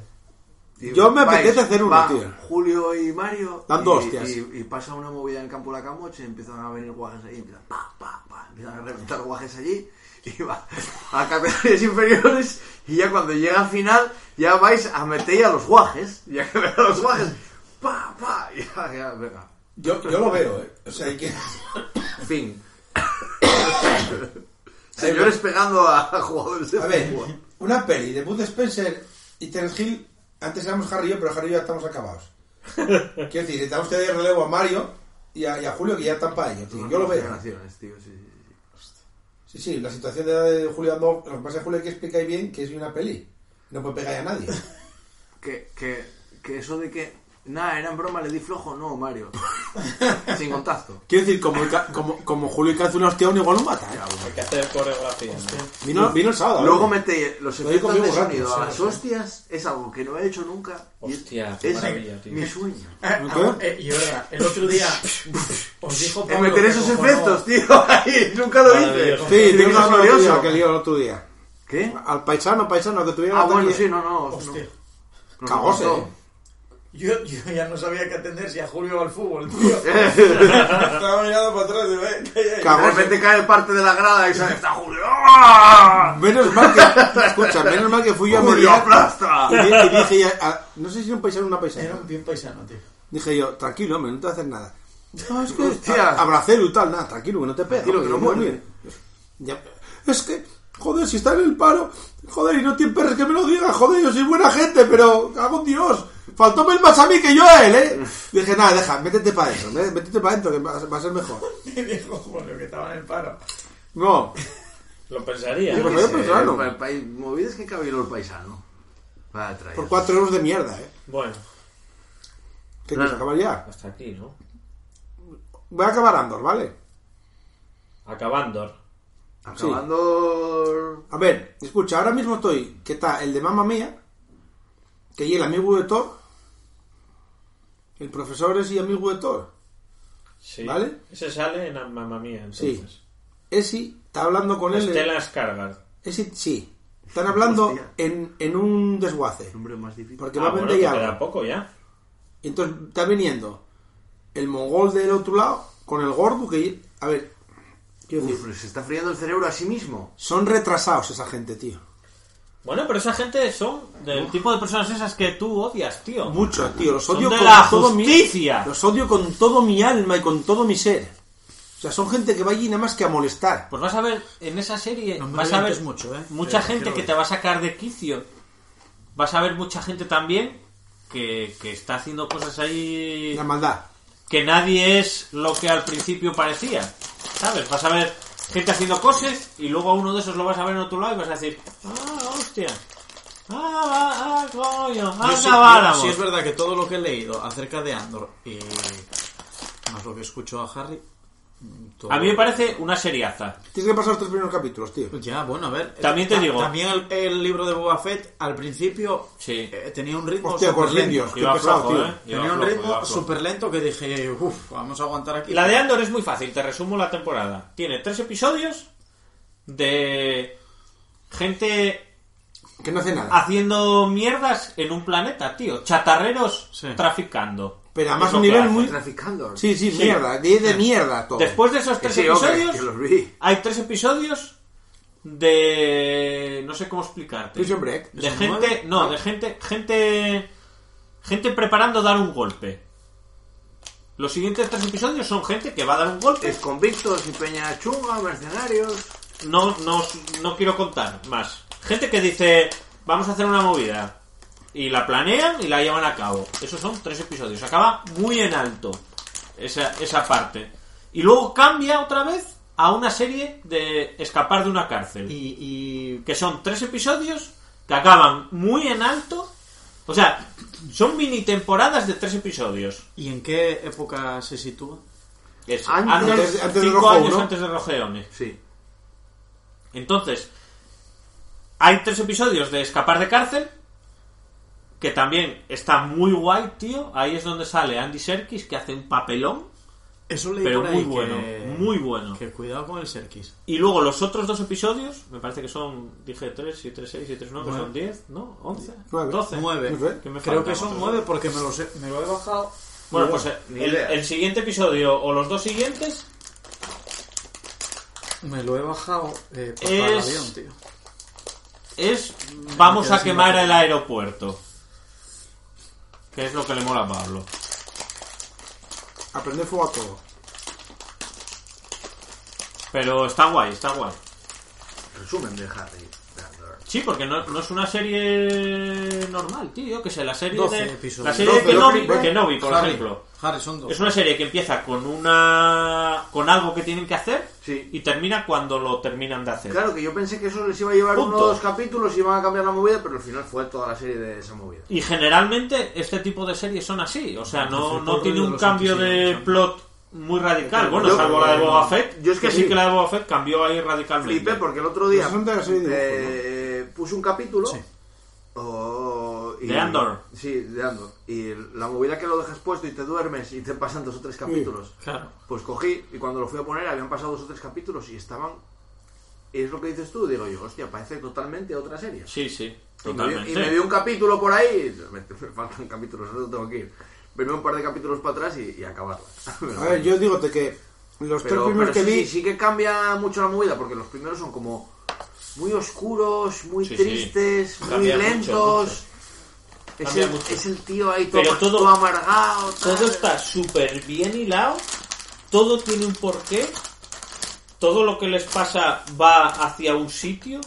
S7: Yo me apetece hacer uno,
S5: va
S7: tío.
S5: Julio y Mario.
S7: Dando
S5: y,
S7: hostias.
S5: Y, y pasa una movida en Campo La Camoche, empiezan a venir guajes ahí, empiezan, pa, pa, pa, empiezan a reventar guajes allí. Y va a categorías inferiores. Y ya cuando llega al final, ya vais a meter a los guajes. Ya que vean a los guajes. Pa, pa. y ya, ya, venga.
S7: Yo, yo lo veo, ¿eh? O sea, hay que...
S5: Fin. Señores pegando a jugadores de
S7: A ver,
S5: fútbol.
S7: una peli de Bud Spencer y Terence Hill. Antes éramos Harry y yo, pero Harry y yo ya estamos acabados. Quiero decir, necesitamos que dé relevo a Mario y a, y a Julio, que ya están para ellos, tío. Yo lo veo.
S5: Generaciones, tío, sí, sí, sí.
S7: Sí, sí, la situación de, de Julio Andó, lo que pasa es que Julio hay que explicar bien que es una peli. No puede pegar a nadie.
S5: que, que, que eso de que nada, era en broma, le di flojo, no, Mario. Sin contacto.
S14: Quiero decir, como, el ca- como, como Julio y que hace una hostia, un igual lo mata. ¿eh?
S4: Hay que hacer coreografía.
S14: Vino, vino el sábado.
S5: Luego
S14: ¿eh?
S5: mete los
S14: Lo digo
S5: efectos de
S14: conmigo,
S5: sonido
S14: gratis,
S5: a
S14: sí,
S5: las
S14: sí.
S5: hostias, es algo que no he hecho nunca. y es-
S4: Hostia, qué
S5: es
S4: maravilla, tío.
S5: mi sueño.
S10: Ah, ah, eh, y ahora, el otro día os dijo
S5: Es
S10: Pablo
S5: meter
S10: que
S5: esos
S10: cojonó-
S5: efectos, tío. ahí, nunca lo hice.
S4: Maravilloso.
S14: Sí,
S5: Tiene
S14: tiene
S5: que
S14: una
S5: ser
S14: noticia
S5: curioso.
S14: que lió el otro día.
S5: ¿Qué?
S7: Ah,
S14: Al paisano, paisano, que tuvieron
S5: Ah,
S14: hasta
S5: bueno,
S14: aquí-
S5: sí, no, no. no.
S10: Hostia,
S5: No,
S14: Cagóse.
S5: no, no.
S10: yo, yo ya no sabía qué atender si a Julio o al fútbol, tío.
S7: Estaba mirando para atrás y
S5: De
S14: Cagóse.
S5: repente cae parte de la grada y sale, está Julio. ¡Ah!
S14: Menos mal que. escucha, menos mal que fui yo a
S5: Julio
S14: mediar.
S5: aplasta.
S14: Y, di- y dije, ya, a- no sé si era un paisano o una
S10: Era
S14: paisana.
S10: un bien paisano, tío.
S14: Dije yo, tranquilo, hombre, no te haces nada. No, es que.
S5: Hostia.
S14: a- Abracero y tal, nada, tranquilo, que no te pega.
S5: Tranquilo, que no
S14: hombre,
S5: muere.
S14: mira. Ya- es que, joder, si está en el paro, joder, y no tiene perres que me lo diga, joder, yo soy buena gente, pero hago Dios. Faltóme el más a mí que yo a él, ¿eh? Dije, nada, deja, métete para adentro, mé- métete para adentro, que va a ser- va a ser mejor.
S10: Y dijo Julio que estaba en el paro.
S14: No,
S4: Lo pensaría.
S14: Yo
S5: Yo
S14: Pues
S5: qué
S14: vaya
S5: sé,
S14: paisano.
S5: pa- pa- Movidas que caballero el paisano. Para atraer.
S14: por cuatro euros de mierda, ¿eh?
S4: Bueno,
S14: Que
S5: Claro.
S14: se acabar ya.
S4: hasta aquí, ¿no?
S14: Voy a acabar Andor, ¿vale?
S4: Acabando.
S5: Acabando.
S14: A ver, escucha, ahora mismo estoy, que está el de Mamma Mía, que y el amigo de Thor, el profesor es y amigo de Thor.
S4: Sí.
S14: ¿Vale?
S4: Ese sale en Mamma Mía, entonces.
S14: Esi está hablando con él.
S4: Estela Skarsgård.
S14: Esi, sí. Están hablando
S5: Hostia.
S14: en, en un desguace.
S5: Nombre más difícil.
S14: Porque
S4: Ah,
S14: va a
S4: bueno,
S14: vender
S4: que
S14: ya
S4: queda poco ya.
S14: Y entonces está viniendo el mongol del otro lado con el gordo que... A ver, quiero
S5: Uf,
S14: decir,
S5: pero se está friando el cerebro a sí mismo.
S14: son retrasados esa gente, tío.
S4: Bueno, pero esa gente son del tipo de personas esas que tú odias, tío.
S14: Mucho, tío. Los
S4: Son
S14: odio
S4: de
S14: con
S4: la
S14: todo
S4: justicia.
S14: mi. Los odio con todo mi alma y con todo mi ser. O sea, son gente que va allí nada más que a molestar.
S4: Pues vas a ver, en esa serie,
S10: No me
S4: vas a ver
S10: revientes mucho, ¿eh?
S4: mucha
S10: Eh,
S4: gente
S10: quiero
S4: que
S10: ver.
S4: te va a sacar de quicio. Vas a ver mucha gente también que, que está haciendo cosas ahí
S14: La maldad.
S4: que nadie es lo que al principio parecía. ¿Sabes? Vas a ver gente haciendo cosas y luego a uno de esos lo vas a ver en otro lado y vas a decir, ah, hostia. Ah, ah, ah, coño,
S10: Yo sí- yo-
S4: acabáramos.
S10: sí es verdad que todo lo que he leído acerca de Andor y más lo que escucho a Harry. mm, todo-
S4: A mí me parece una seriaza.
S14: Tienes que pasar los tres primeros capítulos, tío.
S10: Ya, bueno, a ver.
S4: También te
S10: Ta-
S4: digo.
S10: También el, el libro de Boba Fett al principio
S4: Sí.
S10: eh, tenía un ritmo.
S14: Hostia, con los
S10: superlento.
S14: indios. Qué
S4: Iba
S14: pesado,
S4: flojo,
S14: tío.
S4: ¿eh? Iba
S10: Tenía un
S4: flojo,
S10: ritmo
S4: iba flojo.
S10: súper lento que dije, uff, vamos a aguantar aquí.
S4: La de Andor es muy fácil, te resumo la temporada. Tiene tres episodios de gente
S14: Que no hace
S4: Ah,
S14: nada.
S4: haciendo mierdas en un planeta, tío. Chatarreros
S10: Sí.
S4: traficando.
S14: Pero además
S4: Es lo
S14: un
S4: que
S14: nivel
S4: hace.
S14: muy-
S5: Traficando.
S14: Sí, sí,
S4: Sí.
S14: mierda. De, de mierda todo.
S4: Después de esos tres
S5: Sí, hombre,
S4: episodios,
S5: que los vi.
S4: hay tres episodios de no sé cómo explicarte.
S14: Prison Break.
S4: De
S10: ¿Eso
S4: gente,
S10: nueve?
S4: no, de gente, gente, gente preparando dar un golpe. Los siguientes tres episodios son gente que va a dar un golpe.
S5: Es convictos y peña chunga, mercenarios.
S4: no, no, os- no quiero contar más. Gente que dice, vamos a hacer una movida. Y la planean y la llevan a cabo. Esos son tres episodios. Acaba muy en alto esa, esa parte. Y luego cambia otra vez a una serie de escapar de una cárcel
S10: Y, y
S4: que son tres episodios que acaban muy en alto. O sea, son mini temporadas de tres episodios.
S10: ¿Y en qué época se sitúa?
S4: Es
S5: Antes-
S4: antes,
S14: antes de
S4: cinco
S14: Rojo,
S4: años
S14: ¿no?
S4: antes de Rogeone.
S5: Sí.
S4: Entonces, hay tres episodios de Escapar de Cárcel, que también está muy guay, tío. Ahí es donde sale Andy Serkis, que hace un papelón.
S10: Eso leí
S4: Pero
S10: por
S4: muy
S10: ahí
S4: bueno,
S10: que-
S4: muy bueno.
S10: Que cuidado con el Serkis.
S4: Y luego los otros dos episodios, me parece que son, dije 3, 7, 6, 7, 9, que
S10: Nueve.
S4: son 10, ¿no? 11,
S10: Nueve.
S4: 12.
S10: Nueve.
S4: Que me
S10: Creo
S4: faltan
S10: que son
S4: otros.
S10: nueve porque me, los he- me lo he bajado.
S4: Bueno,
S10: Ni
S4: pues
S10: idea,
S4: el,
S10: ni idea.
S4: el siguiente episodio o los dos siguientes
S10: Me lo he bajado eh, por- para el
S4: es.
S10: avión, tío.
S4: Es. Vamos
S10: Me quedé
S4: a
S10: sin
S4: quemar
S10: batería.
S4: el aeropuerto. Que es lo que le mola a Pablo.
S7: Aprender fuego a todo.
S4: Pero está guay, está guay.
S5: Resumen de Harry. Potter.
S4: Sí, porque no, no es una serie normal, tío. Yo que sé, la serie
S10: 12
S4: de.
S10: episodios.
S4: La serie
S10: 12,
S4: de Kenobi,
S10: ¿no?
S4: Kenobi, por
S10: Harry,
S4: ejemplo.
S10: Harry, son 12.
S4: Es una serie que empieza con una. con algo que tienen que hacer y termina cuando lo terminan de hacer.
S5: Claro que yo pensé que eso les iba a llevar
S4: Punto.
S5: uno o dos capítulos y iban a cambiar la movida, pero al final fue toda la serie de esa movida.
S4: Y generalmente este tipo de series son así, o sea, no,
S5: Entonces,
S4: no
S5: por
S4: tiene
S5: rollo
S4: un
S5: los
S4: cambio
S5: antiseriales,
S4: de plot muy radical. Bueno,
S5: Yo-
S4: salvo la de Boba Fett,
S5: Yo es que
S4: sí
S5: sí.
S4: que la de Boba Fett cambió ahí radicalmente.
S5: Flipé porque el otro día eh, puse un capítulo o- y-
S4: De Andor.
S5: Sí, de Andor. Y la movida que lo dejas puesto y te duermes y te pasan dos o tres capítulos.
S4: claro.
S5: Pues cogí y cuando lo fui a poner habían pasado dos o tres capítulos y estaban... Y es lo que dices tú, digo yo, hostia, parece totalmente otra serie.
S4: Sí, sí,
S5: Y me, vi-
S4: totalmente.
S5: y me vi un capítulo por ahí, me, me faltan capítulos, no tengo que ir. Me vi un par de capítulos para atrás y, y acabarla. Pero
S7: A ver, yo digo que los tres
S5: pero,
S7: primeros
S5: pero
S7: que
S5: sí,
S7: vi.
S5: sí que cambia mucho la movida, porque los primeros son como muy oscuros, muy
S4: Sí, sí.
S5: tristes, muy
S4: Cambia mucho,
S5: lentos. Es,
S4: Cambia
S5: el,
S4: mucho.
S5: es el tío ahí todo,
S4: Pero todo-
S5: todo amargado. tal.
S4: Todo
S7: Ah.
S4: está súper bien hilado, todo tiene un porqué, todo lo que les pasa va hacia un sitio,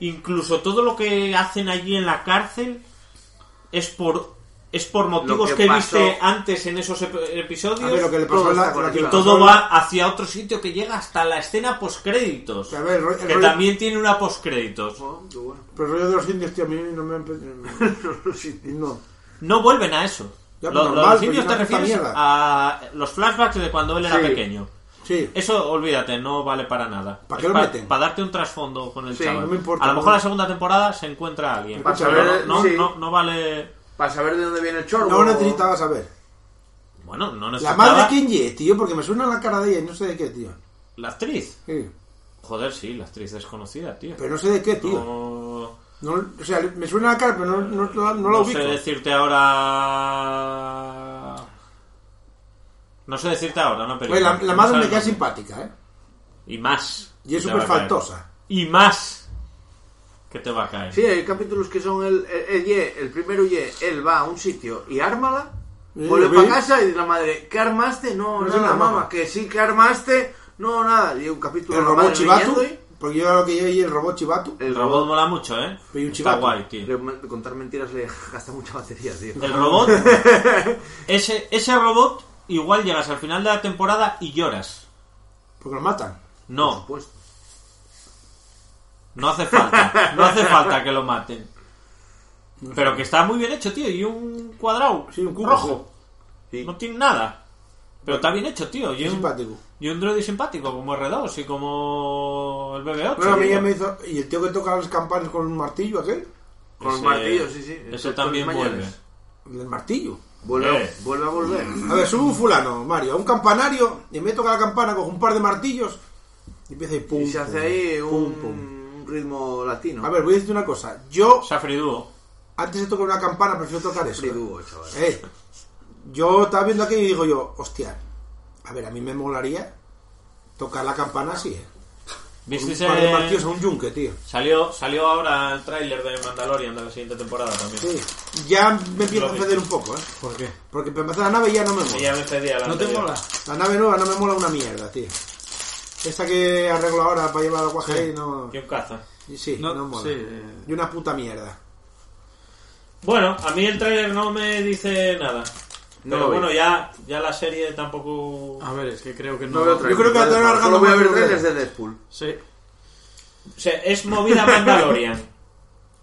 S4: incluso todo lo que hacen allí en la cárcel es por es por motivos
S7: que
S4: que,
S7: pasó-
S4: viste antes en esos ep- episodios.
S7: A ver, lo que le pasó
S4: todo
S7: a la-
S4: está
S7: lo que le
S4: conectado. y
S7: pasó
S4: todo
S7: a la-
S4: va hacia otro sitio que llega hasta la escena postcréditos.
S7: A ver, el ro- el
S4: que
S7: rollo-
S4: también tiene una postcréditos.
S7: Pero el rollo de los indios, tío, a mí no me han. No.
S4: No vuelven a eso.
S7: Ya, pues,
S4: Lo- lo-
S7: normal,
S4: los
S7: pues,
S4: indios
S7: no
S4: te
S7: hace esta
S4: refieres
S7: mierda.
S4: a los flashbacks de cuando él era
S7: Sí.
S4: pequeño. Eso, olvídate, no vale para nada.
S7: ¿Para qué lo meten?
S4: Para darte un trasfondo con el
S5: Sí,
S4: chaval.
S5: no me importa,
S4: a lo
S5: no.
S4: mejor la segunda temporada se encuentra alguien.
S5: Para
S4: Pero
S5: saber-
S4: no, no,
S5: sí.
S4: no- no vale...
S5: Para saber de dónde viene el chorro.
S7: No necesitaba saber.
S4: Bueno, no
S7: La
S4: necesitaba...
S7: madre quién es, tío, porque me suena la cara de ella y no sé de qué, tío.
S4: La actriz.
S7: Sí.
S4: Joder, sí, la actriz desconocida, tío.
S7: Pero no sé de qué, tío.
S4: No,
S7: No, o sea, me suena la cara, pero no, no, no, no la
S4: no
S7: ubico.
S4: sé decirte ahora... No sé decirte ahora, no, pero...
S7: Oye, la, la
S4: no
S7: madre
S4: sabes
S7: me queda
S4: lo que-
S7: simpática, ¿eh?
S4: Y más.
S7: Y es
S4: que te va a caer.
S7: superfaltosa.
S4: Y más. Que te va a caer.
S5: Sí, hay capítulos que son el, el, el Ye, el primero Ye, él va a un sitio y ármala,
S7: Sí,
S5: vuelve
S7: lo vi.
S5: para casa y dice la madre, ¿qué armaste? No,
S7: No es
S5: nada,
S7: una
S5: mamá,
S7: mamá.
S5: que sí que armaste, no, nada. Y un capítulo
S7: El
S5: de la
S7: robot
S5: madre
S7: Chibatu.
S5: riñendo ¿eh? y-
S7: Porque yo lo que yo vi el robot Chibatu.
S4: El robot mola mucho, ¿eh?
S7: Y un
S4: Está
S7: chivato.
S4: guay, tío.
S5: Le- contar mentiras le gasta mucha batería, tío.
S4: El robot. ese, ese robot, igual llegas al final de la temporada y lloras.
S7: Porque lo matan.
S4: No.
S5: pues,
S4: No hace falta. No hace falta que lo maten. Pero que está muy bien hecho, tío. Y un cuadrado. Rojo. No tiene nada. Pero está bien hecho, tío. Y
S7: Es
S4: un,
S7: simpático.
S4: Y un droide simpático, como R2 y como el BB8.
S7: Bueno, a mí
S4: tío.
S7: ya me hizo. ¿Y el tío que toca las campanas con un martillo aquel?
S5: Con los martillos, sí, sí.
S4: Eso
S5: Con
S4: también
S5: los
S4: vuelve. Eh.
S5: mañanes.
S7: El martillo.
S5: Vuelve, vuelve a volver.
S7: A ver, sube un fulano, Mario, a un campanario, y me toca la campana, coge un par de martillos, y empieza y pum.
S5: Y se hace
S7: pum,
S5: ahí
S7: pum,
S5: un,
S7: pum.
S5: un ritmo latino.
S7: A ver, voy a decirte una cosa. Yo.
S4: Safridúo.
S7: Antes de tocar una campana, prefiero tocar eso. Eh, yo estaba viendo aquí y digo yo, hostia, a ver, a mí me molaría tocar la campana así, eh. Con
S4: ¿Visteis,
S7: un par de
S4: eh,
S7: martillos a un yunque, tío.
S4: Salió, salió ahora el tráiler de Mandalorian de la siguiente temporada también.
S7: Sí. Ya me empiezo
S4: Lo
S7: a
S4: vi.
S7: ceder un poco, eh.
S10: ¿Por qué?
S7: Porque para empezar la nave ya no me
S4: Y
S7: mola.
S4: ya me cedí a la
S10: ¿No te
S4: anterior.
S10: mola?
S7: La nave nueva no me mola una mierda, tío. Esta que arreglo ahora para llevar la guaje ahí, no...
S4: Y un caza.
S7: Sí, no, mola.
S10: sí, eh.
S7: Y una puta mierda.
S4: Bueno, a mí el tráiler no me dice nada.
S7: No
S4: Pero
S7: lo vi.
S4: bueno, ya, ya la serie tampoco...
S10: A ver, es que creo que
S5: No
S10: no.
S5: veo trailers.
S7: creo que la están alargando
S5: Solo voy a ver
S7: más de lo que
S5: trailers de Deadpool.
S10: Sí.
S4: O sea, es movida Mandalorian.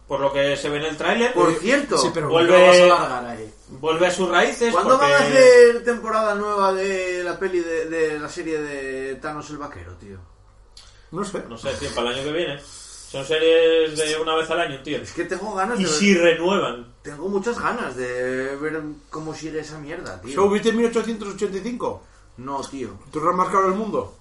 S4: Por lo que se ve en el tráiler.
S5: Por cierto,
S10: Sí, pero
S4: Vuelve-
S10: lo vas a alargar ahí.
S4: Vuelve a sus raíces
S5: ¿cuándo
S4: porque...
S5: van a hacer temporada nueva de la peli de, de la serie de Thanos el Vaquero, tío?
S7: No sé.
S4: No sé, tío, para el año que viene. Son series de una vez al año, tío.
S5: Es que tengo ganas
S4: Y
S5: de
S4: si renuevan.
S5: Tengo muchas ganas de ver cómo sigue esa mierda, tío.
S7: ¿Show viste 1885?
S5: No, tío.
S7: ¿Tú no has marcado el mundo?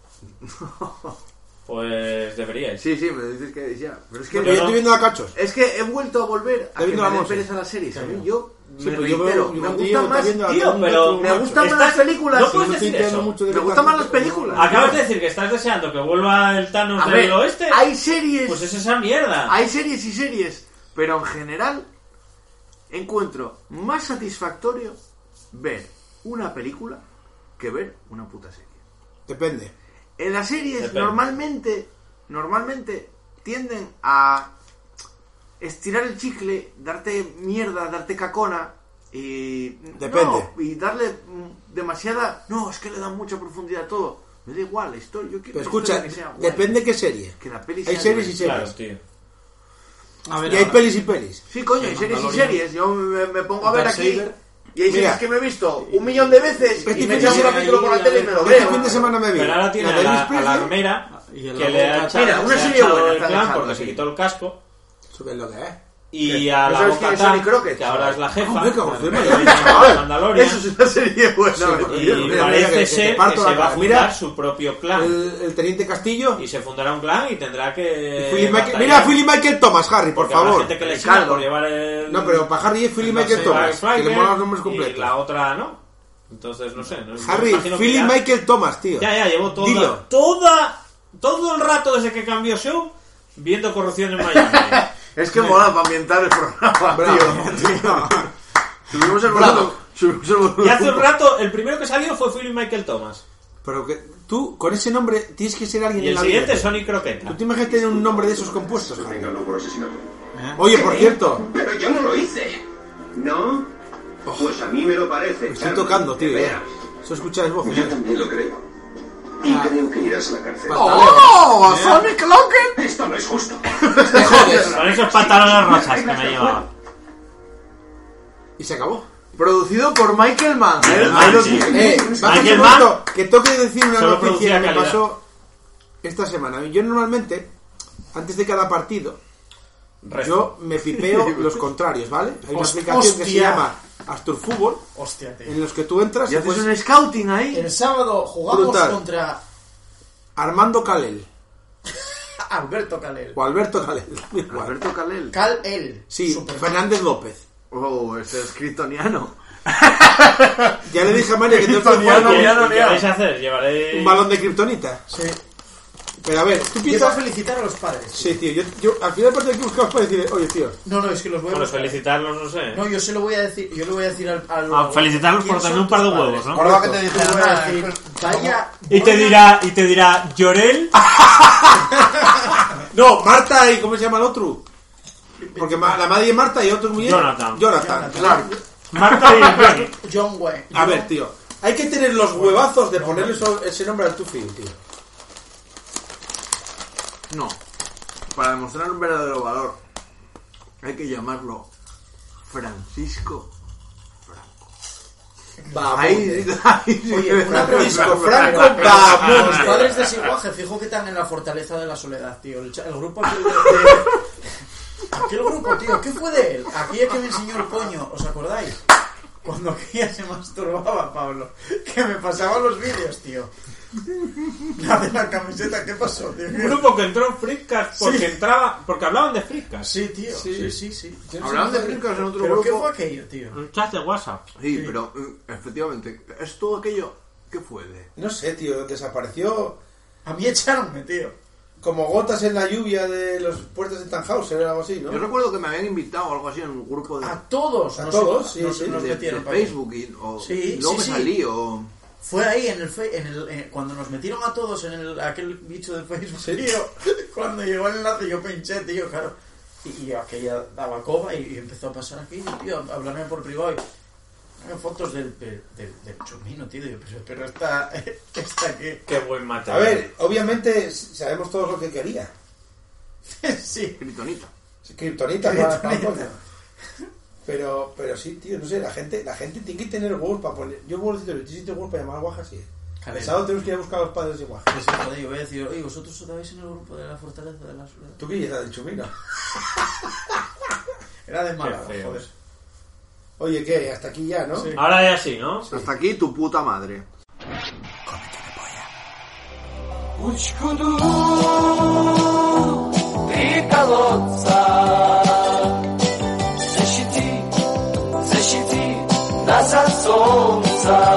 S4: Pues deberíais.
S5: Sí, sí, me dices que ya. Pero es que.
S7: Porque yo estoy viendo a cachos.
S5: Es que he vuelto a volver a
S7: Estoy
S5: que
S7: viendo
S5: me
S7: a Monse.
S5: desesperes a las series. A mí yo
S7: Sí,
S5: me
S7: pero yo
S5: reitero,
S7: veo-
S5: me
S7: yo digo,
S5: gustan
S7: está
S5: más.
S7: viendo a
S4: Tío,
S7: Monse,
S4: pero-
S5: Me gustan más las
S4: Estás-
S5: películas.
S4: no puedes
S5: Sí,
S4: decir
S5: entiendo
S4: eso.
S5: mucho de Me gustan más las películas.
S4: Acabas de decir que estás deseando que vuelva el Thanos
S5: A
S4: del
S5: ver,
S4: oeste.
S5: hay series.
S4: este. Pues es esa mierda.
S5: Hay series y series, pero en general encuentro más satisfactorio ver una película que ver una puta serie.
S7: Depende.
S5: En las series
S4: Depende.
S5: normalmente normalmente tienden a estirar el chicle, darte mierda, darte cacona y
S7: Depende.
S5: no, y darle mm, demasiada, no, es que le dan mucha profundidad a todo. Me da igual la historia, yo
S7: Pero
S5: quiero una
S7: escucha,
S5: historia que sea guay.
S7: depende qué serie.
S5: que la peli
S7: Hay
S5: sea
S7: series y
S5: divertida.
S7: series.
S4: Claro, tío.
S15: A ver,
S7: Y hay
S15: ahora,
S7: pelis y pelis.
S5: Sí, coño,
S15: El
S5: hay series y
S15: Mandalorian.
S5: series. Yo me, me pongo a ver
S15: Darth
S5: aquí.
S15: Vader.
S5: Y hay
S7: Mira.
S5: series que me he visto un millón de veces.
S7: Este
S5: y me
S7: fin de
S5: echas un
S7: semana-
S5: capítulo por la
S15: ahí,
S5: tele y
S15: ahí,
S5: me lo
S7: Este
S5: veo. eh.
S7: fin de semana me vi.
S4: Pero ahora tiene
S7: la
S4: a
S7: de Elvis
S4: la, a la
S7: Presley.
S4: armera
S15: Y el
S4: que le ha
S15: abogado
S4: echado,
S5: Mira, una
S4: se ha
S5: serie
S4: echado
S5: buena,
S4: el
S5: está
S4: clan
S5: echando,
S4: porque se
S5: sí.
S4: quitó el casco.
S7: Sube lo que es.
S4: Y a
S5: ¿No
S4: la
S5: sabes quién es Sonny
S4: Bocatán,
S5: Crockett?
S4: que ahora es la jefa.
S7: Hombre, que os
S4: de
S7: veo
S4: Mandalorian.
S5: Eso es una serie buena. me
S7: por
S4: Y
S5: parece.
S7: Dios, pues mira, mira,
S4: parece
S7: que- que te
S4: ser que,
S7: parto
S4: se
S7: la
S4: va a
S7: cara.
S4: fundar
S7: Mira.
S4: su propio clan.
S7: El, el teniente Castillo.
S4: Y se fundará un clan y tendrá que.
S7: Philip Michael-
S4: Eh, batallar.
S7: mira, Philip Michael Thomas, Harry, por
S4: Porque habrá
S7: favor.
S4: gente que le
S5: Ricardo.
S4: siga por llevar el.
S7: No, pero para Harry es Philip
S4: no sé,
S7: Michael Thomas.
S4: Black
S7: Que le
S4: Friday,
S7: molan los nombres
S4: Y
S7: completos.
S4: la otra no. Entonces, no sé. no-
S7: Harry,
S4: me imagino que
S7: Philip
S4: ya-
S7: Michael Thomas, tío.
S4: Ya, ya, llevo toda,
S7: Dilo.
S4: toda. Todo el rato desde que cambió show viendo corrupción en Miami.
S5: Es que mola para ambientar el programa,
S7: Bravo,
S5: tío.
S7: tío.
S5: Subimos el
S7: Bravo.
S5: volumen. Subimos el volumen.
S4: y hace un rato, el primero que salió fue Philip Michael Thomas.
S7: Pero que tú, con ese nombre, tienes que ser alguien
S4: Y
S7: en
S4: el
S7: la vida.
S4: siguiente, Sonny Crockett.
S7: ¿Tú te imaginas tener un nombre de esos compuestos, Harry?
S16: por asesinato.
S7: Oye, por cierto,
S16: Pero yo no lo hice. ¿No? Pues a mí me lo parece.
S7: Oh. me estoy
S16: Carmen,
S7: tocando,
S16: de
S7: tío.
S16: veras.
S7: ya. Eso escuchas voces.
S16: Yo
S7: ¿eh?
S16: también lo creo. Y creo que irás a la cárcel.
S9: ¡Oh! ¡Sonic Locker!
S16: Esto no es justo.
S7: Te jodes.
S4: Con esos pantalones rosas que me llevaba.
S7: Y se acabó.
S5: Producido por Michael Mann.
S4: Mann, sí.
S7: Eh, baja
S4: Michael
S7: un
S4: Mann.
S7: momento, que tengo que decir una
S4: Solo
S7: noticia
S4: producía
S7: que me
S4: calidad.
S7: pasó esta semana. Yo normalmente, antes de cada partido, yo me pipeo los contrarios, ¿vale? Hay una
S10: Hostia.
S7: aplicación que se llama Astur Fútbol, Pues
S10: Hostia, tío.
S7: en los que tú entras
S5: Y
S7: y
S5: haces
S7: puedes...
S5: un scouting ahí.
S10: El sábado jugamos
S7: Brutal.
S10: contra
S7: Armando Calel,
S10: Alberto Calel.
S7: o Alberto Calel, igual.
S5: Alberto Calel.
S10: Cal él.
S7: Sí,
S10: Super-
S7: Fernández López.
S5: Oh, ese es kryptoniano.
S7: Ya le dije a Mario que tengo que
S4: ¿Qué,
S7: jugar
S5: no, ya no,
S4: qué
S5: ya.
S4: vais a hacer? Llevaré.
S7: un balón de kriptonita.
S10: Sí.
S7: Pero a ver, tú
S10: Quiero
S7: piensas...
S10: felicitar a los padres.
S7: Sí, tío, yo, yo al final del partido que buscamos para decir, oye, tío,
S10: No, no, es que los voy a
S4: Bueno,
S10: buscar.
S4: felicitarlos, no sé.
S10: No, yo se lo voy a decir, yo le voy a decir al, al-
S4: Ah, felicitarlos
S10: ¿Quién
S4: por tener
S10: son
S4: un par de
S10: tus padres?
S4: huevos, ¿no?
S9: Por lo que te
S10: Yo le
S9: dijeron.
S10: voy a
S9: ah,
S10: decir,
S5: pues,
S10: vaya.
S4: Y te
S10: buena-
S4: dirá, y te dirá, Llorel.
S7: No, Marta y ¿cómo se llama el otro? Porque ma- la madre es Marta y otro muy
S4: Jonathan.
S7: Jonathan, claro.
S4: Marta y Johnny.
S10: John Wayne.
S7: A ver, tío. Hay que tener los huevazos de ponerle eso- ese nombre al Tufi, tío.
S5: No. Para demostrar un verdadero valor, hay que llamarlo Francisco.
S7: Vamos.
S5: Ahí, ahí sí que-
S10: Oye, una pregunta.
S7: Francisco Franco,
S10: A
S7: vamos.
S10: los padres de Siguaje, fijo que están en la fortaleza de la soledad, tío. El, cha- el grupo aquel de, de- Aquel grupo, tío, ¿qué fue de él? Aquella que me enseñó el coño, ¿os acordáis? Cuando aquella se masturbaba, Pablo. Que me pasaba los vídeos, tío. La de la camiseta, ¿qué pasó, tío?
S4: Un grupo que entró en Freakcast porque
S10: Sí.
S4: entraba, porque hablaban de Freakcast.
S10: Sí, tío. Sí, sí, sí. Yo no sé
S5: Hablaban de
S10: dónde-
S5: brincos en otro
S10: ¿Pero qué
S5: grupo.
S10: fue aquello, tío?
S4: Un chat de WhatsApp.
S5: Sí, pero mm, efectivamente, es todo aquello que fue de.
S7: No sé, tío. Desapareció
S10: A mí echaronme, tío.
S7: como gotas en la lluvia de los puertos de Tannhauser o algo así,
S5: Yo
S7: ¿no? Ah,
S5: recuerdo que me habían invitado o algo así en un grupo de,
S10: A todos.
S7: A
S10: nos-
S7: todos, sí,
S10: nos,
S7: sí,
S10: nos
S5: de-
S10: metieron
S5: de
S10: para allá.
S5: Facebook y, o,
S10: Sí,
S5: y luego
S10: sí,
S5: me
S10: sí.
S5: salí o.
S10: Fue ahí en el, fe- en el eh, cuando nos metieron a todos en el, aquel bicho de Facebook. Tío, cuando llegó el enlace yo pinché, tío, claro. Y, y aquella daba coba y, y empezó a pasar aquí, tío, a hablarme por privado. Y, "Mira, fotos del, del, del- del chumino, tío. Yo, pero, pero esta, esta que...
S4: Qué buen material.
S7: A ver, obviamente sabemos todos lo que quería.
S10: sí.
S5: Kryptonita.
S7: Kryptonita para para el
S10: Kriptonita.
S7: coño. Pero, pero sí, tío, no sé, la gente, la gente tiene que tener huevos para poner. Yo huevos de existe huevos para llamar a Guaja, sí.
S10: A ver.
S7: El sábado tenemos que ir a buscar a los padres de Guaja.
S10: Pues, joder, yo voy a decir, oye, vosotros os dabais en el grupo de la fortaleza de la soledad.
S7: ¿Tú qué llegas del chumino?
S10: Era de mala,
S4: Qué feo.
S10: joder.
S7: Oye, ¿qué? Hasta aquí ya, ¿no?
S10: Sí.
S4: Ahora ya sí, ¿no?
S5: Hasta aquí tu puta madre.
S2: ручку дну и колодца. Защити, защити нас от солнца.